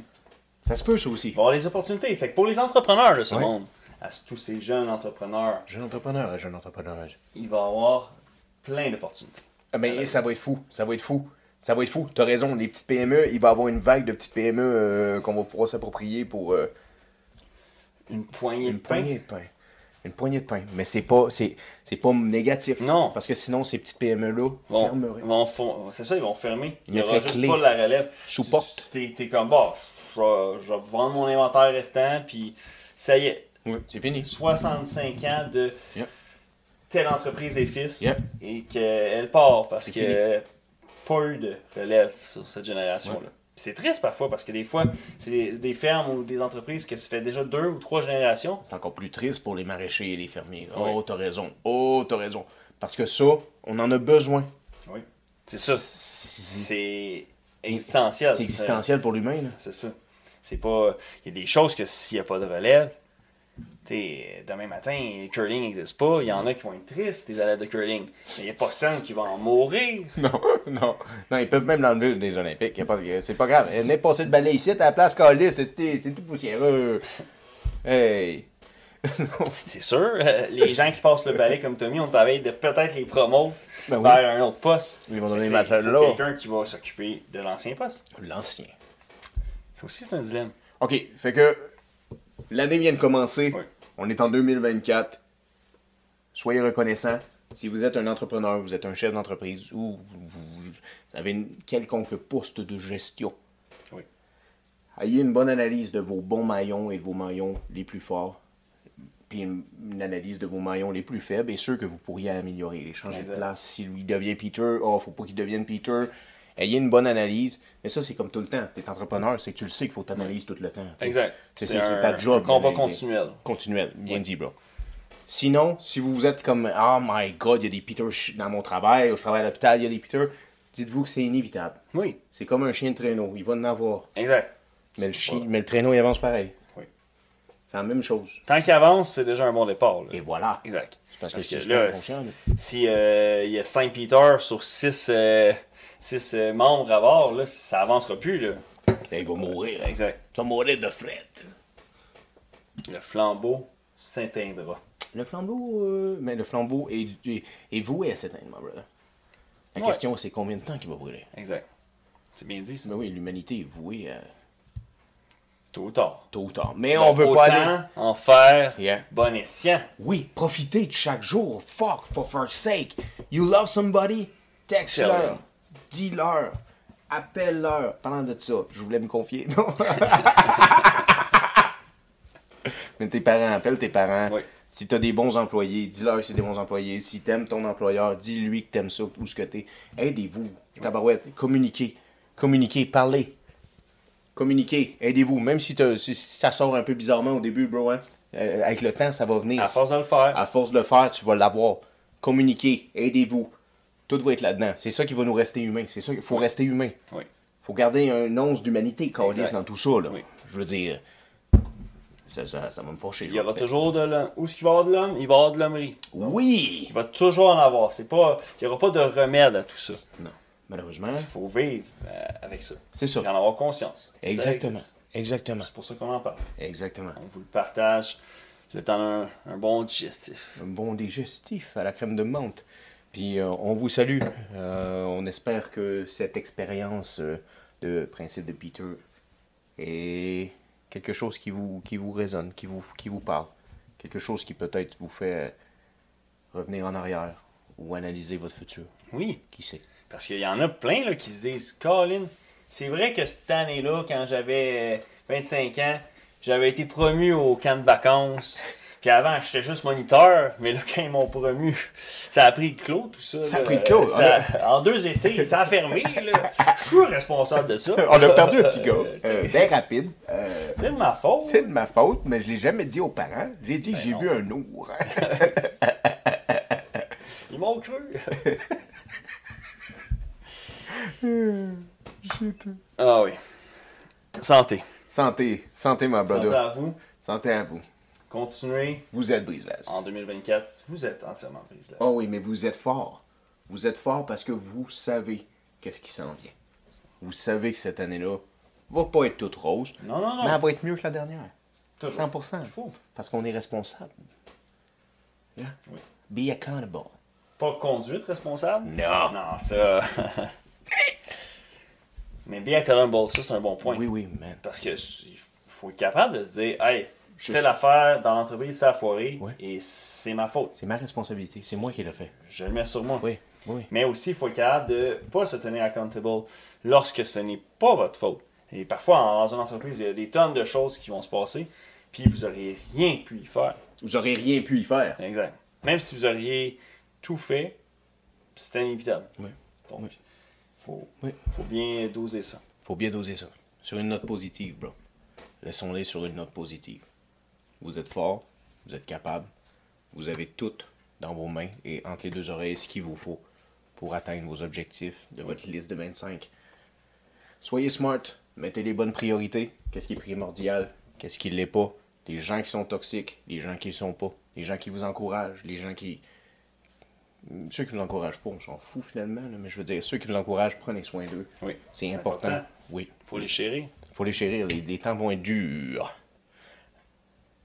S2: Ça se peut, ça aussi.
S1: il va y avoir les opportunités. Fait que pour les entrepreneurs de ce
S2: Ouais.
S1: monde, à tous ces jeunes entrepreneurs,
S2: Jeune entrepreneur, hein, jeune entrepreneur.
S1: il va y avoir plein d'opportunités.
S2: Ah, Mais ça va être fou, ça va être fou. Ça va être fou, t'as raison, les petites PME, il va y avoir une vague de petites PME euh, qu'on va pouvoir s'approprier pour euh,
S1: Une poignée
S2: une
S1: de pain.
S2: poignée de pain. Une poignée de pain. Mais c'est pas c'est, c'est pas négatif.
S1: Non.
S2: Parce que sinon, ces petites PME-là
S1: vont-
S2: fermeraient.
S1: vont fon- c'est ça, ils vont fermer. Il n'y
S2: mettraient
S1: aura juste
S2: clé
S1: pas la relève.
S2: sous
S1: Tu-
S2: porte.
S1: tu- T'es, t'es comme, bah, je vais- je vais vendre mon inventaire restant, puis ça y est,
S2: Oui, c'est fini.
S1: 65 ans de
S2: Yep.
S1: telle entreprise et fils,
S2: Yep.
S1: et qu'elle part parce
S2: C'est
S1: que
S2: fini.
S1: euh, pas eu de relève sur cette génération-là.
S2: Ouais.
S1: Puis C'est triste parfois parce que des fois, c'est des, des fermes ou des entreprises que ça fait déjà deux ou trois générations.
S2: C'est encore plus triste pour les maraîchers et les fermiers. Oh,
S1: Ouais.
S2: t'as raison. Oh, t'as raison. Parce que ça, on en a besoin.
S1: Oui. C'est ça.
S2: C'est,
S1: C'est existentiel.
S2: c'est
S1: ça.
S2: existentiel pour l'humain. Là.
S1: C'est ça. C'est pas. Il y a des choses que s'il n'y a pas de relève, t'sais, demain matin, le curling n'existe pas. Il y en a qui vont être tristes, des élèves de curling. Mais il n'y a personne qui va en mourir.
S2: Non, non. Non, ils peuvent même l'enlever des Olympiques. Y a pas de- c'est pas grave. Eh, Venez passer le balai ici, à la place Calis, c'est c'est tout poussiéreux. Hey.
S1: C'est sûr. euh, les gens qui passent le balai comme Tommy, on travaille de peut-être les promos
S2: Ben oui.
S1: vers un autre poste.
S2: Ils vont
S1: Fait
S2: donner le
S1: que
S2: match
S1: là,
S2: à
S1: il faut
S2: l'autre.
S1: quelqu'un qui va s'occuper de l'ancien poste.
S2: L'ancien.
S1: Ça aussi, c'est un dilemme.
S2: OK, fait que l'année vient de commencer.
S1: Ouais.
S2: On est en 2024. Soyez reconnaissants. Si vous êtes un entrepreneur, vous êtes un chef d'entreprise ou vous avez une quelconque poste de gestion,
S1: Oui.
S2: ayez une bonne analyse de vos bons maillons et de vos maillons les plus forts, puis une, une analyse de vos maillons les plus faibles et ceux que vous pourriez améliorer. Les changer de
S1: Exact.
S2: place, si lui devient Peter, oh, faut pas qu'il devienne Peter. Ayez une bonne analyse, mais ça, c'est comme tout le temps. T'es entrepreneur, c'est que tu le sais qu'il faut t'analyser tout le temps. tu sais.
S1: Exact.
S2: C'est
S1: C'est
S2: c'est- c'est
S1: un-
S2: ta job.
S1: un combat
S2: d'analyser.
S1: continuel.
S2: Continuel, bien dit, bro. Sinon, si vous vous êtes comme Oh my god, il y a des Peter ch- dans mon travail, ou je travaille à l'hôpital, il y a des Peter, dites-vous que c'est inévitable.
S1: Oui,
S2: C'est comme un chien de traîneau, il va en avoir.
S1: exact.
S2: Mais le, chien, mais le traîneau, il avance pareil.
S1: Oui.
S2: C'est la même chose.
S1: Tant qu'il avance, c'est déjà un bon départ. là.
S2: Et voilà.
S1: Exact.
S2: C'est parce que le système
S1: là, si,
S2: fonctionne.
S1: si, euh, il y a 5 Peter sur 6 euh, membres à bord, là, ça avancera plus. Là.
S2: Là, il va mourir. hein.
S1: Exact.
S2: Tu vas mourir de fret.
S1: Le flambeau s'éteindra.
S2: Le flambeau, euh, mais le flambeau est, est, est voué à s'éteindre, my brother. La
S1: Ouais.
S2: question, c'est combien de temps qu'il va brûler.
S1: Exact. C'est bien dit, ça.
S2: Mais oui, l'humanité est vouée à
S1: Tôt ou tard.
S2: tôt ou tard. Mais on
S1: Donc,
S2: veut pas aller.
S1: Ben, autant en faire
S2: Yeah.
S1: bon escient.
S2: Oui, profitez de chaque jour. Fuck, for fuck's sake. You love somebody? Texte-leur.
S1: Tell-leur.
S2: Dis-leur. Appelle-leur. Parlant de ça, je voulais me confier. Non. Mais tes parents, appelle tes parents.
S1: Oui.
S2: Si t'as des bons employés, dis-leur que c'est des bons employés. Si t'aimes ton employeur, dis-lui que t'aimes ça ou ce que t'es. Aidez-vous. Tabarouette, communiquez. Communiquez, parlez. Communiquez, aidez-vous. Même si, t'as- si- si ça sort un peu bizarrement au début, bro, hein, euh, avec le temps, ça va venir.
S1: À force de le faire.
S2: À force de le faire, tu vas l'avoir. Communiquez, aidez-vous. Tout va être là-dedans. C'est ça qui va nous rester humains. C'est ça qu'il faut rester humain.
S1: Oui.
S2: faut garder un once d'humanité, Calis,
S1: Exact.
S2: dans tout ça. Là.
S1: Oui.
S2: Je veux dire, ça- ça, ça, ça va me fâcher.
S1: Il
S2: je
S1: y aura
S2: répète.
S1: toujours de l'homme. Où est-ce qu'il va y avoir de l'homme Il va y avoir de l'hommerie.
S2: Oui!
S1: Il va toujours en avoir. C'est pas... Il n'y aura pas de remède à tout ça.
S2: Non, malheureusement,
S1: Il faut vivre euh, avec ça.
S2: c'est
S1: Il faut en
S2: ça.
S1: avoir conscience. Ça
S2: Exactement.
S1: existe.
S2: Exactement.
S1: C'est pour ça qu'on en parle.
S2: Exactement.
S1: On vous le partage. Le temps d'un un bon digestif.
S2: un bon digestif à la crème de menthe. Puis euh, on vous salue. Euh, on espère que cette expérience euh, de principe de Peter est quelque chose qui vous, qui vous résonne, qui vous, qui vous parle. Quelque chose qui peut-être vous fait revenir en arrière ou analyser votre futur.
S1: Oui.
S2: Qui sait?
S1: Parce qu'il y en a plein là, qui se disent Colin, c'est vrai que cette année-là, quand j'avais euh, 25 ans, j'avais été promu au camp de vacances. Puis avant, j'étais juste moniteur, mais là, quand ils m'ont promu, ça a pris le clos, tout ça.
S2: Ça a
S1: là.
S2: pris le clos, hein?
S1: Ça- en deux étés, ça a fermé. Là. Je suis responsable de ça. Euh, Oh. tu sais,
S2: bien ben rapide. Euh,
S1: c'est de ma faute.
S2: de ma faute, mais je l'ai jamais dit aux parents. J'ai dit
S1: Ben
S2: j'ai vu un ours.
S1: Ils m'ont cru. ah oui. Santé.
S2: Santé, santé, ma
S1: Santé
S2: brother.
S1: à vous.
S2: Santé à vous.
S1: Continuez.
S2: Vous êtes brise-glace.
S1: En 2024, vous êtes entièrement brise
S2: Oh oui, mais vous êtes fort. Vous êtes fort parce que vous savez qu'est-ce qui s'en vient. Vous savez que cette année-là va pas être toute rose,
S1: Non, non, non.
S2: mais elle va être mieux que la dernière.
S1: Toujours.
S2: 100%.
S1: Il faut.
S2: Parce qu'on est responsable. Yeah.
S1: Oui.
S2: Be accountable.
S1: Pas conduite responsable?
S2: Non.
S1: Non, ça. Mais bien accountable, ça, c'est un bon point.
S2: Oui, oui, man.
S1: Parce que s- il faut être capable de se dire, hey,
S2: Je
S1: je fais
S2: sais.
S1: l'affaire dans l'entreprise, ça a foiré,
S2: Ouais.
S1: et c'est ma faute.
S2: C'est ma responsabilité. C'est moi qui l'ai fait.
S1: Je le mets sur moi.
S2: Oui, oui.
S1: Mais aussi, il faut être capable de pas se tenir accountable lorsque ce n'est pas votre faute. Et parfois, en- dans une entreprise, il y a des tonnes de choses qui vont se passer, puis vous auriez rien pu y faire.
S2: Vous auriez rien pu y faire.
S1: Exact. Même si vous auriez tout fait, c'était inévitable.
S2: Oui.
S1: Donc,
S2: Oui.
S1: faut,
S2: Oui.
S1: faut bien doser ça.
S2: Faut bien doser ça. Sur une note positive, bro. Laissons-les sur une note positive. Vous êtes fort, vous êtes capable, vous avez tout dans vos mains et entre les deux oreilles ce qu'il vous faut pour atteindre vos objectifs de votre liste de 25. Soyez smart, mettez les bonnes priorités. Qu'est-ce qui est primordial, qu'est-ce qui ne l'est pas. Les gens qui sont toxiques, les gens qui ne le sont pas, les gens qui vous encouragent, les gens qui. Ceux qui ne vous encouragent pas, on s'en fout finalement, là, mais je veux dire, ceux qui vous encouragent, prenez soin d'eux.
S1: Oui.
S2: C'est important.
S1: Important.
S2: Oui.
S1: Faut les chérir.
S2: Faut les chérir. Les, les temps vont être durs.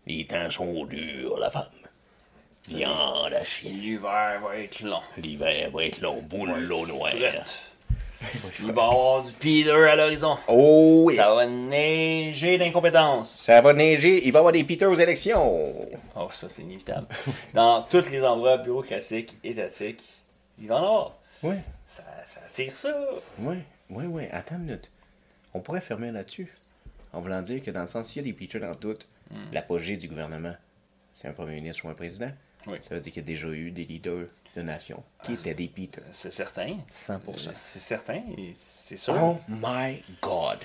S2: Les temps sont durs, la femme. Viande à chier.
S1: L'hiver va être long.
S2: L'hiver va être long, boulot noir.
S1: Frette. Il va y avoir du Peter à l'horizon.
S2: Oh oui! Ça,
S1: Ça va neiger d'incompétence.
S2: va neiger, il va y avoir des piteurs aux élections.
S1: Oh, ça, c'est inévitable. Dans tous les endroits bureaucratiques, étatiques, il va en avoir.
S2: Oui,
S1: Ça, ça attire ça.
S2: oui, oui, oui. Attends une minute. On pourrait fermer là-dessus. En voulant dire que dans le sens, s'il y a des piteurs dans tout,
S1: Hmm.
S2: l'apogée du gouvernement, c'est un premier ministre ou un président.
S1: Oui. Ah,
S2: Ça veut dire qu'il y a déjà eu des leaders de nations qui étaient des piteurs.
S1: C'est certain.
S2: 100%.
S1: C'est certain. et C'est sûr.
S2: Oh my god!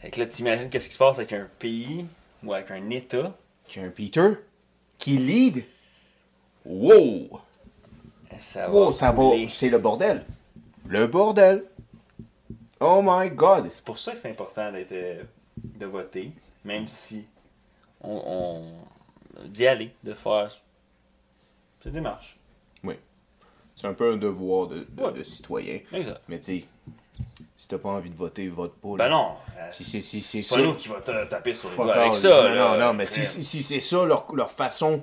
S1: Fait que là, t'imagines qu'est-ce qui se passe avec un pays ou avec un État.
S2: J'ai un Peter qui lead. Wow!
S1: Ça va.
S2: Wow, Oh, ça va.
S1: couler.
S2: C'est le bordel. Le bordel. Oh my god.
S1: C'est pour ça que c'est important d'être euh, de voter, même si on, on- d'y aller, de faire cette démarche.
S2: Oui. C'est un peu un devoir de, de-
S1: Ouais.
S2: de citoyen.
S1: Exact.
S2: Mais tu sais, si t'as pas envie de voter, vote pas. là.
S1: Ben non, euh,
S2: Si c'est si, c'est
S1: c'est
S2: ça.
S1: pas nous qui va te taper sur les
S2: fuck
S1: doigts avec
S2: all.
S1: ça.
S2: Non,
S1: là.
S2: non, non, mais si,
S1: Ouais.
S2: si- si c'est ça leur, leur façon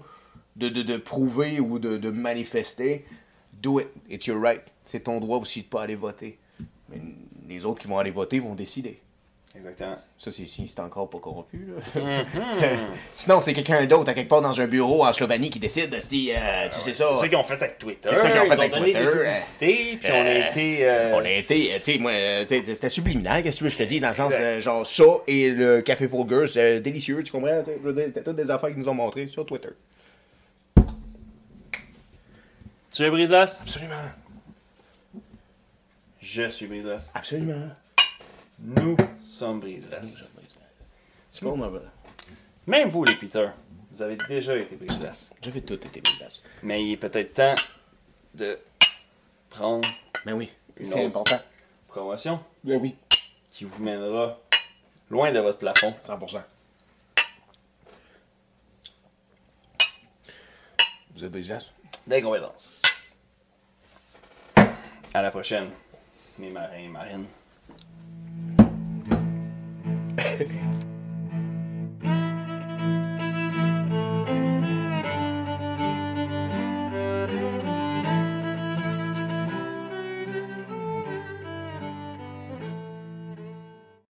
S2: de, de- de prouver ou de, de manifester, do it. It's your right. C'est ton droit aussi de pas aller voter. Mais les autres qui vont aller voter vont décider.
S1: Exactement.
S2: Ça, c'est si c'est encore pas corrompu, là.
S1: Mm-hmm.
S2: Sinon, c'est quelqu'un d'autre, à quelque part dans un bureau en Slovanie, qui décide, si, euh, tu sais ça.
S1: Ah C'est ça qu'ils ont fait avec Twitter.
S2: C'est ça qu'ils ont fait
S1: Ils ont
S2: avec
S1: donné des
S2: Twitter, hein.
S1: publicités, puis on
S2: euh,
S1: a été. euh,
S2: On a été, euh, tu sais, moi, euh, tu sais, c'était subliminal, qu'est-ce que tu veux que je te dise, dans le sens,
S1: Exact.
S2: euh, genre, ça et le café Folgers, c'est délicieux, tu comprends? Tu sais, je veux dire, C'était toutes des affaires qu'ils nous ont montrées sur Twitter.
S1: Tu es Brisas
S2: Absolument,
S1: Je suis Brisas.
S2: absolument.
S1: Nous sommes Brisas.
S2: C'est bon, ma belle.
S1: Même vous, les Peter, vous avez déjà été Brisas.
S2: J'avais tout été brillant.
S1: Mais il est peut-être temps de prendre
S2: Ben oui, c'est
S1: Non.
S2: important.
S1: une promotion
S2: Ben oui,
S1: qui vous mènera loin de votre plafond.
S2: 100%. Vous êtes vigilant.
S1: D'incompétence. À la prochaine, mes marins et marines.